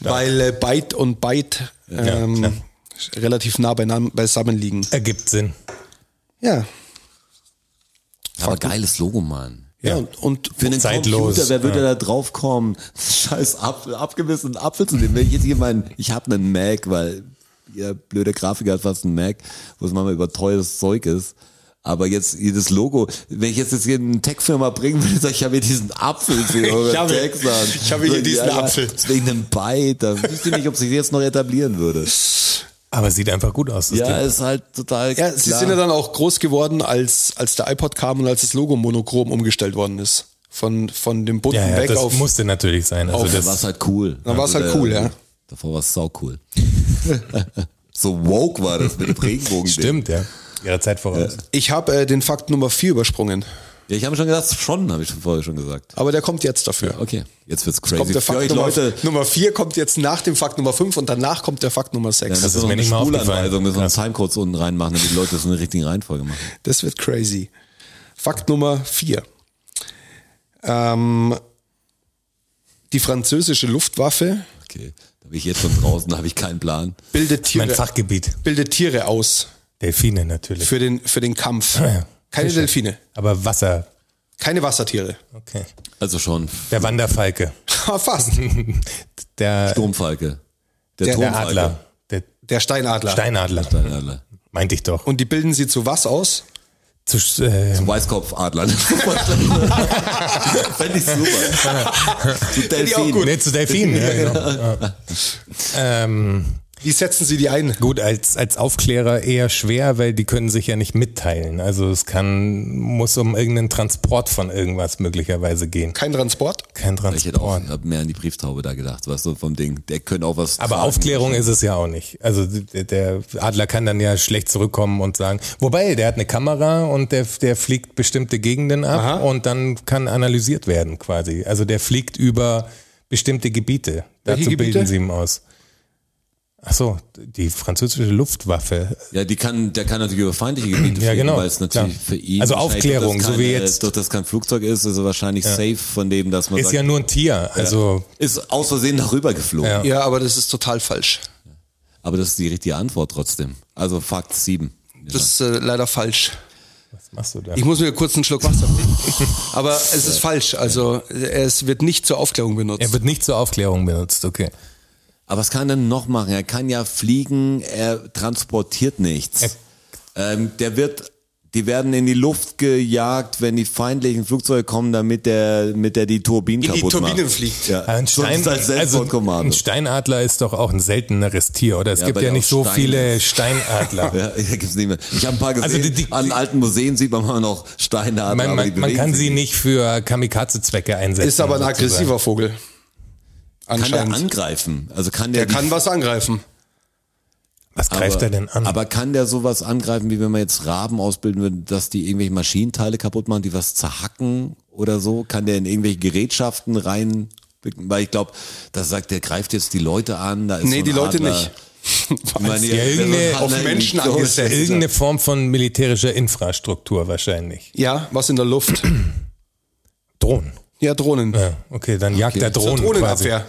[SPEAKER 4] weil äh, Byte und Byte ähm, relativ nah beinan- beisammen liegen.
[SPEAKER 3] Ergibt Sinn.
[SPEAKER 4] Ja.
[SPEAKER 1] aber geiles Logo, Mann.
[SPEAKER 4] Ja, und, und
[SPEAKER 1] Für einen
[SPEAKER 3] Zeitlos,
[SPEAKER 1] Computer, wer würde da drauf kommen, scheiß Apfel, abgewissenen Apfel zu nehmen? Wenn ich jetzt hier meinen, ich habe einen Mac, weil ihr blöder Grafiker hat fast einen Mac, wo es manchmal über teures Zeug ist. Aber jetzt jedes Logo, wenn ich jetzt, jetzt hier eine Tech-Firma bringen würde, sag ich, ich habe hier diesen Apfel für eure
[SPEAKER 4] Ich habe-
[SPEAKER 1] Techs an.
[SPEAKER 4] ich habe hier
[SPEAKER 1] Sagen die,
[SPEAKER 4] diesen
[SPEAKER 1] Alter,
[SPEAKER 4] Apfel.
[SPEAKER 1] das ist Wegen einem Byte, da wüsste ich nicht, ob sich jetzt noch etablieren würde.
[SPEAKER 3] Aber sieht einfach gut aus. Das
[SPEAKER 1] Ja,
[SPEAKER 3] Ding.
[SPEAKER 1] ist halt total
[SPEAKER 4] ja, sie
[SPEAKER 1] klar.
[SPEAKER 4] sind ja dann auch groß geworden, als, als der iPod kam und als das Logo monochrom umgestellt worden ist. Von, von dem bunten
[SPEAKER 3] ja, ja
[SPEAKER 4] weg
[SPEAKER 3] das
[SPEAKER 4] auf.
[SPEAKER 3] musste natürlich sein. Also
[SPEAKER 4] auf
[SPEAKER 1] Dann
[SPEAKER 3] das,
[SPEAKER 1] war es halt cool.
[SPEAKER 4] Dann war's halt
[SPEAKER 1] der-
[SPEAKER 4] cool, ja.
[SPEAKER 1] Davor war es sau cool. so woke war das mit dem Regenbogen.
[SPEAKER 3] stimmt, ja. Ihrer Zeit voraus.
[SPEAKER 4] Ich habe äh, den Fakt Nummer 4 übersprungen,
[SPEAKER 1] Ja, ich habe schon gedacht, schon, habe ich schon vorher schon gesagt.
[SPEAKER 4] aber der kommt jetzt dafür.
[SPEAKER 1] Okay, jetzt wird's crazy.
[SPEAKER 4] Kommt der
[SPEAKER 1] Für euch
[SPEAKER 4] Fakt Nummer,
[SPEAKER 1] Leute,
[SPEAKER 4] Nummer 4 kommt jetzt nach dem Fakt Nummer 5 und danach kommt der Fakt Nummer 6.
[SPEAKER 1] das
[SPEAKER 3] ist
[SPEAKER 1] ist so
[SPEAKER 3] mir
[SPEAKER 1] eine
[SPEAKER 3] nicht mal
[SPEAKER 1] Spulanweisung,
[SPEAKER 3] aufgefallen.
[SPEAKER 1] wir sollen Timecodes unten reinmachen, damit die Leute das in der richtigen Reihenfolge machen.
[SPEAKER 4] Das wird crazy. Fakt Nummer 4. Ähm, die französische Luftwaffe
[SPEAKER 1] Okay, da bin ich jetzt schon draußen, da habe ich keinen Plan.
[SPEAKER 4] bildet
[SPEAKER 3] Mein
[SPEAKER 4] Tiere,
[SPEAKER 3] Fachgebiet.
[SPEAKER 4] bildet Tiere aus
[SPEAKER 3] Delfine natürlich.
[SPEAKER 4] für den, für den Kampf.
[SPEAKER 3] ja.
[SPEAKER 4] Keine
[SPEAKER 3] Fische.
[SPEAKER 4] Delfine,
[SPEAKER 3] Aber Wasser.
[SPEAKER 4] keine Wassertiere.
[SPEAKER 3] Okay.
[SPEAKER 1] Also schon,
[SPEAKER 3] Der Wanderfalke.
[SPEAKER 4] Ha, Fast.
[SPEAKER 3] Der,
[SPEAKER 1] Turmfalke. Der,
[SPEAKER 4] Der- der
[SPEAKER 3] der
[SPEAKER 1] Turmfalke.
[SPEAKER 3] Adler. Der
[SPEAKER 4] Der Steinadler.
[SPEAKER 3] Steinadler.
[SPEAKER 1] Der Adler.
[SPEAKER 3] Meinte ich doch.
[SPEAKER 4] Und die bilden sie zu was aus?
[SPEAKER 3] Zu, äh,
[SPEAKER 1] Weißkopfadler. Fände ich super. Zu
[SPEAKER 4] ich auch
[SPEAKER 1] Delfin.
[SPEAKER 4] gut.
[SPEAKER 3] nee, zu Delfinen. ja, genau. ja. ähm,
[SPEAKER 4] Wie setzen sie die ein?
[SPEAKER 3] Gut, als, als Aufklärer eher schwer, weil die können sich ja nicht mitteilen. Also es kann, muss um irgendeinen Transport von irgendwas möglicherweise gehen.
[SPEAKER 4] Kein Transport?
[SPEAKER 3] Kein
[SPEAKER 1] Ich hätte auch
[SPEAKER 3] Transport.
[SPEAKER 1] hab mehr an die Brieftaube da gedacht, weißt du, vom Ding. Der könnte auch was.
[SPEAKER 3] Aber
[SPEAKER 1] tragen.
[SPEAKER 3] Aufklärung ist es ja auch nicht. Also der, der Adler kann dann ja schlecht zurückkommen und sagen, wobei, der hat eine Kamera und der, der fliegt bestimmte Gegenden ab und dann kann analysiert werden quasi. Also der fliegt über bestimmte Gebiete.
[SPEAKER 4] Welche
[SPEAKER 3] Dazu
[SPEAKER 4] Gebiete?
[SPEAKER 3] bilden sie ihm aus. Ach so, die französische Luftwaffe
[SPEAKER 1] Ja, die kann, der kann natürlich über feindliche Gebiete
[SPEAKER 3] Ja,
[SPEAKER 1] fliegen,
[SPEAKER 3] genau,
[SPEAKER 1] weil es natürlich
[SPEAKER 3] klar.
[SPEAKER 1] für ihn.
[SPEAKER 3] Also
[SPEAKER 1] wahrscheinlich,
[SPEAKER 3] Aufklärung,
[SPEAKER 1] dass
[SPEAKER 3] so
[SPEAKER 1] kein,
[SPEAKER 3] wie
[SPEAKER 1] äh,
[SPEAKER 3] jetzt.
[SPEAKER 1] Dass das kein Flugzeug ist, ist er wahrscheinlich safe von dem, dass man
[SPEAKER 3] ist
[SPEAKER 1] sagt,
[SPEAKER 3] ja nur ein Tier. Also
[SPEAKER 1] ist aus Versehen darüber geflogen.
[SPEAKER 3] Ja.
[SPEAKER 4] Ja, aber das ist total falsch.
[SPEAKER 1] Aber das ist die richtige Antwort trotzdem. Also Fakt 7.
[SPEAKER 4] Das ist äh, leider falsch.
[SPEAKER 3] was machst du da?
[SPEAKER 4] Ich muss mir kurz einen Schluck Wasser nehmen. Aber es ist falsch. Also es wird nicht zur Aufklärung benutzt.
[SPEAKER 3] Er wird nicht zur Aufklärung benutzt, okay.
[SPEAKER 1] Aber was kann er denn noch machen? Er kann ja fliegen, er transportiert nichts. Ähm, der wird, die werden in die Luft gejagt, wenn die feindlichen Flugzeuge kommen, damit der, mit der die Turbinen
[SPEAKER 4] In die
[SPEAKER 1] kaputt macht.
[SPEAKER 4] Turbinen fliegt.
[SPEAKER 1] Ja,
[SPEAKER 3] Ein,
[SPEAKER 1] so ist
[SPEAKER 3] Stein,
[SPEAKER 1] das
[SPEAKER 3] also
[SPEAKER 1] Selbstmordkommando.
[SPEAKER 3] ein Steinadler ist doch auch ein selteneres Tier, oder? Es
[SPEAKER 1] Ja,
[SPEAKER 3] gibt
[SPEAKER 1] weil
[SPEAKER 3] ja
[SPEAKER 1] der
[SPEAKER 3] nicht
[SPEAKER 1] auch
[SPEAKER 3] so
[SPEAKER 1] Stein
[SPEAKER 3] viele Steinadler.
[SPEAKER 1] Ja, hier gibt's nicht mehr. Ich habe ein paar gesehen.
[SPEAKER 3] Ah. Also die- die-
[SPEAKER 1] An alten Museen sieht man immer noch Steine an,
[SPEAKER 3] Man,
[SPEAKER 1] aber die
[SPEAKER 3] man, man
[SPEAKER 1] bewegen
[SPEAKER 3] kann sie
[SPEAKER 1] sich
[SPEAKER 3] nicht für Kamikaze-Zwecke einsetzen.
[SPEAKER 4] Ist aber ein
[SPEAKER 3] sozusagen.
[SPEAKER 4] aggressiver Vogel.
[SPEAKER 1] Kann der
[SPEAKER 4] Anscheinend.
[SPEAKER 1] angreifen? Also kann
[SPEAKER 4] der
[SPEAKER 1] der, die-
[SPEAKER 4] kann was angreifen.
[SPEAKER 3] Was
[SPEAKER 1] aber,
[SPEAKER 3] greift er denn an?
[SPEAKER 1] Aber kann der sowas angreifen, wie wenn man jetzt Raben ausbilden würde, dass die irgendwelche Maschinenteile kaputt machen, die was zerhacken oder so? Kann der in irgendwelche Gerätschaften rein? Weil ich glaube, das sagt, der greift jetzt die Leute an. Da ist
[SPEAKER 4] Nee,
[SPEAKER 1] so ein
[SPEAKER 4] die Leute
[SPEAKER 1] Adler.
[SPEAKER 4] nicht.
[SPEAKER 1] Ich meine,
[SPEAKER 3] Ja, irgendeine-
[SPEAKER 1] wer so ein
[SPEAKER 4] Auf
[SPEAKER 1] Adler
[SPEAKER 4] Menschen
[SPEAKER 1] irgendwie-
[SPEAKER 4] angesetzt.
[SPEAKER 3] Irgendeine Form von militärischer Infrastruktur wahrscheinlich.
[SPEAKER 4] Ja, was in der Luft.
[SPEAKER 3] Drohnen.
[SPEAKER 4] Ja, Drohnen.
[SPEAKER 3] Ja, okay, dann jagt er Drohnen. quasi.
[SPEAKER 4] Drohnenabwehr.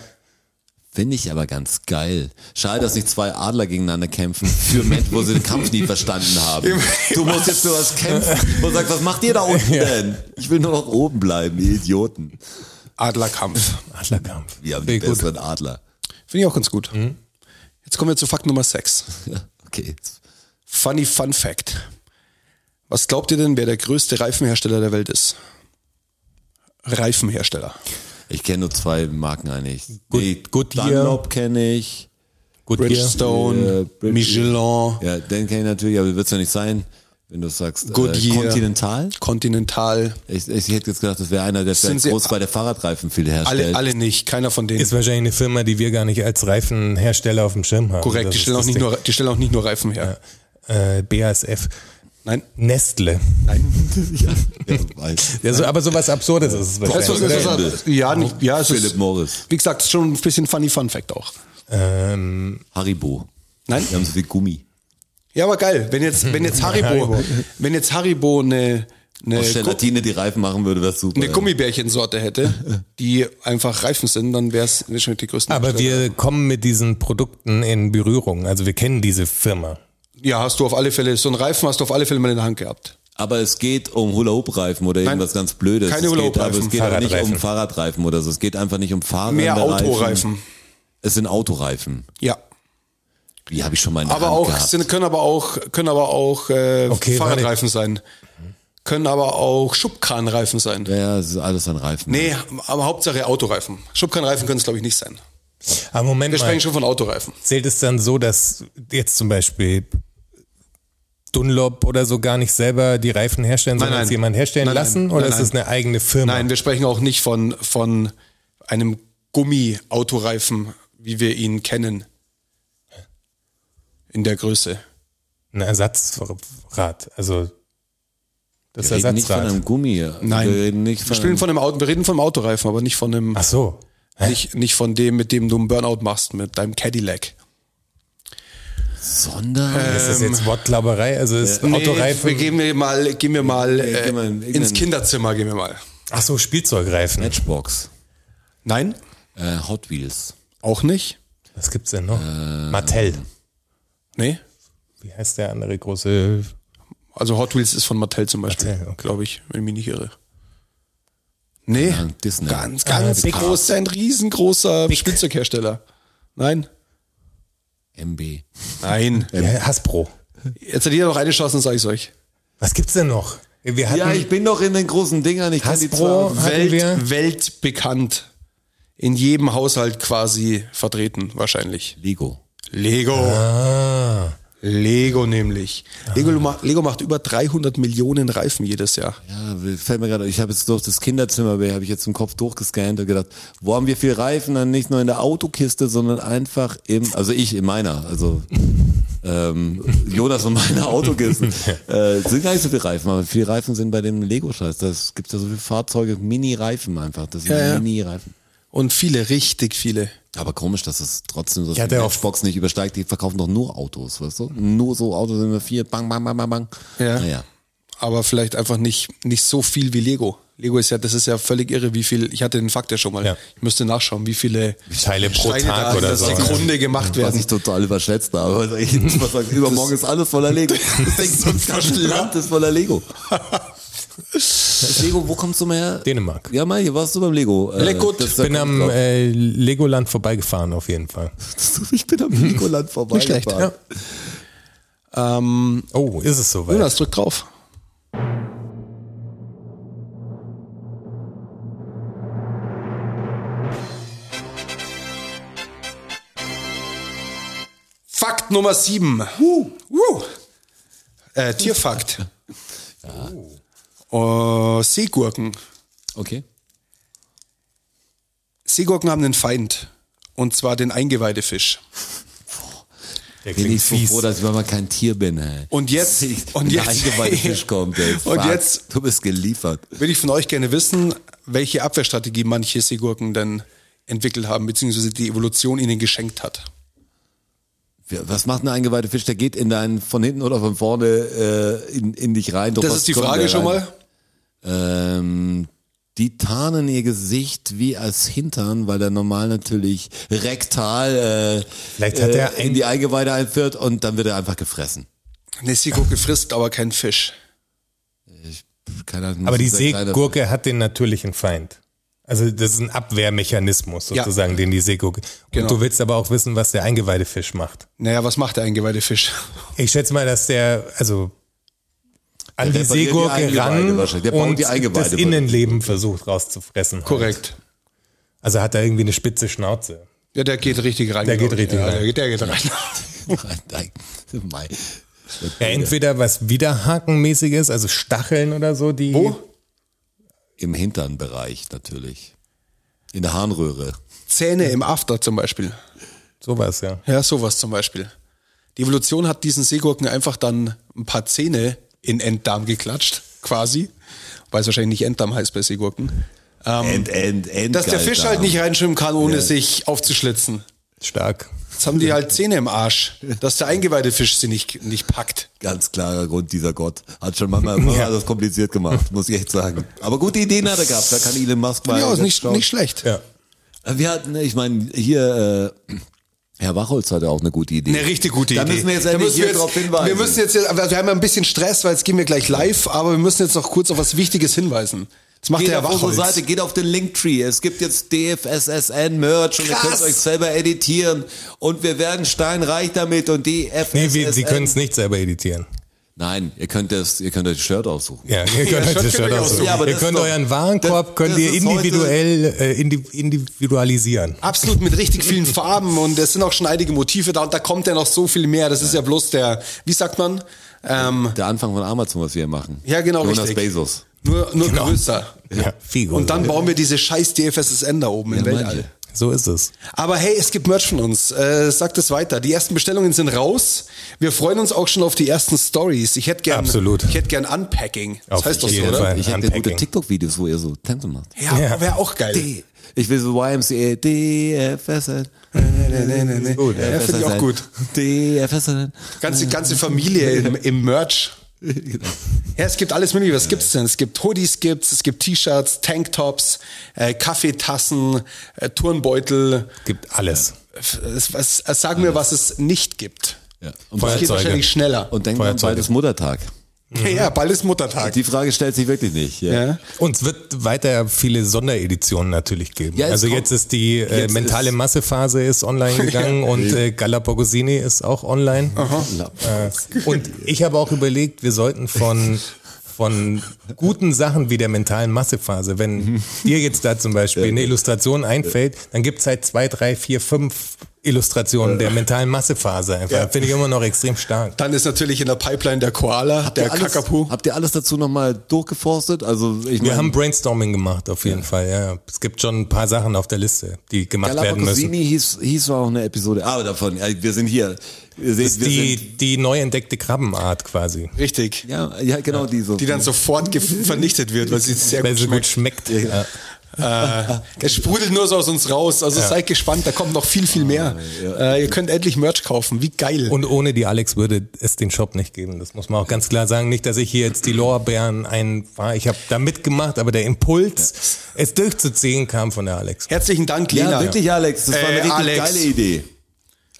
[SPEAKER 1] Finde ich aber ganz geil. Schade, dass nicht zwei Adler gegeneinander kämpfen für Matt, wo sie den Kampf nie verstanden haben. Du musst jetzt nur was kämpfen und sagst, was macht ihr da unten denn? Ich will nur noch oben bleiben, ihr Idioten.
[SPEAKER 4] Adlerkampf.
[SPEAKER 3] Adlerkampf.
[SPEAKER 1] Wir haben
[SPEAKER 3] Okay,
[SPEAKER 1] den
[SPEAKER 3] gut.
[SPEAKER 1] besseren Adler.
[SPEAKER 4] Finde ich auch ganz gut.
[SPEAKER 3] Mhm.
[SPEAKER 4] Jetzt kommen wir zu Fakt Nummer 6.
[SPEAKER 1] Ja, okay.
[SPEAKER 4] Funny Fun Fact. Was glaubt ihr denn, wer der größte Reifenhersteller der Welt ist? Reifenhersteller.
[SPEAKER 1] Ich kenne nur zwei Marken eigentlich.
[SPEAKER 3] Good- Goodyear.
[SPEAKER 1] Dunlop kenne ich.
[SPEAKER 3] Gut, hier.
[SPEAKER 1] Äh,
[SPEAKER 4] Bridgestone,
[SPEAKER 1] Bridge-
[SPEAKER 4] Michelin,
[SPEAKER 1] Ja, den kenne ich natürlich, aber wird es ja nicht sein, wenn du sagst. äh,
[SPEAKER 4] Goodyear.
[SPEAKER 1] Continental?
[SPEAKER 4] Continental.
[SPEAKER 1] Ich, ich hätte jetzt gedacht, das wäre einer, der vielleicht
[SPEAKER 4] sie-
[SPEAKER 1] groß bei der Fahrradreifen viel herstellt.
[SPEAKER 4] Alle, alle nicht. Keiner von denen.
[SPEAKER 3] Ist wahrscheinlich eine Firma, die wir gar nicht als Reifenhersteller auf dem Schirm haben.
[SPEAKER 4] Korrekt,
[SPEAKER 3] Das
[SPEAKER 4] die
[SPEAKER 3] ist
[SPEAKER 4] stellen, auch
[SPEAKER 3] das
[SPEAKER 4] nicht
[SPEAKER 3] Ding.
[SPEAKER 4] nur, die stellen auch nicht nur Reifen her.
[SPEAKER 3] äh, BASF.
[SPEAKER 4] Nein,
[SPEAKER 3] Nestle.
[SPEAKER 1] ja, ja, weiß.
[SPEAKER 3] Ja, so, aber sowas Absurdes ist es
[SPEAKER 4] Weißt du, was
[SPEAKER 3] wahrscheinlich.
[SPEAKER 4] ist
[SPEAKER 1] Ende.
[SPEAKER 4] das? Ja, nicht, ja, es
[SPEAKER 1] Philip
[SPEAKER 4] ist,
[SPEAKER 1] Morris.
[SPEAKER 4] wie gesagt, schon ein bisschen funny Fun Fact auch.
[SPEAKER 3] Ähm,
[SPEAKER 1] Haribo.
[SPEAKER 4] Nein?
[SPEAKER 1] Die haben so viel Gummi.
[SPEAKER 4] Ja, aber geil. Wenn jetzt, wenn jetzt Haribo, wenn jetzt Haribo eine, eine,
[SPEAKER 1] Aus
[SPEAKER 4] Gu-
[SPEAKER 1] Gelatine die Reifen machen würde, wäre super.
[SPEAKER 4] eine Gummibärchensorte hätte, die einfach Reifen sind, dann wäre es wahrscheinlich die größten.
[SPEAKER 3] aber
[SPEAKER 4] Hersteller.
[SPEAKER 3] wir kommen mit diesen Produkten in Berührung. Also wir kennen diese Firma.
[SPEAKER 4] ja, hast du auf alle Fälle, so einen Reifen hast du auf alle Fälle mal in der Hand gehabt.
[SPEAKER 1] Aber es geht um Hula-Hoop-Reifen oder irgendwas ganz Blödes.
[SPEAKER 4] keine
[SPEAKER 1] es geht,
[SPEAKER 4] Hula-Hoop-Reifen,
[SPEAKER 1] aber es geht auch nicht
[SPEAKER 3] Fahrradreifen.
[SPEAKER 1] um Fahrradreifen oder so. Es geht einfach nicht um Fahrräder.
[SPEAKER 4] Mehr Autoreifen.
[SPEAKER 1] Es sind Autoreifen.
[SPEAKER 4] Ja.
[SPEAKER 1] Die habe ich schon mal in der
[SPEAKER 4] Aber
[SPEAKER 1] Hand
[SPEAKER 4] auch,
[SPEAKER 1] gehabt.
[SPEAKER 4] sind, können aber auch, können aber auch äh,
[SPEAKER 3] Okay,
[SPEAKER 4] Fahrradreifen sein. Können aber auch Schubkranreifen sein.
[SPEAKER 1] ja, ja, es ist alles an Reifen.
[SPEAKER 4] Nee, aber Hauptsache Autoreifen. Schubkranreifen können es, glaube ich, nicht sein.
[SPEAKER 3] Aber Moment
[SPEAKER 4] Wir
[SPEAKER 3] mal,
[SPEAKER 4] sprechen schon von Autoreifen.
[SPEAKER 3] zählt es dann so, dass jetzt zum Beispiel Dunlop oder so gar nicht selber die Reifen herstellen, sondern
[SPEAKER 4] nein.
[SPEAKER 3] es jemand herstellen
[SPEAKER 4] Nein, nein.
[SPEAKER 3] lassen? Oder ist
[SPEAKER 4] Nein,
[SPEAKER 3] es
[SPEAKER 4] nein.
[SPEAKER 3] eine eigene Firma?
[SPEAKER 4] Nein, wir sprechen auch nicht von, von einem Gummi-Autoreifen, wie wir ihn kennen. In der Größe.
[SPEAKER 3] Ein Ersatzrad. Also das
[SPEAKER 1] wir reden nicht von
[SPEAKER 3] Ersatzrad.
[SPEAKER 1] einem Gummi.
[SPEAKER 4] Nein.
[SPEAKER 1] Wir reden nicht
[SPEAKER 4] Wir,
[SPEAKER 1] von
[SPEAKER 4] spielen
[SPEAKER 1] einem,
[SPEAKER 4] von einem Ah, Auto, wir reden vom Autoreifen, aber nicht von einem,
[SPEAKER 3] Ach so.
[SPEAKER 4] nicht, nicht von dem, mit dem du einen Burnout machst, mit deinem Cadillac.
[SPEAKER 1] Sonder.
[SPEAKER 3] Ist das jetzt Wortklauberei? Also ist
[SPEAKER 4] Ähm. wir
[SPEAKER 3] Autoreifen.
[SPEAKER 4] gehen wir mal, gehen wir mal äh,
[SPEAKER 1] gehen wir in-
[SPEAKER 4] ins Kinderzimmer, gehen wir mal.
[SPEAKER 3] Ach so, Spielzeugreifen.
[SPEAKER 1] Matchbox.
[SPEAKER 4] Nein,
[SPEAKER 1] Äh, Hot Wheels.
[SPEAKER 4] auch nicht.
[SPEAKER 3] Was gibt's denn noch?
[SPEAKER 4] Ähm.
[SPEAKER 3] Mattel.
[SPEAKER 4] Nee.
[SPEAKER 3] Wie heißt der andere große?
[SPEAKER 4] Also Hot Wheels ist von Mattel zum Beispiel,
[SPEAKER 3] Mattel, okay.
[SPEAKER 4] glaube ich, wenn ich mich nicht irre. Nee,
[SPEAKER 1] Äh, Disney.
[SPEAKER 4] ganz, ganz
[SPEAKER 3] Big
[SPEAKER 4] groß, ein riesengroßer Spielzeughersteller. Nein?
[SPEAKER 1] MB.
[SPEAKER 4] Nein.
[SPEAKER 3] Ja, Hasbro.
[SPEAKER 4] Jetzt hat jeder noch eine Chance, dann sage ich euch.
[SPEAKER 3] Was gibt's denn noch? Wir hatten
[SPEAKER 1] Ja, ich bin doch in den großen Dingern. Ich kann die
[SPEAKER 3] Hasbro
[SPEAKER 1] zwar.
[SPEAKER 3] hatten
[SPEAKER 4] Welt,
[SPEAKER 3] wir.
[SPEAKER 4] weltbekannt. In jedem Haushalt quasi vertreten, wahrscheinlich.
[SPEAKER 1] Lego.
[SPEAKER 4] Lego.
[SPEAKER 3] Ah,
[SPEAKER 4] Lego nämlich. Lego, ma- Lego macht über 300 Millionen Reifen jedes Jahr.
[SPEAKER 1] Ja, fällt mir gerade, ich habe jetzt durch das Kinderzimmer, habe ich jetzt im Kopf durchgescannt und gedacht, wo haben wir viel Reifen? Dann nicht nur in der Autokiste, sondern einfach im, also ich in meiner, also ähm, Jonas und meine Autokiste. äh, sind gar nicht so viel Reifen, aber viel Reifen sind bei dem Lego-Scheiß. Das gibt's ja so viele Fahrzeuge, Mini-Reifen einfach. Das sind
[SPEAKER 4] Ja, ja.
[SPEAKER 1] Mini-Reifen.
[SPEAKER 4] Und viele, richtig viele.
[SPEAKER 1] Aber komisch, dass es trotzdem so
[SPEAKER 3] Ja,
[SPEAKER 1] viel
[SPEAKER 3] der auf-
[SPEAKER 1] Matchbox nicht übersteigt. Die verkaufen doch nur Autos, weißt du? Nur so Autos sind wir vier, bang, bang, bang, bang, bang.
[SPEAKER 4] Ja.
[SPEAKER 1] Naja.
[SPEAKER 4] aber vielleicht einfach nicht, nicht so viel wie Lego. Lego ist ja, das ist ja völlig irre, wie viel, ich hatte den Fakt ja schon mal,
[SPEAKER 3] Ja.
[SPEAKER 4] ich müsste nachschauen, wie viele
[SPEAKER 3] Teile pro
[SPEAKER 4] Steine
[SPEAKER 3] Tag
[SPEAKER 4] da in
[SPEAKER 3] oder
[SPEAKER 4] der
[SPEAKER 3] so.
[SPEAKER 4] Sekunde gemacht
[SPEAKER 1] Was
[SPEAKER 4] werden.
[SPEAKER 1] ich total überschätzt habe. Also ich was sagt, übermorgen ist alles voller Lego. Das Ding das ganze Land ist voller Lego. Das Lego, wo kommst du mal her?
[SPEAKER 3] Dänemark.
[SPEAKER 1] Ja, mal, hier warst du beim Lego. Äh,
[SPEAKER 4] Lego.
[SPEAKER 1] das ist
[SPEAKER 3] Ich bin
[SPEAKER 1] der
[SPEAKER 3] am
[SPEAKER 1] Grund,
[SPEAKER 3] äh, Legoland vorbeigefahren auf jeden Fall.
[SPEAKER 1] glaub ich. ich bin am Legoland vorbei.
[SPEAKER 4] Nicht schlecht,
[SPEAKER 1] gefahren.
[SPEAKER 4] Ähm,
[SPEAKER 3] Oh, ist es soweit?
[SPEAKER 4] Jonas, drück drauf. Fakt Nummer 7. Uh. Uh. Äh, Tierfakt. Oh, Seegurken.
[SPEAKER 1] Okay.
[SPEAKER 4] Seegurken haben einen Feind. Und zwar den Eingeweidefisch.
[SPEAKER 3] Der
[SPEAKER 1] Bin
[SPEAKER 3] klingt
[SPEAKER 1] ich so
[SPEAKER 3] fies.
[SPEAKER 1] froh, dass ich mal kein Tier bin. Ey.
[SPEAKER 4] Und jetzt, und
[SPEAKER 1] Der
[SPEAKER 4] jetzt,
[SPEAKER 1] eingeweihte Fisch kommt. Ey.
[SPEAKER 4] und
[SPEAKER 1] Fuck,
[SPEAKER 4] jetzt
[SPEAKER 1] Du bist geliefert.
[SPEAKER 4] würde ich von euch gerne wissen, welche Abwehrstrategie manche Seegurken denn entwickelt haben, beziehungsweise die Evolution ihnen geschenkt hat.
[SPEAKER 1] Was macht ein eingeweihter Fisch? Der geht in deinen von hinten oder von vorne äh, in, in dich rein. Doch
[SPEAKER 4] Das
[SPEAKER 1] was
[SPEAKER 4] ist die
[SPEAKER 1] kommt
[SPEAKER 4] Frage
[SPEAKER 1] der
[SPEAKER 4] schon
[SPEAKER 1] rein?
[SPEAKER 4] mal.
[SPEAKER 1] Ähm, die tarnen ihr Gesicht wie als Hintern, weil der normal natürlich rektal äh,
[SPEAKER 3] Vielleicht hat der
[SPEAKER 1] äh, in die Eingeweide einführt und dann wird er einfach gefressen.
[SPEAKER 4] Eine Seegurke frisst aber keinen Fisch.
[SPEAKER 1] Ich, keine Ahnung,
[SPEAKER 3] Aber die
[SPEAKER 1] muss ein sehr kleiner-
[SPEAKER 3] Seegurke hat den natürlichen Feind. Also das ist ein Abwehrmechanismus
[SPEAKER 4] Ja.
[SPEAKER 3] sozusagen, den die Seegurke.
[SPEAKER 4] Genau.
[SPEAKER 3] Und du willst aber auch wissen, was der Eingeweidefisch macht.
[SPEAKER 4] Naja, was macht der Eingeweidefisch?
[SPEAKER 3] Ich schätze mal, dass der, also an
[SPEAKER 1] Der
[SPEAKER 3] die
[SPEAKER 1] repariert die
[SPEAKER 3] Seegurke
[SPEAKER 1] Eingeweide
[SPEAKER 3] ran
[SPEAKER 1] wahrscheinlich. Der baut
[SPEAKER 3] und
[SPEAKER 1] die Eingeweide
[SPEAKER 3] das
[SPEAKER 1] wohl.
[SPEAKER 3] Innenleben versucht rauszufressen. halt.
[SPEAKER 4] Korrekt.
[SPEAKER 3] Also hat er irgendwie eine spitze Schnauze.
[SPEAKER 4] Ja, der geht richtig rein.
[SPEAKER 3] Der
[SPEAKER 4] glaub
[SPEAKER 3] geht
[SPEAKER 4] ich.
[SPEAKER 3] richtig
[SPEAKER 4] ja,
[SPEAKER 3] rein.
[SPEAKER 4] Der geht, der geht rein.
[SPEAKER 1] Nein, Mei.
[SPEAKER 3] Ja, entweder was Widerhakenmäßig ist, also Stacheln oder so, die.
[SPEAKER 4] Wo?
[SPEAKER 1] Im Hinternbereich natürlich. In der Harnröhre.
[SPEAKER 4] Zähne im After zum Beispiel.
[SPEAKER 3] Sowas, ja.
[SPEAKER 4] Ja, sowas zum Beispiel. Die Evolution hat diesen Seegurken einfach dann ein paar Zähne in Enddarm geklatscht, quasi. Weil es wahrscheinlich nicht Enddarm heißt bei Seegurken. Ähm,
[SPEAKER 1] End, end, end.
[SPEAKER 4] Dass der
[SPEAKER 1] Geil,
[SPEAKER 4] Fisch
[SPEAKER 1] da.
[SPEAKER 4] halt nicht reinschwimmen kann, ohne sich aufzuschlitzen.
[SPEAKER 3] Stark.
[SPEAKER 4] Jetzt haben die halt Zähne im Arsch, dass der Eingeweidefisch sie nicht, nicht packt.
[SPEAKER 1] Ganz klarer Grund, dieser Gott. Hat schon manchmal immer
[SPEAKER 3] Ja.
[SPEAKER 1] alles kompliziert gemacht, muss ich echt sagen. Aber gute Ideen hat er gehabt, da kann Elon Musk mal.
[SPEAKER 4] Ja, ist nicht,
[SPEAKER 1] wegschauen.
[SPEAKER 4] nicht schlecht.
[SPEAKER 3] Ja.
[SPEAKER 1] Äh, Wir hatten, ich meine, hier, äh, Herr Wachholz hatte auch eine gute Idee.
[SPEAKER 4] Eine richtig gute
[SPEAKER 1] da
[SPEAKER 4] Idee.
[SPEAKER 1] Müssen wir jetzt endlich
[SPEAKER 4] müssen
[SPEAKER 1] hier
[SPEAKER 4] wir jetzt-
[SPEAKER 1] drauf hinweisen.
[SPEAKER 4] Wir müssen jetzt, also wir haben ja ein bisschen Stress, weil jetzt gehen wir gleich live, aber wir müssen jetzt noch kurz auf was Wichtiges hinweisen. Das macht
[SPEAKER 1] Geht
[SPEAKER 4] der Herr
[SPEAKER 1] auf unsere
[SPEAKER 4] Wachholz.
[SPEAKER 1] Seite, geht auf den Linktree. Es gibt jetzt DFSSN-Merch und ihr
[SPEAKER 4] Krass.
[SPEAKER 1] könnt euch selber editieren. Und wir werden steinreich damit und
[SPEAKER 3] Nee, wir,
[SPEAKER 1] DFSSN.
[SPEAKER 3] sie können es nicht selber editieren.
[SPEAKER 1] Nein, ihr könnt, das, ihr könnt euch das Shirt aussuchen.
[SPEAKER 3] Ja, ihr könnt
[SPEAKER 4] das
[SPEAKER 3] euch das
[SPEAKER 4] könnt
[SPEAKER 3] Shirt
[SPEAKER 4] ihr auch
[SPEAKER 3] aussuchen.
[SPEAKER 1] so. Ja, aber
[SPEAKER 3] ihr
[SPEAKER 1] das
[SPEAKER 3] könnt
[SPEAKER 1] ist doch-
[SPEAKER 3] euren Warenkorb,
[SPEAKER 1] das-
[SPEAKER 3] könnt
[SPEAKER 1] das
[SPEAKER 3] ihr
[SPEAKER 1] ist heute-
[SPEAKER 3] individuell äh, indi individualisieren.
[SPEAKER 4] Absolut mit richtig vielen Farben und es sind auch schon einige Motive da und da kommt ja noch so viel mehr. Das ist ja bloß der, wie sagt man? Ähm,
[SPEAKER 1] Der Anfang von Amazon, was wir hier machen.
[SPEAKER 4] Ja, genau,
[SPEAKER 1] Jonas
[SPEAKER 4] richtig.
[SPEAKER 1] Bezos.
[SPEAKER 4] nur nur
[SPEAKER 3] Genau.
[SPEAKER 4] größer.
[SPEAKER 3] Ja, Figur.
[SPEAKER 4] Und dann bauen wir diese scheiß DFSSN da oben im
[SPEAKER 1] manche.
[SPEAKER 4] Weltall.
[SPEAKER 3] so ist es.
[SPEAKER 4] Aber hey, es gibt Merch von uns. Äh, sagt es weiter. Die ersten Bestellungen sind raus. Wir freuen uns auch schon auf die ersten Stories. Ich hätte gern,
[SPEAKER 3] Absolut.
[SPEAKER 4] ich hätte gern Unpacking. Das
[SPEAKER 3] Auf
[SPEAKER 4] heißt doch so,
[SPEAKER 3] jeden
[SPEAKER 4] oder?
[SPEAKER 3] Fall.
[SPEAKER 1] Ich habe
[SPEAKER 3] Unpacking.
[SPEAKER 1] gute TikTok-Videos, wo ihr so Tänze macht.
[SPEAKER 4] Ja,
[SPEAKER 3] Ja.
[SPEAKER 4] wäre auch geil.
[SPEAKER 1] D- Ich will so YMCA, DFSSN.
[SPEAKER 4] Nee, nee, nee, nee.
[SPEAKER 3] Gut,
[SPEAKER 4] ja, finde ich auch gut.
[SPEAKER 1] DFSSN.
[SPEAKER 4] Ganze, ganze Familie im, im Merch.
[SPEAKER 1] Genau.
[SPEAKER 4] Ja, es gibt alles mögliche. Was gibt's denn? Es gibt Hoodies, gibt's, es gibt T-Shirts, Tanktops, äh, Kaffeetassen, äh, Turnbeutel.
[SPEAKER 3] Gibt alles.
[SPEAKER 4] F- Es, was, sag mir, was es nicht gibt.
[SPEAKER 1] Ja. Und,
[SPEAKER 4] Das geht
[SPEAKER 3] Feuerzeuge.
[SPEAKER 4] wahrscheinlich schneller.
[SPEAKER 1] und denk mal,
[SPEAKER 3] Feuerzeuge.
[SPEAKER 1] bald ist Muttertag.
[SPEAKER 4] ja, bald ist Muttertag.
[SPEAKER 1] Die Frage stellt sich wirklich nicht. Ja.
[SPEAKER 4] Ja.
[SPEAKER 3] Und es wird weiter viele Sondereditionen natürlich geben.
[SPEAKER 1] Ja, es
[SPEAKER 3] also
[SPEAKER 1] kommt-
[SPEAKER 3] jetzt ist die äh,
[SPEAKER 1] jetzt
[SPEAKER 3] mentale
[SPEAKER 1] ist-
[SPEAKER 3] Massephase ist online gegangen und äh, Galapagosini ist auch online. Äh, und ich habe auch überlegt, wir sollten von von guten Sachen wie der mentalen Massephase, wenn dir jetzt da zum Beispiel eine Illustration einfällt, dann gibt's halt zwei, drei, vier, fünf Illustrationen der mentalen Massephase. Einfach.
[SPEAKER 4] Ja.
[SPEAKER 3] Finde ich immer noch extrem stark.
[SPEAKER 4] Dann ist natürlich in der Pipeline der Koala, der
[SPEAKER 1] Habt ihr alles-
[SPEAKER 4] Kakapu.
[SPEAKER 1] Habt ihr alles dazu nochmal durchgeforstet? Also ich
[SPEAKER 3] Wir
[SPEAKER 1] mein,
[SPEAKER 3] haben Brainstorming gemacht, auf jeden Fall. Ja. Es gibt schon ein paar Sachen auf der Liste, die gemacht werden müssen.
[SPEAKER 1] Galapagosini hieß, hieß war auch eine Episode. Aber davon, ja, wir sind hier. Ihr seht, wir
[SPEAKER 3] Die,
[SPEAKER 1] sind,
[SPEAKER 3] die neu entdeckte Krabbenart quasi.
[SPEAKER 4] Richtig.
[SPEAKER 1] ja, ja, genau die so.
[SPEAKER 4] Die dann sofort ge- vernichtet wird, weil sie sehr
[SPEAKER 3] Weil
[SPEAKER 4] gut
[SPEAKER 3] sie gut
[SPEAKER 4] schmeckt.
[SPEAKER 3] schmeckt. Ja.
[SPEAKER 4] Äh, es sprudelt nur so aus uns raus. Also seid gespannt, da kommt noch viel, viel mehr. Äh, ihr könnt endlich Merch kaufen. Wie geil.
[SPEAKER 3] Und ohne die Alex würde es den Shop nicht geben. Das muss man auch ganz klar sagen. Nicht, dass ich hier jetzt die Lorbeeren einfahre. Ich habe da mitgemacht, aber der Impuls, es durchzuziehen, kam von der Alex.
[SPEAKER 4] Herzlichen Dank,
[SPEAKER 1] ja,
[SPEAKER 4] Lena.
[SPEAKER 1] wirklich, Alex. Das war eine
[SPEAKER 4] Äh,
[SPEAKER 1] richtig
[SPEAKER 4] Alex.
[SPEAKER 1] geile Idee.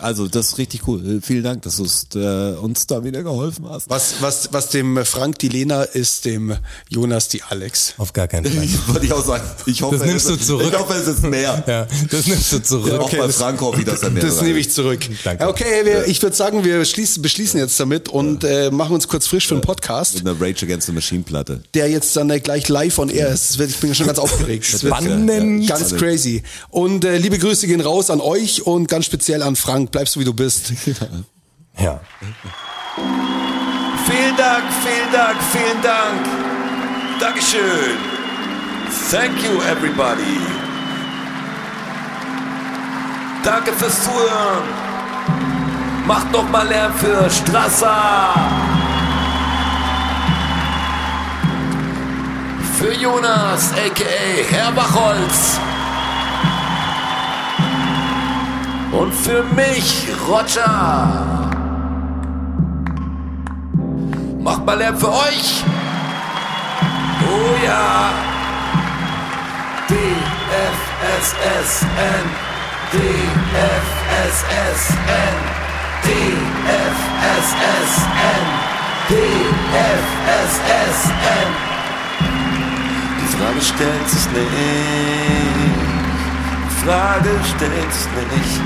[SPEAKER 1] Also, das ist richtig cool. Äh, Vielen Dank, dass du es, äh, uns da wieder geholfen hast.
[SPEAKER 4] Was, was, was dem Frank die Lena ist, dem Jonas die Alex.
[SPEAKER 3] Auf gar keinen Fall.
[SPEAKER 1] Wollte ich auch sagen. Ich hoffe,
[SPEAKER 3] Das nimmst
[SPEAKER 1] es
[SPEAKER 3] du
[SPEAKER 1] ist,
[SPEAKER 3] zurück.
[SPEAKER 1] Ich hoffe, es ist mehr.
[SPEAKER 3] Ja, das nimmst du zurück.
[SPEAKER 1] auch bei Frank hoffe ich, dass er mehr
[SPEAKER 4] Das
[SPEAKER 1] sagt.
[SPEAKER 4] nehme ich zurück.
[SPEAKER 3] Danke.
[SPEAKER 4] Okay, wir, ich würde sagen, wir schließen, beschließen jetzt damit und äh, machen uns kurz frisch für den Podcast,
[SPEAKER 1] Mit einer Rage Against the Machine Platte.
[SPEAKER 4] der jetzt dann äh, gleich live on air ist. Das wird- Ich bin schon ganz aufgeregt. Das wird-
[SPEAKER 3] Spannend.
[SPEAKER 4] Ganz crazy. Und äh, liebe Grüße gehen raus an euch und ganz speziell an Frank. Bleib so, wie du bist.
[SPEAKER 3] Ja.
[SPEAKER 6] Vielen Dank, vielen Dank, vielen Dank. Dankeschön. Thank you, everybody. Danke fürs Zuhören. Macht noch mal Lärm für Strasser. Für Jonas, a.k.a. Herr Bachholz. Und für mich, Roger. Macht mal Lärm für euch. Oh ja. DFSSN. DFSSN. DFSSN. DFSSN. Die Frage stellt sich nicht. Die Frage stellt sich nicht.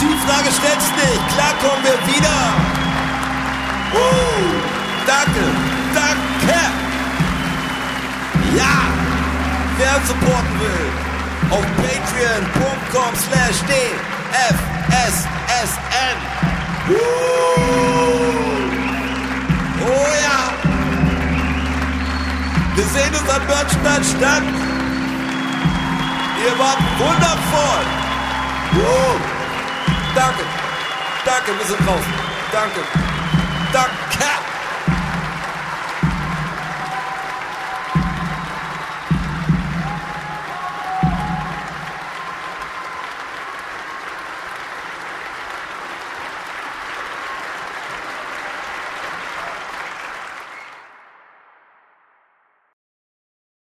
[SPEAKER 6] Die Frage stellt sich nicht. Klar kommen wir wieder. Uh, danke, danke. Ja, wer uns supporten will, auf patreon.com slash dfssn. Uh, oh ja. Wir sehen uns am Börnstein statt. Ihr wart wundervoll. Uh, danke, danke, wir sind draußen. Danke. Danke!